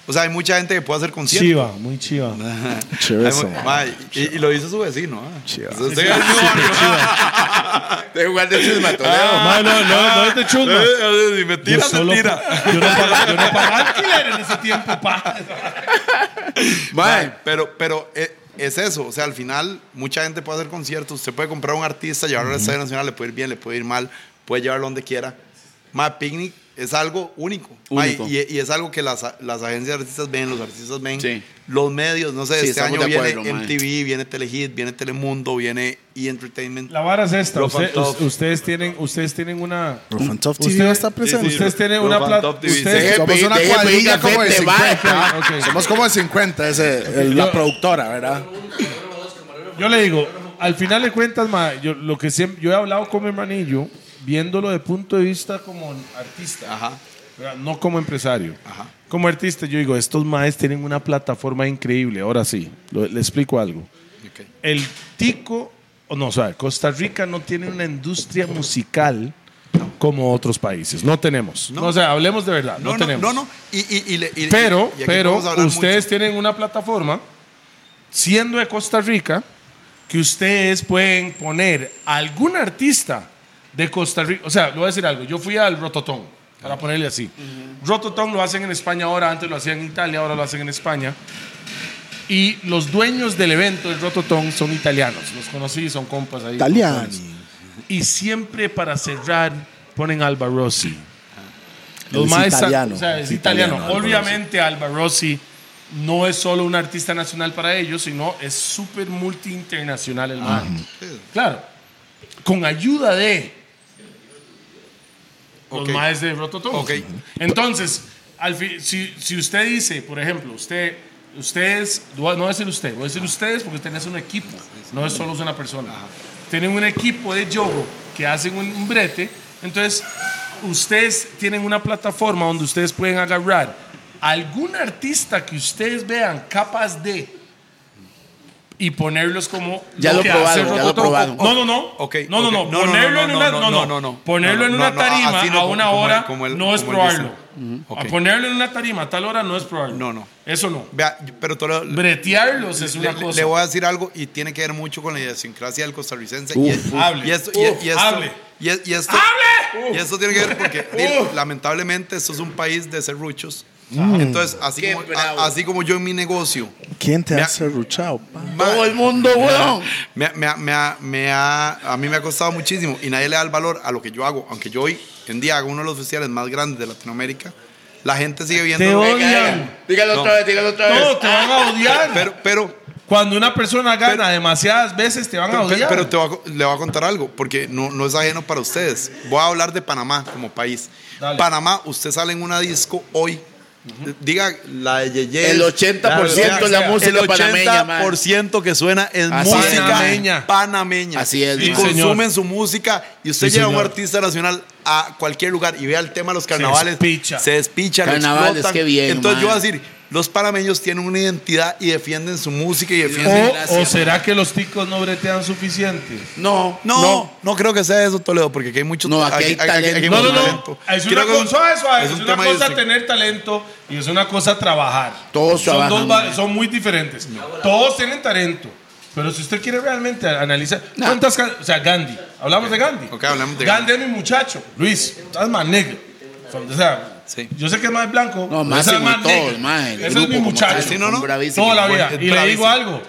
O sea, hay mucha gente que puede hacer conciertos. Chiva, muy chiva. Ah. Hay Chivazo. mu- ma, y- y, y lo hizo su vecino. ah. Chiva. Entonces, [LAUGHS] usted- Ah, de jugar [LAUGHS] de chisma, Toledo. Mae, no, no, no es de chusma. eh, eh, Si me Yo tira, solo- me [LAUGHS] yo no tira. pagaba yo no pagaba alquiler en ese tiempo, pa. Mae, pero, pero eh, es eso. O sea, al final, mucha gente puede hacer conciertos. Usted puede comprar a un artista, llevarlo al Estadio Nacional, le puede ir bien, le puede ir mal, puede llevarlo donde quiera. Mae, Picnic es algo único. Mae, Único. y, y es algo que las, las agencias de artistas ven, los artistas ven, Sí. los medios. No sé, Sí, este estamos año de acuerdo, viene mae. MTV, viene Telehit, viene Telemundo, viene E-Entertainment. La vara es esta. Lo usted- faltó. us- ustedes tienen, ustedes tienen una. Rufan Top TV Usted- está presente. sí, Ustedes tienen Lo una faltó plata. TV. Ustedes, Deje- Somos una deje cuadrilla pedir como de cafete, mae. 50. Ok. Somos como de 50, ese, el- la Yo- productora, ¿verdad? Yo le digo, al final de cuentas, ma, yo, lo que siempre, yo he hablado con mi hermanillo, viéndolo de punto de vista como artista, Ajá. ¿verdad? no como empresario. Ajá. Como artista, yo digo, estos maes tienen una plataforma increíble. Ahora sí, lo- le explico algo. Ok. El tico, o no, o sea, Costa Rica no tiene una industria musical como otros países. No tenemos. No. o sea, hablemos de verdad. No, No, no, tenemos. no, no. Y, y- y le- y- y- Pero, y aquí pero podemos hablar ustedes mucho. tienen una plataforma, siendo de Costa Rica, que ustedes pueden poner a algún artista de Costa Rica. O sea, le voy a decir algo. Yo fui al Rototón, para ponerle así. Rototón lo hacen en España ahora, antes lo hacían en Italia, ahora lo hacen en España. Y los dueños del evento del Rototón son italianos. Los conocí, son compas ahí. Italiani. Y siempre para cerrar ponen Alba Rossi. Los es maes- italiano. o sea, es Es italiano. italiano, Alba Obviamente Alba Rossi no es solo un artista nacional para ellos, sino es súper multi-internacional el man. Claro. Con ayuda de los Ok. maes de Rototom. Ok. Entonces, al fi- si, si usted dice, por ejemplo, usted, ustedes, no voy a decir usted, voy a decir ustedes porque tenés un equipo, no es solo una persona. Tienen un equipo de yogo que hacen un, un brete, entonces ustedes tienen una plataforma donde ustedes pueden agarrar algún artista que ustedes vean capaz de y ponerlos como Ya lo que hace probaron, ya lo Rototom. probaron. No, no, no. Ok, no, ok. no, no. Ponerlo en una, no, no, no. Ponerlo en No, no, una no, así tarima no, a como- una como hora el- como el- no es como él dice. probarlo. Ujú. A Ok. ponerlo en una tarima a tal hora no es probarlo. No, no. Eso no. Vea, pero todo lo- Bretearlos es una le, cosa. le voy a decir algo y tiene que ver mucho con la idiosincrasia del costarricense. y, Uf, y hable, esto, y- uf, y esto- hable. y es- y esto- ¡Hable! y esto tiene que ver porque di- lamentablemente esto es un país de serruchos. Mm. Entonces, así Qué como, a- bravo. así como yo en mi negocio, ¿Quién te Me- hace ruchao, pa? Todo el mundo, weón. me, me ha- me ha- me ha- a mí me ha costado muchísimo y nadie le da el valor a lo que yo hago. Aunque yo hoy en día hago uno de los festivales más grandes de Latinoamérica, la gente sigue viendo. Te odio. Venga, Dígalo No. otra vez, dígalo otra vez. No, te van a odiar. Pero, pero Cuando una persona gana demasiadas veces, te van Pero, a odiar. pero te voy a co- le voy a contar algo, porque no, no es ajeno para ustedes. Voy a hablar de Panamá como país. Dale. Panamá, usted sale en una disco hoy. Diga la de Yeye. El 80% de la música panameña, man. El 80% que suena es Así música es, man. panameña. panameña. Así es, Y man. consumen su música. Y usted Sí, lleva a un señor. artista nacional a cualquier lugar y vea el tema de los carnavales. despicha. Se despicha, lo Carnavales, explotan. qué bien, Entonces man. yo voy a decir, los panameños tienen una identidad y defienden su música y defienden... o, o será que los ticos no bretean suficiente? No, No, no, creo que sea eso, Toledo, porque aquí hay mucho No, aquí hay talento. hay No, no, mucho no. talento. Es una, Creo que cosa, suave, suave. es Es un una tema cosa de- tener talento y es una cosa trabajar. Todos son trabajan, dos va- man. son muy diferentes. Todos tienen talento. Pero si usted quiere realmente analizar, ¿cuántas can- O sea, Gandhi. Hablamos de Gandhi. Ok, hablamos de Gandhi. es mi muchacho. Luis, estás más negro. O sea, Sí. yo sé que es más blanco. No, pero más ese es en todos, man, el Ese es grupo mi como muchacho. tal, Sí, no, son no. bravísimos. Toda la Buen- vida. es Y le digo bravísimo. algo.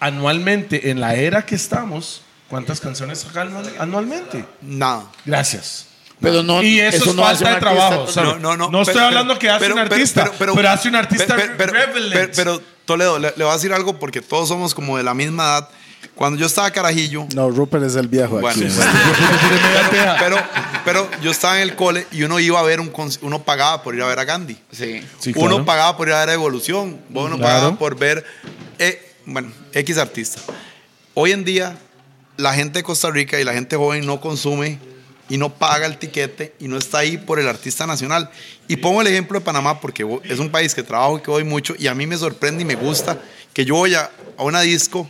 Anualmente, en la era que estamos, ¿cuántas canciones sacan anual- anualmente? Nada. Gracias. Pero no, Y eso, es no hace falta un de artista. trabajo. ¿sabe? No, no, no. estoy Pero- hablando que hace pero- un artista, pero, hace un artista pero- pero- relevant. pero- pero, Toledo, le, le voy a decir algo porque todos somos como de la misma edad. Cuando yo estaba carajillo, No, Rupert es el viejo Bueno, aquí. sí, man. pero, pero yo estaba en el cole y uno iba a ver un cons- uno pagaba por ir a ver a Gandhi. Sí. Uno pagaba por ir a ver a Evolución, vos uno pagaba por ver, eh, bueno, X artista. Hoy en día, la gente de Costa Rica y la gente joven no consume y no paga el tiquete y no está ahí por el artista nacional. Y pongo el ejemplo de Panamá porque vo- es un país que trabajo y que voy mucho y a mí me sorprende y me gusta que yo voy a, a una disco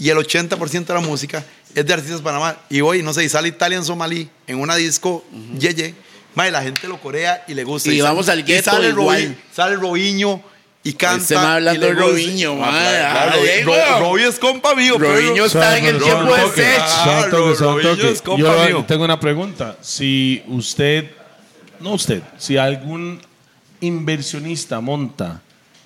y el 80% de la música es de artistas de Panamá. Y voy, no sé, y sale Italian Somalí en una disco, Yeye. Mae, la gente lo corea y le gusta. Y sa- vamos al y gueto sale Robi- igual. Este sale Robiño y canta. Se me hablando y de le gusta. Robiño, Ah, mae. claro, Ah, Robi- ahí, Ro- weón. Robi es compa mío. Robiño está en el tiempo de toque. Sech. Ah, Ro- Robiño es compa Yo mío. tengo una pregunta. Si usted, no usted, si algún inversionista monta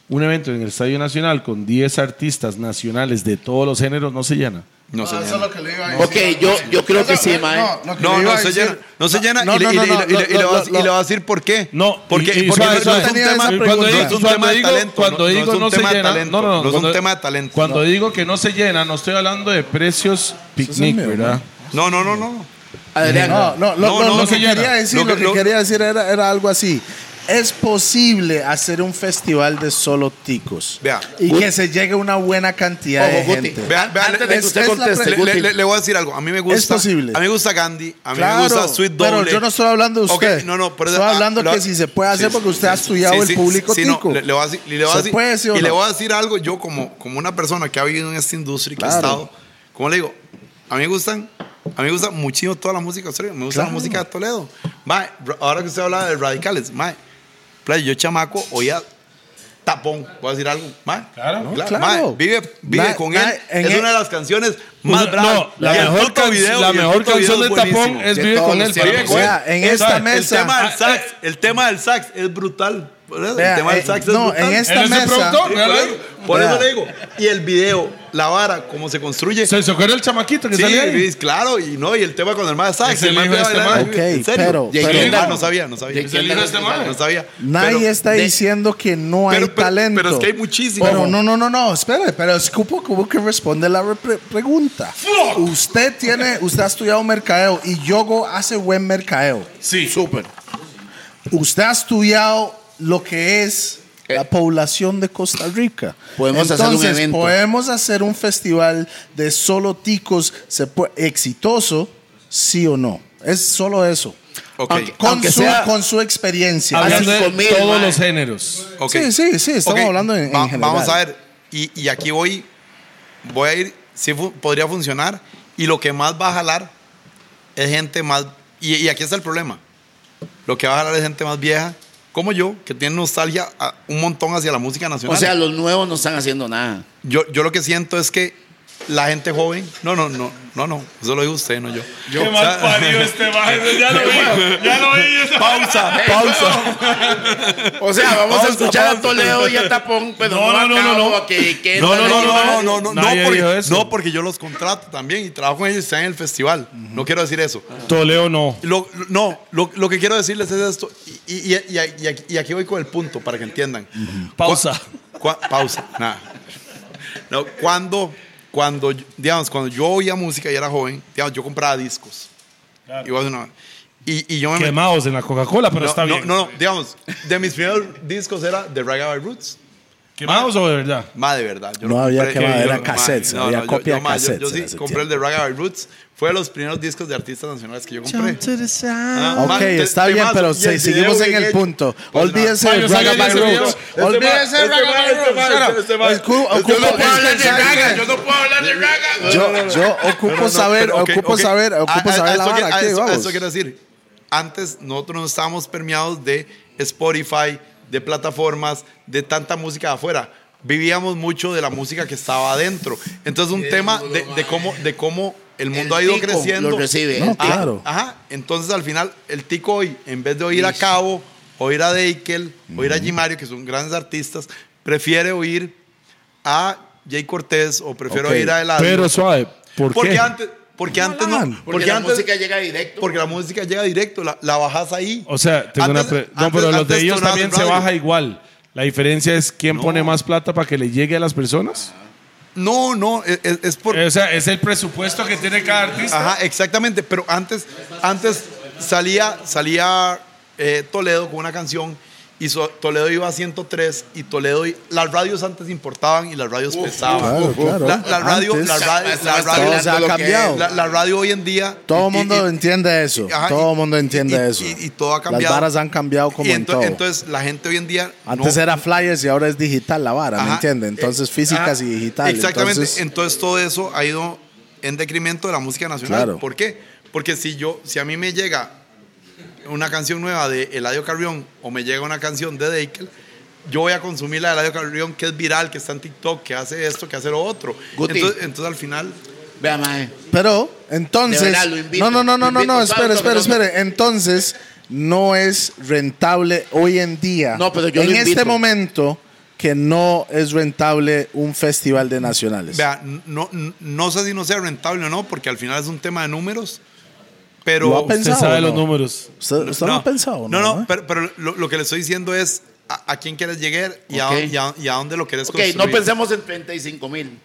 un evento en el Estadio Nacional con 10 artistas nacionales de todos los géneros, no se llena. No se Eso es llena. lo que le iba a decir. Ok, yo, yo creo que sí, mae. lo que No, le iba no a se decir- llena. No se llena. no, Y le- no, y le- y no, le- y le no, vas- no, y le va a decir por qué. No, porque, y- y porque suave, no suave. es un Tenía tema esa no es Cuando pregunta. digo, un suave, tema de digo, talento, cuando no- no digo es un no se tema de llena, talento, no, no, no, no es cuando- un tema de talento. Cuando digo que no se llena, no estoy hablando de precios picnic, mío, ¿verdad? No, no, no, no. Adrián. No, no, lo, lo- No, no, lo no que se llena. quería decir, Lo lo que- que, lo- quería decir era, era algo así. Es posible hacer un festival de solo ticos Vea. y que se llegue una buena cantidad de Ojo, Guti. gente. Vea, vea, Antes le- de es- que usted es la conteste, Le, pregunta. le- Guti. le- le voy a decir algo. A mí me gusta. Es posible. A mí me gusta Gandhi. A mí me gusta Sweet Doble. pero yo no estoy hablando de Ok, usted. no, no, pero- estoy ah, hablando lo- que si se puede hacer sí, porque usted sí, ha estudiado sí, el sí, público sí, no, tico. le, le voy a decir- y le voy a ¿Se decir- puede, sí o y le no? voy a decir algo. Yo, como, como una persona que ha vivido en esta industria y que Claro. ha estado, como le digo, a mí me gustan A mí me gusta muchísimo toda la música australiana. Me gusta la música de Toledo. Mae, ra- ahora que usted habla de radicales, mae, play, yo chamaco oía tapón. Voy a decir algo, mae. Claro. Cla- claro. mae, vive vive Mae, con él. mae, en e es el- una de las canciones más bravas. Pues, No, la Y el mejor, puto can- video- la y el mejor puto video canción de es Tapón buenísimo. es De Vive todos con los él. tiempos. Vive O con él. sea, en O sea, esta el El mesa. eh, tema del sax, el tema del sax es brutal. Por eso, Vea, el tema del eh, sax es no, brutal. en esta Él es el mesa. productor, Sí, ¿verdad? por eso, por Vea. eso le digo. Y el video, la vara, cómo se construye. Se sacó el chamaquito que Sí, salía ahí. Luis, claro, y no, y el tema con el más sax, Es el el más hijo de baila, este baila, man. baila, en Ok, serio. pero- Llegué, pero- ah, no sabía, no sabía. ¿De quién hijo de este man? No sabía. Nadie Pero- está de- diciendo que no hay Pero- pero- talento. pero es que hay muchísimo. Pero no, no, no, no, espere, pero es cupo como que responde la repre- pregunta. Usted tiene, usted ha estudiado mercadeo y Yogo hace buen mercadeo. Sí. Súper. Usted ha estudiado lo que es Eh. la población de Costa Rica. Podemos hacer un Entonces, evento. podemos hacer un festival de solo ticos se pue- exitoso, sí o no. Es solo eso. Ok, Aunque- Con, su, sea- con su experiencia. Hablando de cinco mil, todos mae. los géneros. ok. Sí, sí, sí, estamos Ok, hablando en, en va- general. Vamos a ver, y, y aquí voy, voy a ir, si podría funcionar, y lo que más va a jalar es gente más, y, y aquí está el problema, lo que va a jalar es gente más vieja, como yo, que tiene nostalgia a- un montón hacia la música O nacional. sea, los nuevos no están haciendo nada. Yo, yo lo que siento es que la gente joven. No, no, no, no, no. Eso lo digo usted, no yo. Qué mal [LAUGHS] parido este man. Ya lo vi. Ya lo vi. [LAUGHS] Pausa, pausa. O sea, vamos Pausa, a escuchar pausa. a Toledo y a Tapón, pero No, no, no, no, a no, Cabo, no. a que, que No, no, no, nadie más. no, no, no, no, Nadie no, dijo porque, eso. no, porque yo los contrato también y trabajo con ellos, están en el festival. No quiero decir eso. Toleo no. Lo- lo- no, lo, lo que quiero decirles es esto, y, y- y- y aquí- y aquí voy con el punto para que entiendan. Pausa. Cua- pausa, nada. No, cuando, cuando, digamos, cuando yo oía música y era joven, digamos, yo compraba discos. Y, voy a hacer una- y, y yo me metí- Quemados en la Coca-Cola, pero no, está no, bien. No, no, digamos, de mis primeros discos era The Ragabye Roots. ¿Quemados o de verdad? Más de verdad. yo No había compré- que va, yo- era ma, cassettes, había yo- copia yo, de ma, yo- cassettes Yo, en ese sí compré el de Ragabye Roots. Fue de los primeros discos de artistas nacionales que yo compré. Ah, ma, Ok, te- está bien, temazo. pero Y se- el seguimos video en el que- punto. Pues Olvídese nada. de Mario, Ragga salga by de ese Roots. video. Este man- Olvídese de este Ragga man- by este man- Roots. este man- Este Ocu- Yo no ocupo puedo hablar de pensar- raga, yo no puedo hablar de raga. Yo, yo ocupo saber, Pero, ok, ocupo ok. saber, A- ocupo a- a saber la eso que- vara. a aquí, eso, a vamos. eso quiero decir. Antes nosotros no estábamos permeados de Spotify, de plataformas, de tanta música de afuera. Vivíamos mucho de la música que estaba adentro. Entonces un tema de, de cómo, de cómo el mundo El ha ido tico creciendo. lo recibe, No, el Ah, tico. claro. Ajá. Entonces al final el tico hoy, en vez de oír a Cabo, oír a Deikel, oír a Gimario, que son grandes artistas, prefiere oír a Jay Cortés o prefiere Ok, oír a Eladio. Pero suave. ¿Por Porque qué? antes, porque antes no. Alan. Porque, Porque la antes, música llega directo. porque la música llega directo, la, la bajas ahí. O sea, tengo Antes- una pre- No, antes- pero los de antes ellos sonaba también en se radio. baja igual. La diferencia es quién pone más plata para que le llegue a las personas. No, no, es, es- es por. O sea, es el presupuesto que tiene cada artista. Ajá, exactamente. Pero antes, antes salía, salía eh, Toledo con una canción. Y so- Toledo iba a 103 y Toledo y- las radios antes importaban y las radios pesaban. Claro, claro. La, la radio, Antes, la Estaba- radio, la estaba radio, todo se ha bailando lo que cambiado. es. la- la radio hoy en día. Todo el y- y- mundo y- entiende eso. Ajá, todo y- el mundo entiende y- y- eso. y- y todo ha cambiado. Las varas han cambiado como y en ento- todo. Entonces la gente hoy en día. no- Antes era flyers y ahora es digital la vara, ¿me Ajá, entiende? Entonces eh, físicas ajá, y digitales. Exactamente. Entonces, Entonces, todo eso ha ido en decremento de la música nacional. Claro. ¿Por qué? Porque si yo, si a mí me llega una canción nueva de Eladio Carrión o me llega una canción de Deikel, yo voy a consumir la de Eladio Carrión que es viral, que está en TikTok, que hace esto, que hace lo otro. Guti. Entonces, entonces, al final, Vea, mae. pero entonces De verdad, lo invito, no no no no lo no invito, no, tanto, espere, espere, pero- espere. Entonces no es rentable hoy en día. No, pero yo en lo este invito. momento que no es rentable un festival de nacionales. vea, no, no, no sé si no sea rentable o no, porque al final es un tema de números. Pero Lo ha pensado. Usted sabe no? los números. ¿Usted, usted no, ha pensado? No, no, ¿eh? pero, pero lo, lo que le estoy diciendo es a, a quién quieres llegar y, a, Ok. y a- y a dónde lo quieres Ok, no construir. pensemos en 35 mil.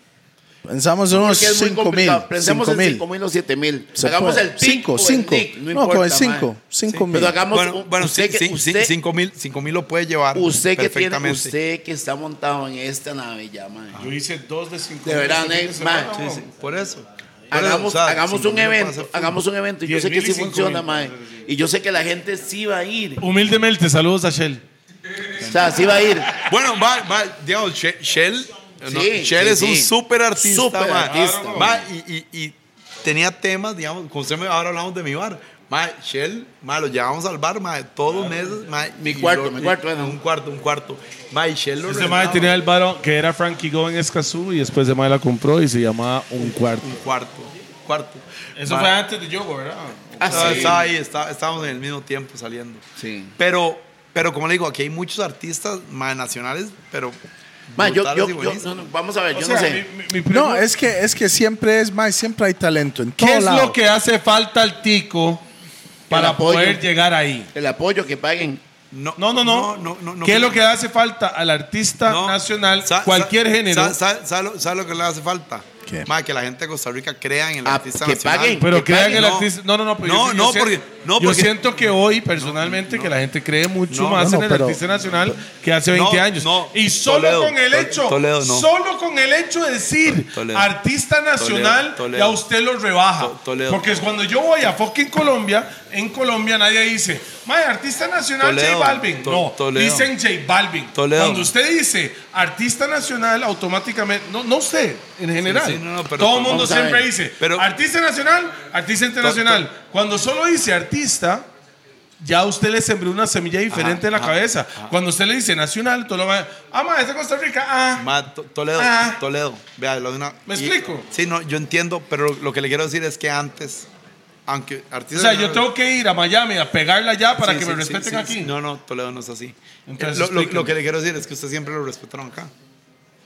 Pensamos en unos Porque es muy 5 mil. complicado. Pensemos en 5 mil. mil o 7 mil. Hagamos el 5, pico. 5. No, No, importa, con el 5. mae. 5 mil. Pero hagamos Bueno, un- bueno usted sí, que, sí, sí, usted, cinco mil, cinco mil lo puede llevar. usted que tiene, perfectamente. usted que está montado en esta nave ya, mae. Yo hice dos de cinco. De verdad, Ney, mae. Sí, sí, por eso. Por eso, Hagamos, o sea, hagamos cinco un mil evento, pasa full. hagamos un evento. Y yo Diez sé que mil y sí cinco funciona, mil. mae. Y yo sé que la gente sí va a ir. Humildemente, saludos a Shell. O sea, sí va a [LAUGHS] ir. Bueno, va, va, digamos, She- Shell, eh, no, Sí, Shell sí, es un sí. súper artista. Súper ma. artista, Va, y, y- y tenía temas, digamos, con usted me, ahora hablamos de mi bar. Mae, Shell, mae, lo llevamos al bar, mae, todos los meses, mae. Mi y cuarto, lo- mi cuarto, era. Un cuarto, un cuarto. Mae, Shell lo Ese Este mae rentaba, tenía el varón que era Frankie Go en Escazú y después de mae la compró y se llamaba Un Cuarto. Un cuarto, cuarto. Eso Mae, fue antes de Yogo, ¿verdad? Ah, estaba, sí. estaba ahí, estaba- estábamos en el mismo tiempo saliendo. Sí. Pero, pero como le digo, aquí hay muchos artistas, mae, nacionales, pero. Ma, yo, brutales yo, y yo- buenísimos. no, no, vamos a ver, yo no sé. No, es que, es que siempre es más, siempre hay talento en todo ¿Qué es lado. lo que hace falta al tico para apoyo. poder llegar ahí? El apoyo que paguen. No, No, no, no. ¿Qué es lo que hace falta al artista No. nacional, Sa- sa- cualquier género? sa- sa- ¿Sabe lo- sabe lo que le hace falta? ¿Qué? Más que la gente de Costa Rica crea en el Ah, artista que nacional. paguen. pero que crean paguen, el no. artista. No, no, no. No, pero yo- yo no, sé- porque- no, yo porque- siento que hoy, personalmente, que la gente cree mucho No, más no, en el pero- artista nacional que hace 20 No, años. no, y solo Toledo, con el Tol- hecho, Toledo, no. solo con el hecho de decir Toledo. artista nacional, Toledo. ya usted lo rebaja. To- Toledo. Porque es cuando yo voy a fucking Colombia, en Colombia nadie dice, "Mae, artista nacional Toledo, J Balvin." To- no, Toledo. dicen J Balvin. Toledo. Cuando usted dice artista nacional, automáticamente, no, no usted, en general. sí, no, no, pero- Todo el mundo Vamos a siempre ver. dice, Pero- artista nacional, artista internacional. Cuando solo dice artista, ya usted le sembró una semilla diferente en Ah, la cabeza. Cuando usted le dice nacional, todo lo va ah, ma, es de Costa Rica, ah. Ma, to- Toledo, Ah. Toledo, vea, lo de una. ¿Me y- explico? Sí, no, yo entiendo, pero lo que le quiero decir es que antes, aunque O artistas. sea, yo tengo que ir a Miami a pegarla allá para Sí, que sí, me sí, respeten sí, aquí. sí. No, no, Toledo no es así. Entonces, Eh, lo, lo- explíqueme. lo que le quiero decir es que usted siempre lo respetaron acá.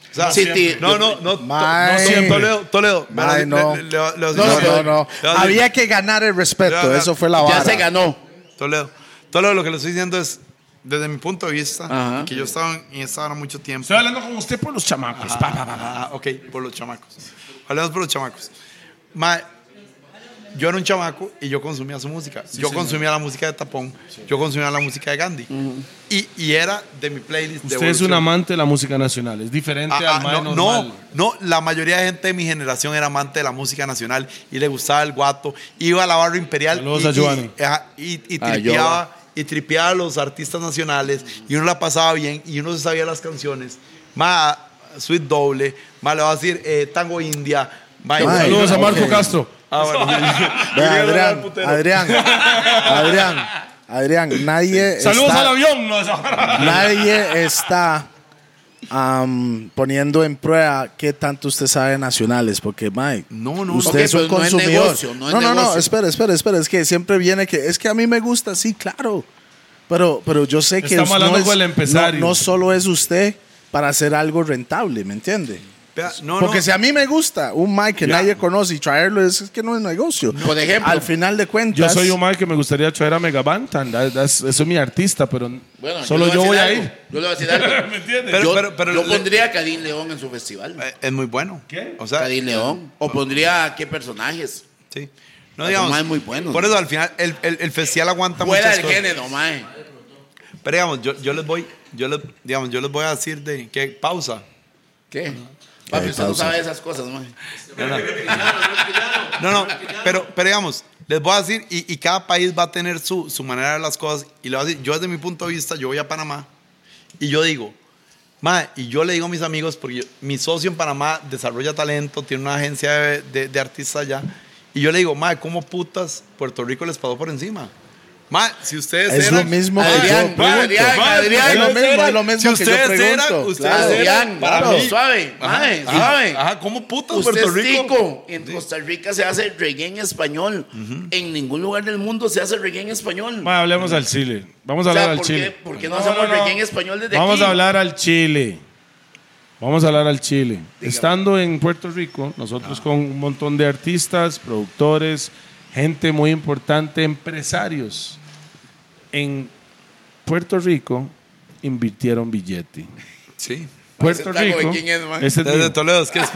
O sea, Sí, ti- no, no, no, to- Mae. no siempre. Toledo, Toledo. vea, Mae, le- no. le- le- le- le- le- No, le- no, le- no. le- Había que ganar el respeto. Ya, ya. Eso fue la vara. Ya se ganó. Toledo. Toledo, lo que le estoy diciendo es, desde mi punto de vista, Ajá. que yo estaba en, en esta hora mucho tiempo. Estoy hablando con usted por los chamacos. pa, pa, pa, pa. Ah, ok, por los chamacos. Hablemos por los chamacos. Ma, yo era un chamaco y yo consumía su música. yo consumía la música de Tapón, yo consumía la música de Gandhi. y, y era de mi playlist de Usted es un evolución. amante de la música nacional, es diferente Ah, ah, al mae no, normal. no, no, la mayoría de gente de mi generación era amante de la música nacional y le gustaba el guato. Iba a la barra imperial Saludos y, a Giovanni. y- ajá, y- y Ah, tripeaba, y tripeaba a los artistas nacionales y uno la pasaba bien y uno se sabía las canciones. Más Sweet Doble, más le va a decir eh, Tango India. ma, y- Ay, Saludos a ok. Marco Castro. Ah, bueno. Ve, Adrián, Yo digo, Adrián, Adrián, Adrián, nadie [LAUGHS] Saludos está, al avión. no, esa- nadie está am, poniendo en prueba qué tanto usted sabe nacionales, porque Mike, No, no, usted ok, es un pero no es consumidor. negocio, no es no, no, negocio. espera, espera, espera, es que siempre viene que es que a mí me gusta, sí, claro, pero, pero yo sé que Estamos no hablando es- con el empresario. no, no solo es usted para hacer algo rentable, ¿me entiende? vea, no, Porque no. si a mí me gusta un Mike que Ya. nadie conoce y traerlo es, es que no es negocio. Por ejemplo. al final de [LAUGHS] Yo cuentas, soy un mae que me gustaría traer a Megabantan. that- that's- Eso es mi artista, pero Bueno, solo le yo voy decir a algo, ir. Yo le voy a decir algo. [LAUGHS] ¿Me entiendes? [LAUGHS] Pero- yo pero- pero yo le- pondría a Cadín León en su festival. Eh, es muy bueno. ¿Qué? O sea, Cadín León. O pondría a qué personajes. sí. No Los digamos. demás muy buenos. Por eso al final el, el- el festival aguanta Fuera muchas del cosas. género, mae. Pero digamos, yo, yo les voy, yo les, digamos, yo les voy a decir de que pausa. ¿Qué? Papi, usted no sabe esas cosas, mae. No, no. No, no, pero, pero digamos, les voy a decir, y, y cada país va a tener su, su manera de ver las cosas, y le voy a decir, yo desde mi punto de vista, yo voy a Panamá, y yo digo, ma, y yo le digo a mis amigos, porque yo- mi socio en Panamá desarrolla talento, tiene una agencia de, de- de artistas allá, y yo le digo, ma, ¿cómo putas Puerto Rico les pasó por encima? Ma, si ustedes Es eran- lo mismo que Adrián, yo mae, pregunto. Adrián, Es lo Adrián. mismo, es lo mismo Si que yo ustedes pregunto. eran, ustedes claro. Adrián, para claro. mí. Suave, mae, Ajá, suave. Ajá, ¿cómo putas Usted Puerto es Rico? tico. En Costa Rica se hace reggae en español. En ningún lugar del mundo se hace reggae en español. Mae, hablemos al Chile. Vamos a O sea, hablar al ¿por qué- Chile. por qué no hacemos reggae en español desde Vamos aquí? a hablar al Chile. Vamos a hablar al Chile. Estando en Puerto Rico, nosotros Ah. con un montón de artistas, productores, gente muy importante, empresarios. En Puerto Rico [LAUGHS] invirtieron billete. Sí. Puerto ese taco de Rico. quién es, man? ese es mío. Desde Toledo, es que [LAUGHS] es,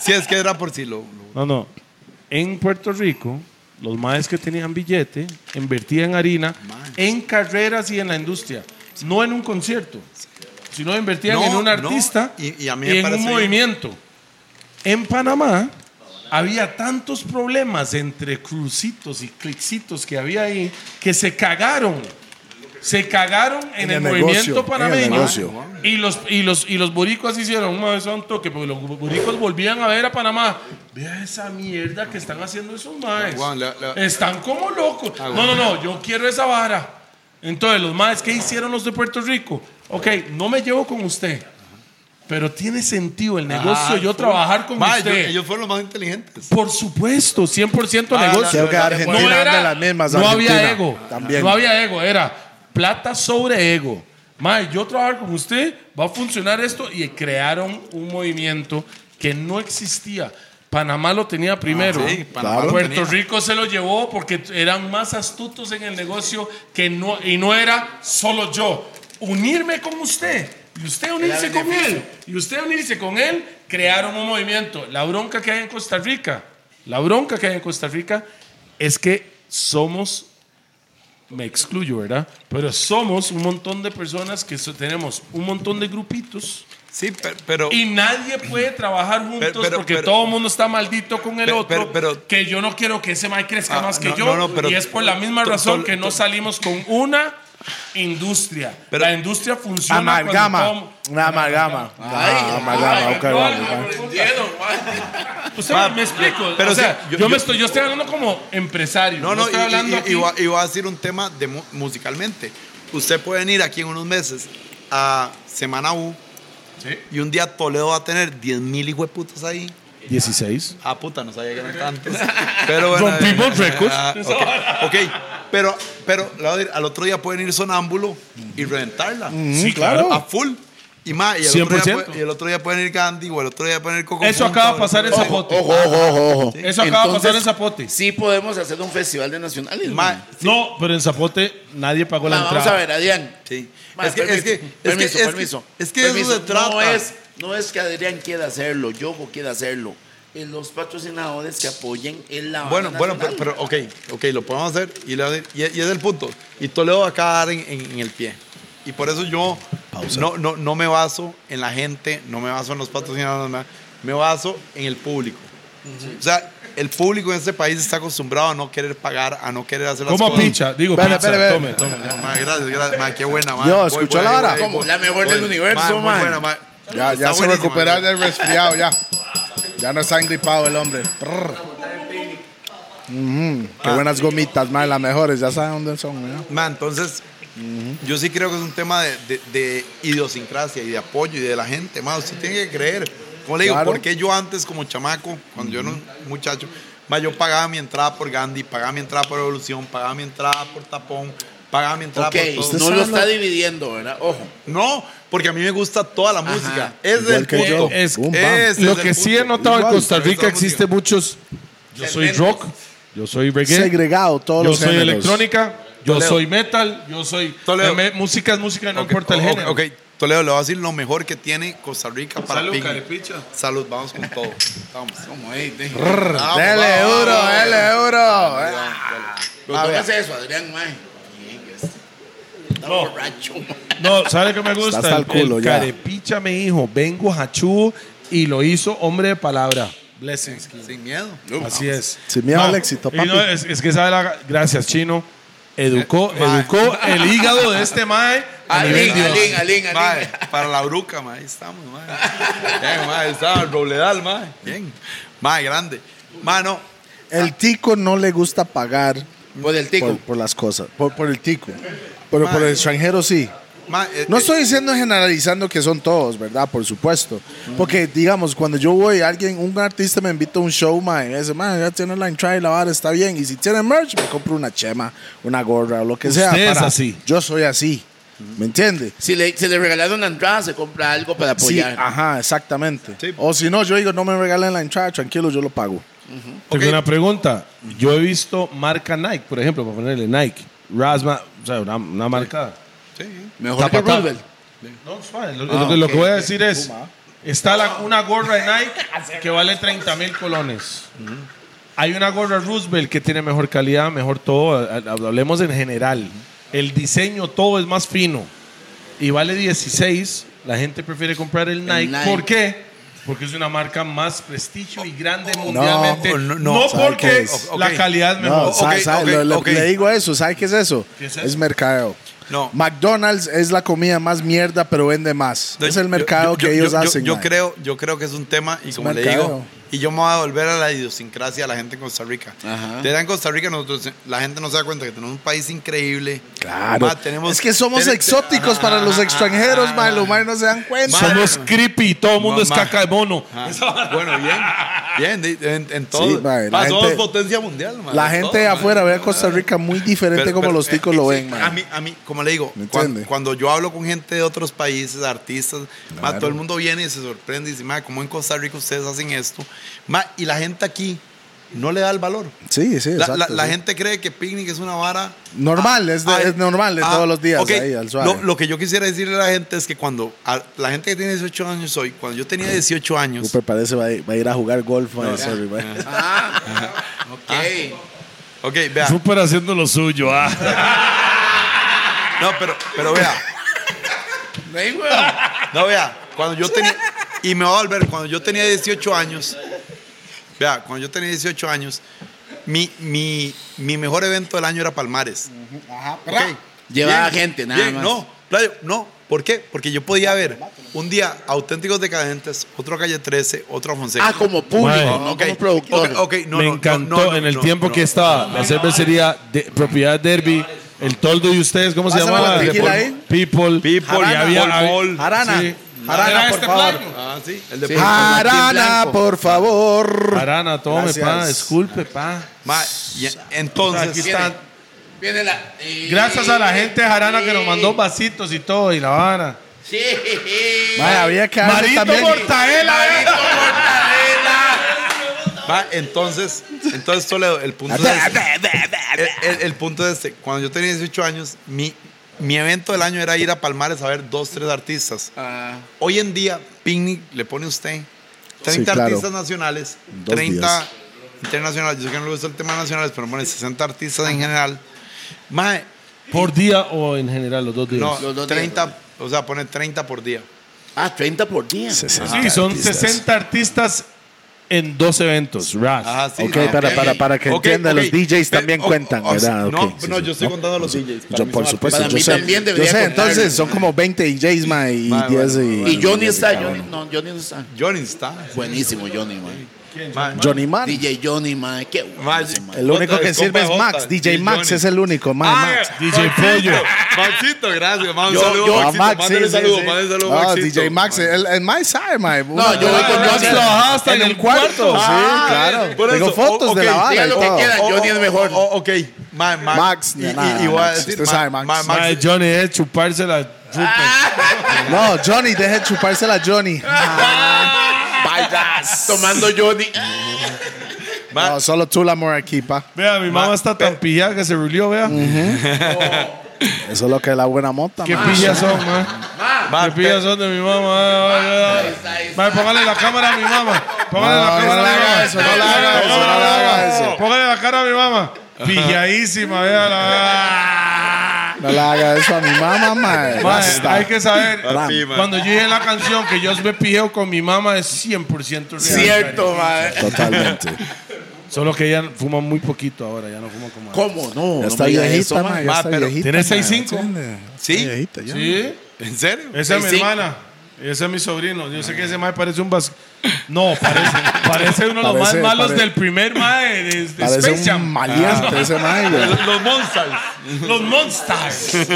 si es que era por si lo, lo- No, no. En Puerto Rico, los maes que tenían billete invertían harina en carreras y en la industria, no en un concierto, sino invertían No, en un no. artista Y- y a mí me en parece un bien. movimiento. En Panamá había tantos problemas entre crucitos y clixitos que había ahí que se cagaron. se cagaron En en, el, el movimiento negocio, en el panameño negocio. y los y los y los boricos hicieron "Ma, eso es un toque porque los boricos volvían a ver a Panamá vea esa mierda que están haciendo esos maes Aguán, la- la- Ah, están como locos Aguán. no no no yo quiero esa vara entonces los maes ¿qué hicieron los de Puerto Rico ok no me llevo con usted pero tiene sentido el negocio Ah, yo fue- trabajar con Ma, usted yo- ellos fueron los más inteligentes. por supuesto, 100% Ah, negocio. creo que Argentina no anda era- en las mismas, No había Argentina. ego. También. No había ego. Era plata sobre ego. Mae, yo trabajar con usted, va a funcionar esto. Y crearon un movimiento que no existía. Panamá lo tenía primero. Sí, Panamá lo Puerto tenía. Rico se lo llevó porque eran más astutos en el negocio que no, y no era solo yo. Unirme con usted y usted unirse con él y usted unirse con él, crearon un movimiento. La bronca que hay en Costa Rica, la bronca que hay en Costa Rica es que somos me excluyo, ¿verdad? Pero somos un montón de personas que so- tenemos un montón de grupitos Sí, pe- pero, y nadie puede trabajar juntos Pero- pero- porque pero- todo el mundo está maldito con el pero- otro. pero- pero- que yo no quiero que ese Mike crezca Ah, más que no, yo. no, no, pero- y es por la misma to- razón to- que no to- salimos con una industria. Pero- la industria funciona. Amalgama. cuando todo- Una amalgama. Ah, amalgama, ok, no, vale, no, vale. Usted me explico. pero o sea, sí, yo, yo- me yo- estoy, yo estoy hablando como empresario. No, no, no, y, estoy hablando y- y- aquí- y va, y va a decir un tema de mu- musicalmente. Usted puede venir aquí en unos meses a Semana U y un día Toledo va a tener 10 mil hijueputos ahí. 16. Ah, puta, no sabía que eran tantos. Pero bueno, Rompimos récords. ah, [LAUGHS] ok, ok. pero, pero le voy a decir, al otro día pueden ir sonámbulo y reventarla. Sí, claro. A full. Y más, y el, otro día, 100%. puede- y el otro día pueden ir Gandhi o el otro día pueden ir Coco. Eso Punto, acaba de el pasar en otro día- Zapote. Ojo, ojo, ojo, ojo. Eso acaba de pasar en Entonces- Zapote. Sí podemos hacer un festival de nacionales. Ma, No, pero en Zapote nadie pagó la Ma, vamos a entrada. ver, Adrián. Sí. Ma, es que, es que, es que- permiso, es que- permiso. es que de permiso. eso se trata. No es, no es que Adrián quiera hacerlo, Yogo quiera hacerlo. Es los patrocinadores que apoyen el la Bueno, banda bueno, pero, nacional. pero, ok, ok, lo podemos hacer y, le voy a decir- y- y es el punto. Y Toledo va a caer en, en- en el pie. Y por eso yo no, no, no me baso en la gente, no me baso en los patrocinadores, nada, me baso en el público. O sea, el público en este país está acostumbrado a no querer pagar, a no querer hacer las Como cosas. pincha, digo, Espere, pizza, espere, tome, espere. tome. Ma, gracias, gracias. ma, qué buena, ma. Yo, Voy, ¿escuchó voy, la voy, vara? voy, Como voy. la mejor del Voy. universo, muy ma. buena, ma. Ya, ya Está se buenísima, recuperó ma. del resfriado, ya. Ya no está engripado el hombre. Prr. Ujú, Ah. Qué buenas gomitas, madre, las mejores, ya saben dónde son. ¿no? Ma, entonces, yo sí creo que es un tema de, de- de idiosincrasia y de apoyo y de la gente. Ma, usted tiene que creer. Como le digo, Claro. porque yo antes, como chamaco, cuando yo era un muchacho, ma, yo pagaba mi entrada por Gandhi, pagaba mi entrada por Evolución, pagaba mi entrada por Tapón, pagaba mi entrada Ok, por todo. no lo está dividiendo, ¿verdad? Ojo. No, porque a mí me gusta toda la música. Es Igual del que punto. yo. Es- Bum, bam. Ese es Lo el que sí he punto. notado en Igual. Costa Rica Esa música. existe muchos. Yo soy rock, yo soy reggae, Segregado todos yo los soy géneros. electrónica, yo Toledo. soy metal, yo soy Toledo. Me- música es música, no Ok, importa el ok, género. Ok, Toledo, le voy a decir lo mejor que tiene Costa Rica para Salud, picnic. carepicha. Salud, vamos con todo. Vamos. Como ahí, de- Prr, Vamos, Dele vamos, euro, vamos. dele euro. Pero tómese eso, Adrián, ma. Está borracho, ma. No, ¿sabe qué me gusta? hasta el culo ya. carepicha me dijo, vengo hachú y lo hizo hombre de palabra. Blessings. Sin miedo. Así es. Sin miedo No, al éxito, y papi. no, eh, es, es que sabe la... Gracias, Chino. Educó, Eh, ma. Ah, educó el hígado de este mae a nivel Alín, Dios. Alín, Alín, Mae, Alín. para la bruca, mae, ahí estamos, mae. Bien, mae, ahí está el robledal, mae. Bien. Mae, grande. Mae, no. El tico no le gusta pagar Por el tico. por, por las cosas, por, por el tico. Pero por el extranjero sí. Mae, eh, No eh, estoy diciendo generalizando que son todos, ¿verdad? Por supuesto. Porque, digamos, cuando yo voy, alguien, un artista me invita a un show, man, y me dice, man, ya tiene la entrada y la vara, está bien. Y si tiene merch, me compro una chema, una gorra o lo que sea. Usted es así. Yo soy así. ¿Me entiende? Si le, si le regalaron una entrada, se compra algo para Sí, apoyar. ah, ajá, exactamente. Sí. O si no, yo digo, no me regalen la entrada, tranquilo, yo lo pago. Tengo Ok. una pregunta. Yo he visto marca Nike, por ejemplo, para ponerle Nike, Rasma, o sea, una, una marca. sí. Mejor que Zapata. Roosevelt. No, es fine. Lo, lo que- lo que voy a decir es, está la- una gorra de [LAUGHS] Nike que vale 30 mil colones. Hay una gorra Roosevelt que tiene mejor calidad, mejor todo. Ha- ha- Hablemos en general. El diseño, todo es más fino. Y vale 16. La gente prefiere comprar el Nike. Nike. ¿Por qué? Porque es una marca más prestigio y grande mundialmente. pues, No, no, no. ¿Sabe qué porque es? la calidad es No, mejor. ¿sabe- [LAUGHS] ok, sabe? ok, Le- le, ok. le digo eso, ¿sabe qué es eso? ¿Qué es es, eso? mercadeo. No. McDonald's es la comida más mierda, pero vende más. es Entonces, el yo- mercado yo- que yo- ellos yo- hacen. Yo, mae. creo, yo creo que es un tema, y como le mercado. digo, y yo me voy a volver a la idiosincrasia de la gente en Costa Rica. Ajá. Desde en Costa Rica, nosotros, la gente no se da cuenta que tenemos un país increíble. Claro. Ma, tenemos- es que somos ten- exóticos Ajá, para los ajá, extranjeros, ajá. mae. Los mae no se dan cuenta. Mae, Somos creepy, todo el mundo No, es ma. caca de mono. Ajá. Bueno, bien. Bien, de- en, en todo. Sí, mae, la Ma, somos gente- potencia mundial, mae, La en gente todo, de mae. afuera ve a Costa Rica muy diferente Pero- como pero, los ticos eh, lo sí, ven, mae. A mí, a mí, como le digo, ¿Me cuan- cuando, entiende? yo hablo con gente de otros países, artistas, ma, todo el mundo viene y se sorprende y dice, ma, ¿cómo en Costa Rica ustedes hacen esto? Ma, y la gente aquí no le da el valor. Sí, sí, La, exacto. la- la sí. gente cree que picnic es una vara. Normal, es de- es normal de todos los días, ah, ok. ahí, al suave. Lo, lo que yo quisiera decirle a la gente es que cuando a- la gente que tiene 18 años hoy, cuando yo tenía 18 años, Cooper parece va a ir, va a ir a jugar golf, mae, sorry, mae. Ah, Ah. Ok. ok, vea, Súper haciendo lo suyo. ah. no, pero, pero vea, Ey, weón. no, vea, cuando yo tenía, y me va a volver, cuando yo tenía 18 años, vea, cuando yo tenía 18 años, mi, mi, mi mejor evento del año era Palmares. Ok. Llevaba Bien, gente, nada bien, más. No, playo, no. ¿Por qué? Porque yo podía ver un día Auténticos Decadentes, otro Calle 13, otro a Fonseca. Ah, como público, Mae. no Ok, como productor. ok, ok, no, Me no, no, encantó no, no, en el no, tiempo no. que estaba la cervecería de, propiedad Derby, el toldo y ustedes, ¿cómo se Pásame llamaba? la tequila De ahí. People. People, y Jarana, había, Bol, había- Bol. Jarana, Jarana, Era por favor. plan. Ah, sí, el de Sí. Puebla. Ah. Arana, por favor. Arana, tome, pa. Gracias. Disculpe, pa. Ma, y Aquí entonces, está. Viene la. eh, Gracias a la gente de Jarana que nos mandó vasitos y todo y la vara. Sí. Mae, había que darle Marito también- Mortadela, eh. ma, entonces, entonces Toledo, el punto [LAUGHS] es este. el, el- el punto es este. Cuando yo tenía 18 años, mi, mi evento del año era ir a Palmares a ver dos, tres artistas. Ah, Hoy en día, Picnic le pone usted 30 Sí, claro. artistas nacionales, Dos 30 días. internacionales. Yo sé que no le gusta el tema nacionales, pero pone 60 artistas en general. Mae, Por día o en general, los dos días. no, Los dos días, 30, o sea, pone 30 por día. ah, 30 por día. Ah, sí, son 60 artistas en dos eventos. Ras. Ajá, sí, Ok, ah, para- para- para que entienda, los DJs Pe- también o- cuentan, o- ¿verdad? No, Ok, sí, no, sí. yo estoy contando a los DJs. para Yo, mí por son supuesto, Para yo mí sé. también yo debería sé, contar. entonces son como 20 DJs, mae, y Mae, 10 bueno, y. Y Johnny está. Johnny, no, Johnny no está. Johnny está. Buenísimo, Johnny, man. Ma- Johnny Man. DJ Johnny, man. Qué bueno. Ma- ese man. El único Jota, que el compa sirve es Jota, Max. DJ DJ Max es el único, mae, Ah, Max. DJ Pollo. Maxito, gracias. Ma, un Yo- saludo, yo- A Maxito. Max, Mándale sí, sí, saludo, sí. mándale saludo, No, Maxito. DJ Max, eh, el, el Max sabe, mae. No, yo voy con Johnny. trabajaste en el cuarto. Ah, sí, claro. eh, por Tengo eso. fotos O- de la ok, bala diga y lo que todo. quiera. Johnny es mejor. o- o- ok. Ma- ma- Max, y- ni y- nada, y voy a Max. decir, Usted sabe, Max. Max, Mae, Johnny es chuparse la chupe. No, Johnny, deje chupársela a Johnny. [LAUGHS] Vayas. Tomando Johnny. Ah. No, solo tú la aquí, pa. Vea, mi mamá está tan pillada que se rulió, vea. Eso es lo que es la buena mota, Qué mae. pillas son, ma. Qué pillas son de mi mamá. Ay, ay, ay. Ma, póngale la cámara a mi mamá. Póngale la No, no cámara le a mi haga mamá. eso, no le haga eso, no le haga eso. Póngale la cara a mi mamá. Pilladísima, vea la. No le haga eso a mi mamá, mae. Ma, Basta. hay que saber, Papi, ma. cuando yo dije la canción que yo me pijeo con mi mamá es 100% real. Cierto, man. Totalmente. Solo que ella fuma muy poquito ahora, ya no fuma como antes. ¿Cómo? No. Ya no está me diga viejita, eso, mae. Ya Ma, está pero viejita. tiene mae, 6'5". ¿entiende? ¿Sí? Está viejita ya. Sí. ¿En serio? Esa es mi Sí, sí. hermana. Y ese es mi sobrino. Yo sé que ese mae parece un vas... No, parece, [LAUGHS] parece uno de los más Parece- malos pare- del primer mae de, de Parece Space un Jam. Ah, maleante ese mae, güey. Los, los Monsters. [LAUGHS] Los Monsters.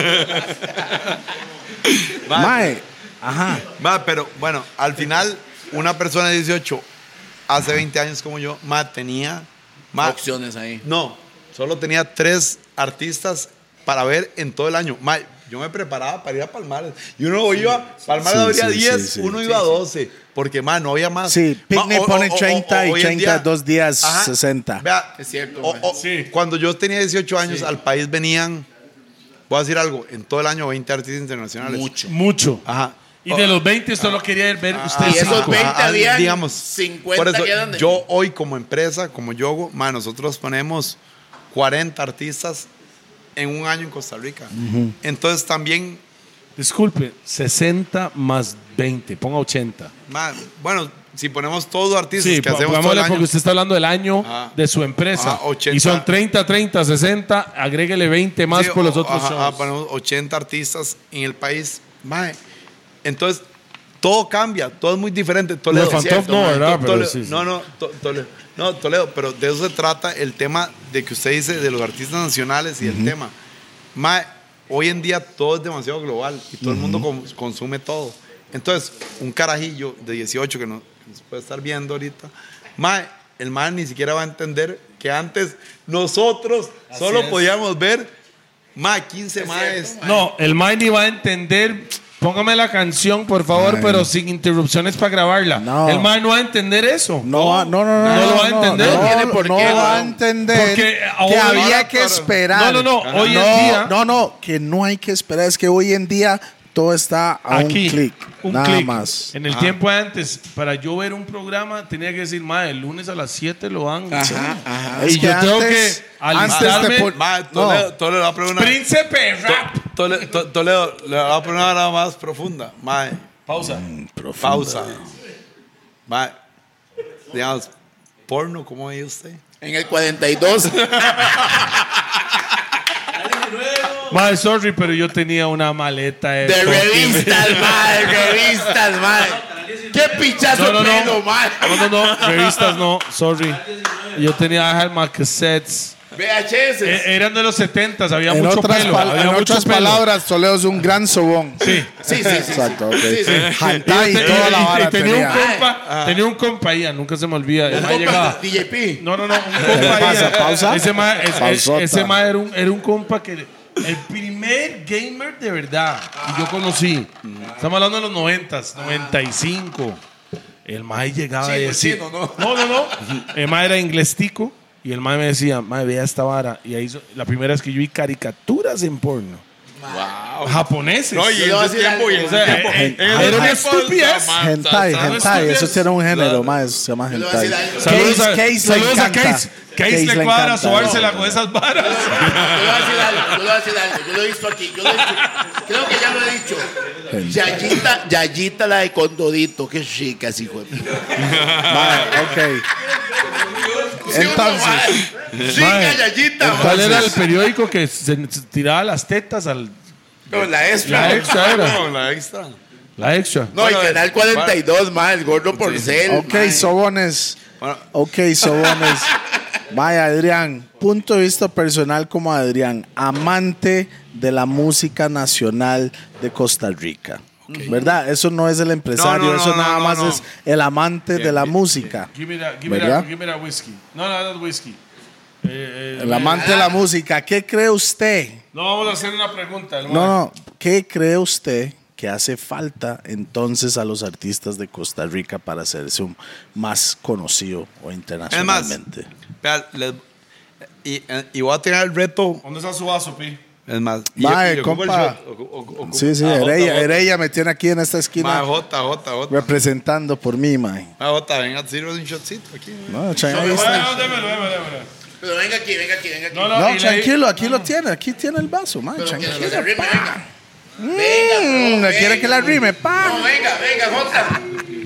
Ma, Mae. Ajá. Ma, pero bueno, al final, una persona de 18, hace 20 años como yo, ma, tenía. ma, Opciones ahí. No, solo tenía tres artistas para ver en todo el año. Ma, yo me preparaba para ir a Palmares. Y uno iba, Palmares Sí, abría sí, 10, sí, sí. uno iba a 12. Porque, ma, no había más. Sí, Ma, Picnic o- o- pone o- o- 30 y hoy en 30, dos días, 60. Vea, Es cierto, o- ma. o- Sí. Cuando yo tenía 18 años, al país venían, voy a decir algo, en todo el año 20 artistas internacionales. Mucho. Mucho. Ajá. Y de los 20 solo quería ver Ah, ustedes y esos cinco. 20 habían digamos, 50 por eso, quedan de- Yo hoy como empresa, como Yogo, ma, nosotros ponemos 40 artistas en un año en Costa Rica. Entonces también, Disculpe, 60 más 20, ponga 80. ma, bueno, si ponemos todos los artistas Sí, que hacemos todo el pongámosle año, Ah. porque usted está hablando del año Ajá. de su empresa. Ajá, 80. Y son 30, 30, 60. Agréguele 20 más Sí, por los o- otros ajá, ajá, shows. ponemos 80 artistas en el país. Mae. Entonces, todo cambia, todo es muy diferente. Toledo, Los Fantômes cierto, no, mae. ¿verdad? To- Pero Toledo- sí, sí. No, no, to- Toledo, no, Toledo, pero de eso se trata el tema de que usted dice de los artistas nacionales y el tema. Mae, hoy en día todo es demasiado global y todo el mundo cons- consume todo. Entonces, un carajillo de 18 que no- que nos puede estar viendo ahorita, mae, el mae ni siquiera va a entender que antes nosotros solo podíamos ver mae 15 maes. No, el Mindy va a entender. Póngame la canción, por favor, pero sin interrupciones para grabarla. No. El Mindy no va a entender eso. No, va- no, no, no. No lo va a entender. No, No tiene por no qué, va a weón. entender Porque que ahora- había ahora que para- esperar. No, no, no, hoy en No, día- No, no, que no hay que esperar. Es que hoy en día todo está a Aquí, un clic. un nada clic. más. Ah. En el tiempo de antes, para yo ver un programa, tenía que decir, madre, el lunes a las 7 lo dan. Es Y yo tengo que antes alistarme. te pon- Mae, no, Toledo, Toledo le va a preguntar. Príncipe Rap. To- Tole- To- Toledo, le voy a poner una hora más profunda. Mae, pausa. Pausa. Mae, digamos, porno, ¿cómo veía usted? En el 42. Madre, sorry, pero yo tenía una maleta de, De coquín. revistas, madre, revistas, madre. Qué pichazo No, no, no. pedo, madre. No, no, no, revistas no, sorry. Yo tenía alma cassettes. VHS. E- eran de los 70 había en mucho otras, pelo. pal- había en mucho otras pelo. palabras, Toledo es un gran sobón. Sí. sí, sí, sí. Exacto, ok. sí, sí. Eh. Hantai y Te- toda la [LAUGHS] y- y vara tenía, tenía. un compa, tenía un compa ahí, nunca se me olvida. El Ah. Un mae llegaba. compa DJP. No, no, no, un compa ahí. eh, pasa? ¿Pausa? Ese mae es- es- Pausota. ese mae era, un, era un compa que el primer gamer de verdad que yo conocí. Estamos hablando de los 90s, 95. El mae llegaba y decía, no, no, no. El mae era inglestico y el mae me decía, mae, vea esta vara y ahí hizo- la primera vez que yo vi caricaturas en porno. Wow. Japoneses. Yo le voy a decir algo, O sea, madre. eh, eh, en- era una en- estupidez. Hentai, Ah, ¿Sabes hentai, qué eso es? sí era un género, más se llama voy a decir hentai. algo. Saludos Case- a Case le saludos a encanta. Case. Case le cuadra encanta. subársela con esas varas. Yo [LAUGHS] le voy a decir algo, yo le voy a decir algo. Yo lo he visto aquí. Yo lo he visto. Creo que ya lo he dicho. Yayita, Yayita la de Condodito. Qué chica, sí, hijo de puta. Vale, ok. Entonces, Chica, Yayita. ¿Cuál madre. era el periódico que se se tiraba las tetas al No, la extra. la extra era? No, la extra. La extra. No, el Bueno, canal 42, más el gordo porcel. ok, sobones. Bueno, Ok, sobones. [LAUGHS] Vaya, Adrián. Punto de vista personal como Adrián, amante de la música nacional de Costa Rica. ¿Verdad? Eso no es el empresario, No, no, no, eso no, nada no, más no. es el amante de la música. Give me that, give me ¿Verdad? that, give me that whiskey. No, no, no, whiskey. Eh, eh, El amante de la música. ¿Qué cree usted? no, vamos a hacer una pregunta. el No, man. no. ¿Qué cree usted que hace falta entonces a los artistas de Costa Rica para hacerse un- más conocido o es más, internacionalmente? vea, les- y, eh, y voy a tirar el reto. ¿Dónde está su vaso, Pi? Es más, y Mae, y ocupo el compa. shot, ocu- ocu- ocupo- sí, sí, Ah, Jota, Heredia, Jota. Heredia me tiene aquí en esta esquina Mae, Jota, Jota, Jota. representando por mí, man. Mae, Jota, venga, sirve un shotcito aquí. mae. No, Chan, ahí está. No, démelo, démelo, démelo. Pero venga aquí, venga aquí, venga aquí. No, no, No, y le- tranquilo, aquí lo tiene, aquí tiene el vaso, man. Pero que- Tranquilo. que se arrime, venga. Mm, Venga, bro, ¿Quiere que la rime? Pa. No, venga, venga, Jota.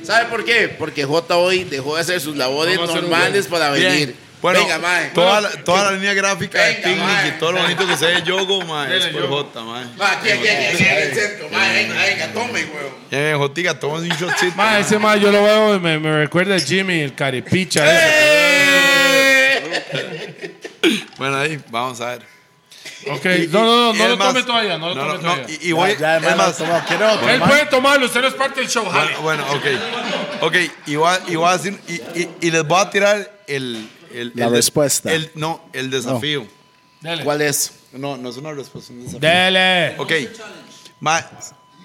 ¿Sabe por qué? Porque Jota hoy dejó de hacer sus labores Vamos a hacer un normales para Bien. venir. Bueno, venga, mae. Toda, la, toda la línea gráfica de Venga, mae. Picnic y todo lo bonito que se ve Yogo, mae, es Dele, por Yogo. Jota, mae. Va, aquí, aquí, aquí, aquí en el centro. Mae, venga, venga, tome, huevo. Eh, Jotica, toma un shotcito. Ma, ese ma, yo lo veo, y me, me recuerda a Jimmy, el carepicha. ese. Bueno, ahí, vamos a ver. Ok, no, no, no, Y no lo es más- tome todavía, no lo tome todavía. y, y voy, Ya, es más, Él puede tomarlo, usted no es parte del show, jale. bueno, bueno, ok. Ok, y voy, a- y voy a decir, y, y- y les voy a tirar el... el La el des- respuesta. el- no, el desafío. Dele. ¿Cuál es? No, no es una respuesta, es un desafío. Dele. Ok. Ma,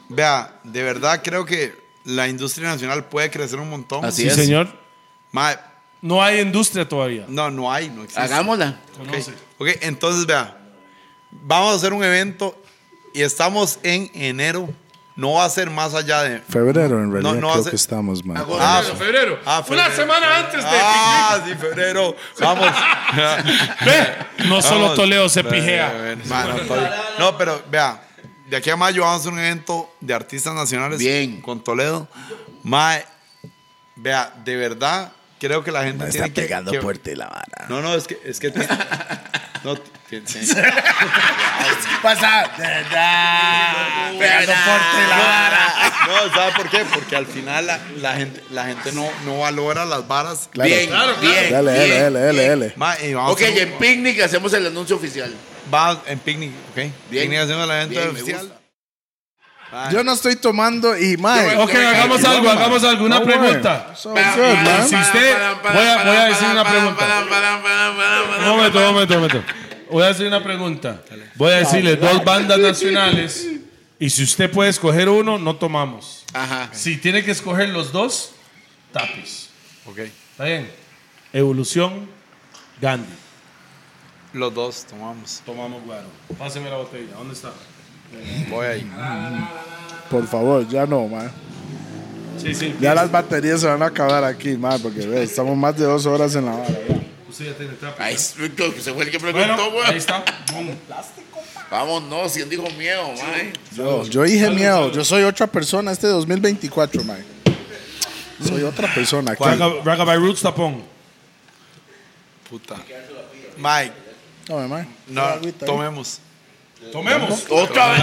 vea, de verdad creo que la industria nacional puede crecer un montón. Así Sí, es. señor. Ma, No hay industria todavía. no, no hay, no existe. Hagámosla. Ok, ok, entonces vea, vamos a hacer un evento y estamos en enero. No va a ser más allá de... Febrero, en realidad, no creo hace- que estamos, man. Ah, Febrero, febrero. Ah, Una febrero. semana antes de. Ah, sí, febrero. Vamos. [LAUGHS] Ve, No solo Vamos. Toledo se Bueno, pijea. bueno, bueno, está bien. No, pero vea, de aquí a mayo vamos a hacer un evento de artistas nacionales Bien. con Toledo. Mae, Vea, de verdad, creo que la gente Me tiene está que- pegando que- fuerte la vara. No, no, es que... Es que tiene- [LAUGHS] no, ti- tiene- Pasa. Pegando fuerte la vara. no, ¿sabe por qué? Porque al final la, la gente, la gente no, no valora las varas. Claro. Bien, bien. Dale, bien, dale, dale, dale, bien. dale. Ma, y vamos Ok, a hacer y un- en Picnic hacemos el anuncio oficial. Va en picnic, ok. Picnic haciendo la venta bien, me oficial. gusta. Yo no estoy tomando y mae. Ok, hagamos algo, hagamos algo. Una No, mae. pregunta. So good, man. Si usted- voy a- voy a decir una pregunta. Un momento, un momento, un momento. Voy a hacer una pregunta. Voy a decirle dos bandas nacionales. Y si usted puede escoger uno, no tomamos. Ajá. Si tiene que escoger los dos, tapis. Ok. ¿Está bien? Evolución, Gandhi. Los dos tomamos. Tomamos guaro. Páseme la botella. ¿Dónde está? Voy ahí. Por favor, ya no, man. Sí, sí. Ya las baterías se van a acabar aquí, man, porque ve, estamos más de dos horas en la vara. ya. Usted ya tiene tapa. Ay, es- que se fue el que Bueno, preguntó, ahí güey. está. Vámonos, ¿quién dijo miedo, man? Yo, yo dije miedo, yo soy otra persona este 2024, man. Soy otra persona aquí. Raga- Raga by Roots tapón. Puta. Mike, Tome, man. no, Agüita ¿eh? ahí. tomemos. Tomemos. Otra vez.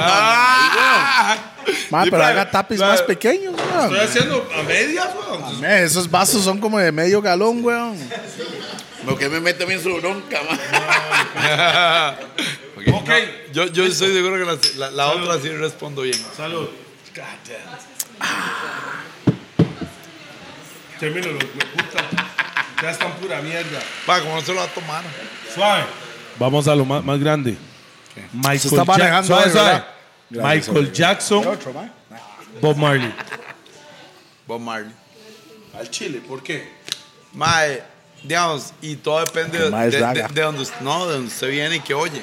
Man, pero Sí, para- haga tapis para- más pequeños, man. Estoy haciendo a medias, weón. Man, esos vasos son como de medio galón, weón. Lo que me mete bien su bronca, man. Ok. no, yo, yo estoy seguro que la, la- la otra sí respondo bien. Salud. God damn. Termino los puta. Ya están pura mierda. Pa, como no se lo va a tomar. Suave. Vamos a lo más, más grande. Michael Se está Jack- manejando suave, hoy, suave. ¿verdad? Gracias, Michael Jackson, Otro, man. Bob Marley. Bob Marley. Al Chile, ¿por qué? Mae, digamos, y todo depende de, mae es de- de- Raga. de donde, us- no, de donde usted viene y que oye.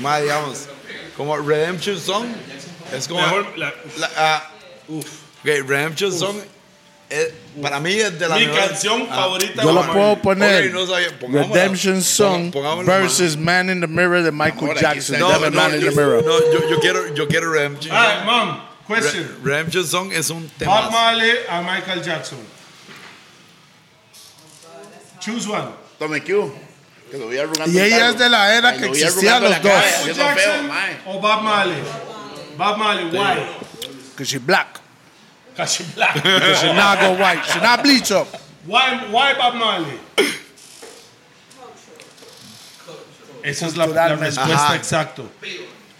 Mae, digamos, como Redemption Song es como. Mejor la- la- ah, ok, Redemption Song eh, para mí es de la Mi mejor- canción ah, favorita. Yo Bob lo Marley. puedo poner. Ok, no sabía, pongámosla. Redemption Song Pongámosla, man. versus Man in the Mirror de Michael Ahora, aquí Jackson. está. No, Dame no, Man in yo, the Mirror. no, yo- yo quiero, yo quiero Redemption. All right, mom. Question. Re- Redemption Song es un Bob tema. Marley or Michael Jackson? Choose one. Tome Q. Que lo voy arrugando. Y el ella tarro. es de la era Ay, que lo voy existían arrugando los la dos. cara, Michael haciendo feo, Jackson mae. or Bob Marley? Bob Marley, why? Que she black. Because she black. She not go white. She not bleach up. [LAUGHS] why, why Bob Marley? Esa es la, la Culturalmente. respuesta Ajá. exacta.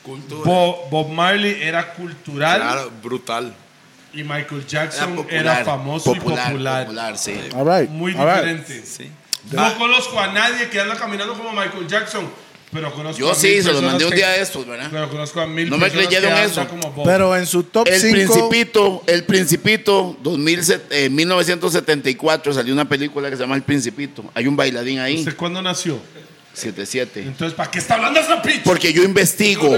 Cultura. Bo- Bob Marley era cultural Claro, brutal. y Michael Jackson era, popular, famoso y popular. Popular, sí. All right. Muy all right. diferente. Sí. No conozco a nadie que anda caminando como Michael Jackson, pero conozco a Yo mil sí, se los personas mandé un que- día de estos, ¿verdad? Pero conozco a mil No me personas creyeron que andan eso. como Bob. Pero en su top El 5. Principito, El Principito, 2000, eh, 1974 salió una película que se llama El Principito. Hay un bailadín ahí, ¿Usted cuándo nació? 77. Entonces, ¿para qué está hablando esa pinche? Porque yo investigo.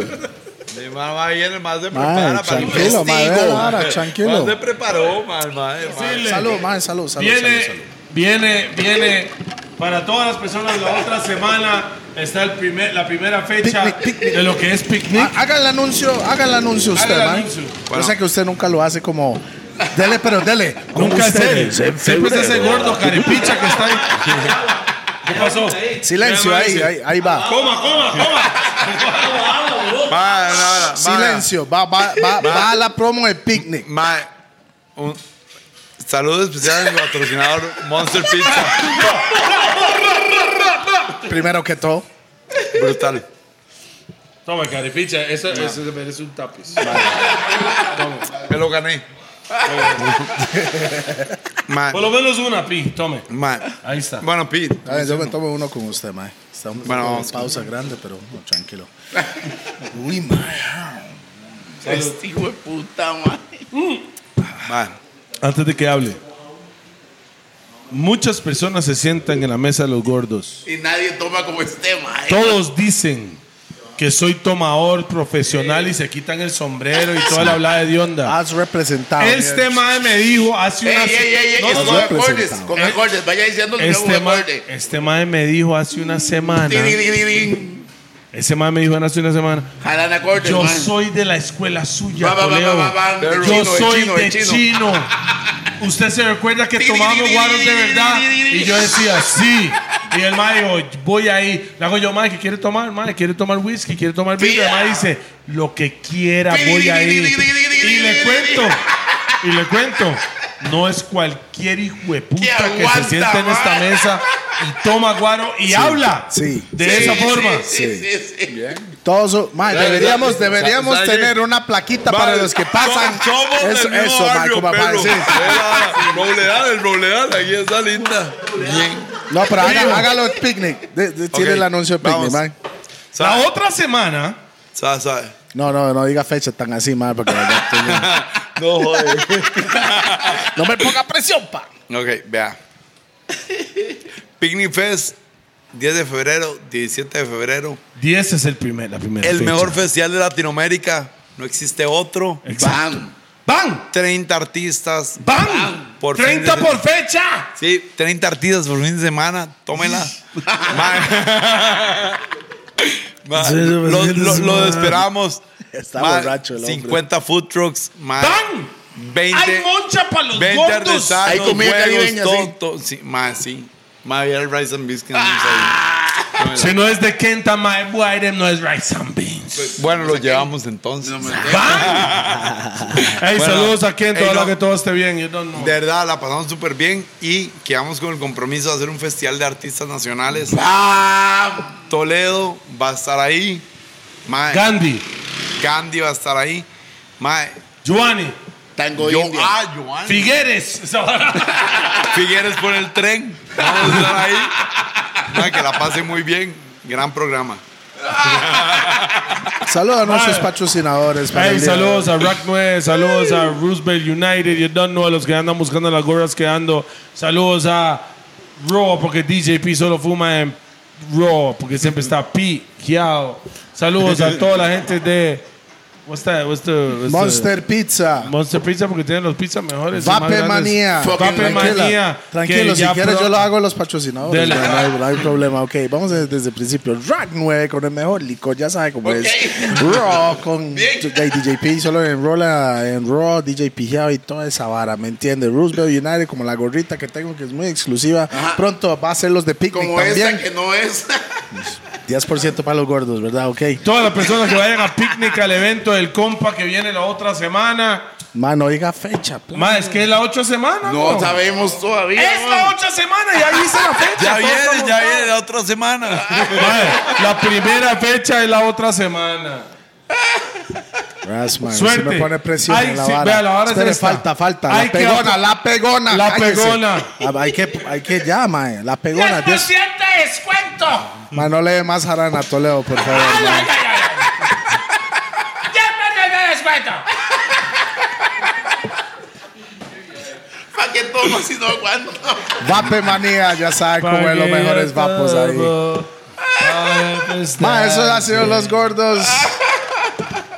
Mi mamá viene más de prepara Mae, para tranquilo, mae. ve investigo. Ahora, Más de tranquilo. preparó, mae, mae, mae. Pues, Salud, mae, salud, salud. Viene, salud, salud. viene, viene. Para todas las personas, la otra semana está el primer, la primera fecha Picnic, picnic. de lo que es picnic. Ha- Ah, Haga el anuncio, haga el anuncio Haga usted, el man. anuncio. Yo sé que usted nunca lo hace como. Dele, pero [LAUGHS] dele. como Nunca es él. ustedes, en Siempre es febrero. ese gordo carepicha que está ahí. ¿Qué pasó? Silencio, Llama ahí, ese. ahí, ahí va. Coma, coma, coma. Mae, no, no, mae. Silencio, va, va, va, va a la promo de picnic. Mae, un saludo especial a mi patrocinador Monster Pizza. Primero que todo. Brutal. Toma, carepicha. Eso, eso se merece un tapiz. Me lo gané. Mae, Por lo menos una, Pi. Tome. mae. Ahí está. Bueno, Pete, A ver, yo me tomo uno con usted, mae. Está un- Bueno, una vamos. pausa grande, pero no, tranquilo. Uy, mae. Este hijo de puta, man. mae. Antes de que hable. Muchas personas se sientan en la mesa de los gordos. Y nadie toma como este, man. Todos dicen que soy tomador profesional y se quitan el sombrero y toda la hablada de onda. Has representado. Este mae me dijo hace Ey, una ey, ey, ey, se- ey, No, con no, acordes, representado. con acordes. Vaya diciendo que no este hubo mae acorde. este mae me dijo hace una semana Tin, tin, tin, tin. Ese man me dijo en hace una semana. Jalan acordes, Yo mae. soy de la escuela suya, Va, va, va, Toledo. va, va, va. Yo Chino, de soy chino, de de chino. chino. Usted se recuerda que tomamos guaros de verdad. Y yo decía, sí. Y el mae dijo, voy ahí. Le hago yo, mae, ¿qué quiere tomar? Mae, ¿quiere tomar whisky? ¿Quiere tomar vino? El mae dice, lo que quiera, voy ahí. Y le cuento, y le cuento. No es cualquier hijo de puta Que que se aguanta, sienta en esta mae. mesa y toma guaro y habla sí, de esa forma. Sí, sí, sí. Todos, son- mae, deberíamos, sabe- deberíamos sabe- tener una plaquita para Vale, los que pasan. Somos del Eso, mismo eso, mae, barrio, como mae, perro. sí. Era Robledal, el Robledal, aquí está linda. No, pero haga- hágalo en picnic. De- de- Tiene Ok, el anuncio de picnic, vamos. mae. La ¿Sabe? otra semana, ¿Sabe? ¿Sabe? No, no, no diga fecha tan así, mae, porque la verdad tengo- No, joder. no me ponga presión, pa. Ok, vea. Picnic Fest, 10 de febrero, 17 de febrero. 10 es el primer, la primera. El fecha. mejor festival de Latinoamérica. No existe otro. Exacto. Bam. ¡Bam! 30 artistas. ¡Bam! Por fin Ah, 30 de- por fecha. Sí, 30 artistas por fin de semana. [LAUGHS] Tómela. Ma- Ma- lo, lo- lo esperamos. Está Ma- borracho el hombre. 50 food trucks. ma- ¡Bam! 20, ¡Hay moncha para los 20 gordos! artesanos. Hay comida huevos, caribeña, sí. todo, todo. Sí, más, sí. Más, había el rice and biscuits. Ah. Si no es de Kenta, my boy, item no es rice and beans. Bueno, lo llevamos entonces. ¡Bam! Ey, Bueno, saludos a Kenta, ey, ojalá no. que todo esté bien. You don't know. De verdad, la pasamos súper bien y quedamos con el compromiso de hacer un festival de artistas nacionales. Bam. Toledo va a estar ahí. Mae, Gandhi, Gandhi va a estar ahí. Mae, Giovanni, Tango yo, indio. ah, Joan. [LAUGHS] Figueres. esa vara. Figueres por el tren. Vamos a estar ahí. [LAUGHS] Mae, que la pasen muy bien. Gran programa. Saludos a nuestros Mae. patrocinadores. para Hey, el día de hoy. saludos a Rack 9, saludos a Roosevelt United, you don't know, a los que andan buscando las gorras que ando. Saludos a Raw, porque DJP solo fuma en Raw, porque siempre está piqueado. Saludos a toda la gente de. What's that? What's the, what's the- Monster Pizza. Monster Pizza, porque tienen los pizzas mejores. y más Vape grandes. Manía. Fucking Vape Tranquila, Manía. Tranquilo, que si ya quieres yo pro- lo hago a los patrocinadores. De la- güey, No, hay, no hay problema. Ok, vamos desde, desde el principio. Rack 9 con el mejor licor, ya sabe cómo es. Raw con DJP, solo en Raw, la- en Raw, DJ Pijao y toda esa vara, ¿me entiendes? Roosevelt United, como la gorrita que tengo que es muy exclusiva. Pronto va a ser los de Picnic Como también. esta que no es. 10% para los gordos, ¿verdad? Ok. Todas las personas que vayan a picnic al evento del compa que viene la otra semana. Mano, oiga fecha. pl- Más, es que es la ocho semana. No bro. sabemos todavía. Es la man. otra semana, ya [LAUGHS] hice la fecha. pues, Ya Todo está viene, ya montado. viene Eh, la otra semana. Mae, la primera fecha es la otra semana. Ras, man, Suerte. se me pone presión Ay, en la sí, vara. vea, la vara es Espere, esta. falta, falta. Hay La que pegona, ap- la pegona. La cállese. pegona. Ah, Hay que, hay que ya, mae. La pegona. Dios, descuento! man, no le dé más jarana a Toledo, por favor. Ah, mae. descuento! ¿Para qué tomo si no aguanto? [LAUGHS] Vape manía, ya sabe cómo es los mejores vapos ahí. Ma, eso ha sido Los Gordos.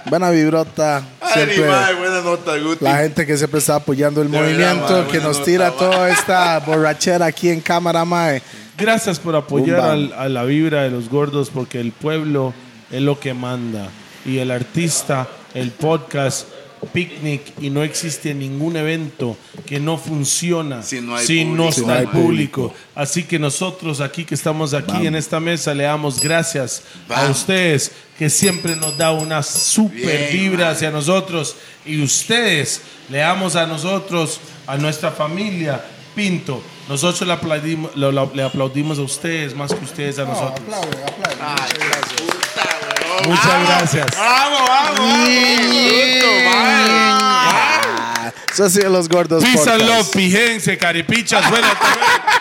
Buena vibrota. Siempre. Ay, buena nota, Guti. La gente que siempre está apoyando el verdad, movimiento, mae, que buena nos nota, tira mae. toda esta borrachera aquí en cámara, mae. Gracias por apoyar Bum, al- a la vibra de los gordos, porque el pueblo es lo que manda. Y el artista, el podcast, picnic, y no existe ningún evento que no funciona Si no hay público, no está no hay el público. Así que nosotros aquí que estamos aquí en esta mesa le damos gracias a Bam. ustedes que siempre nos da una super Bien, vibra man. hacia nosotros y ustedes le damos a nosotros, a nuestra familia, Pinto. Nosotros le aplaudimos, lo- lo- le aplaudimos a ustedes más que ustedes a nosotros. Ay, puta, weón. Muchas Vamos, gracias. Vamos, vamos, vamos. Eso ha sido Los Gordos. Pizza Podcast. love, pijense, caripichas, bueno, también.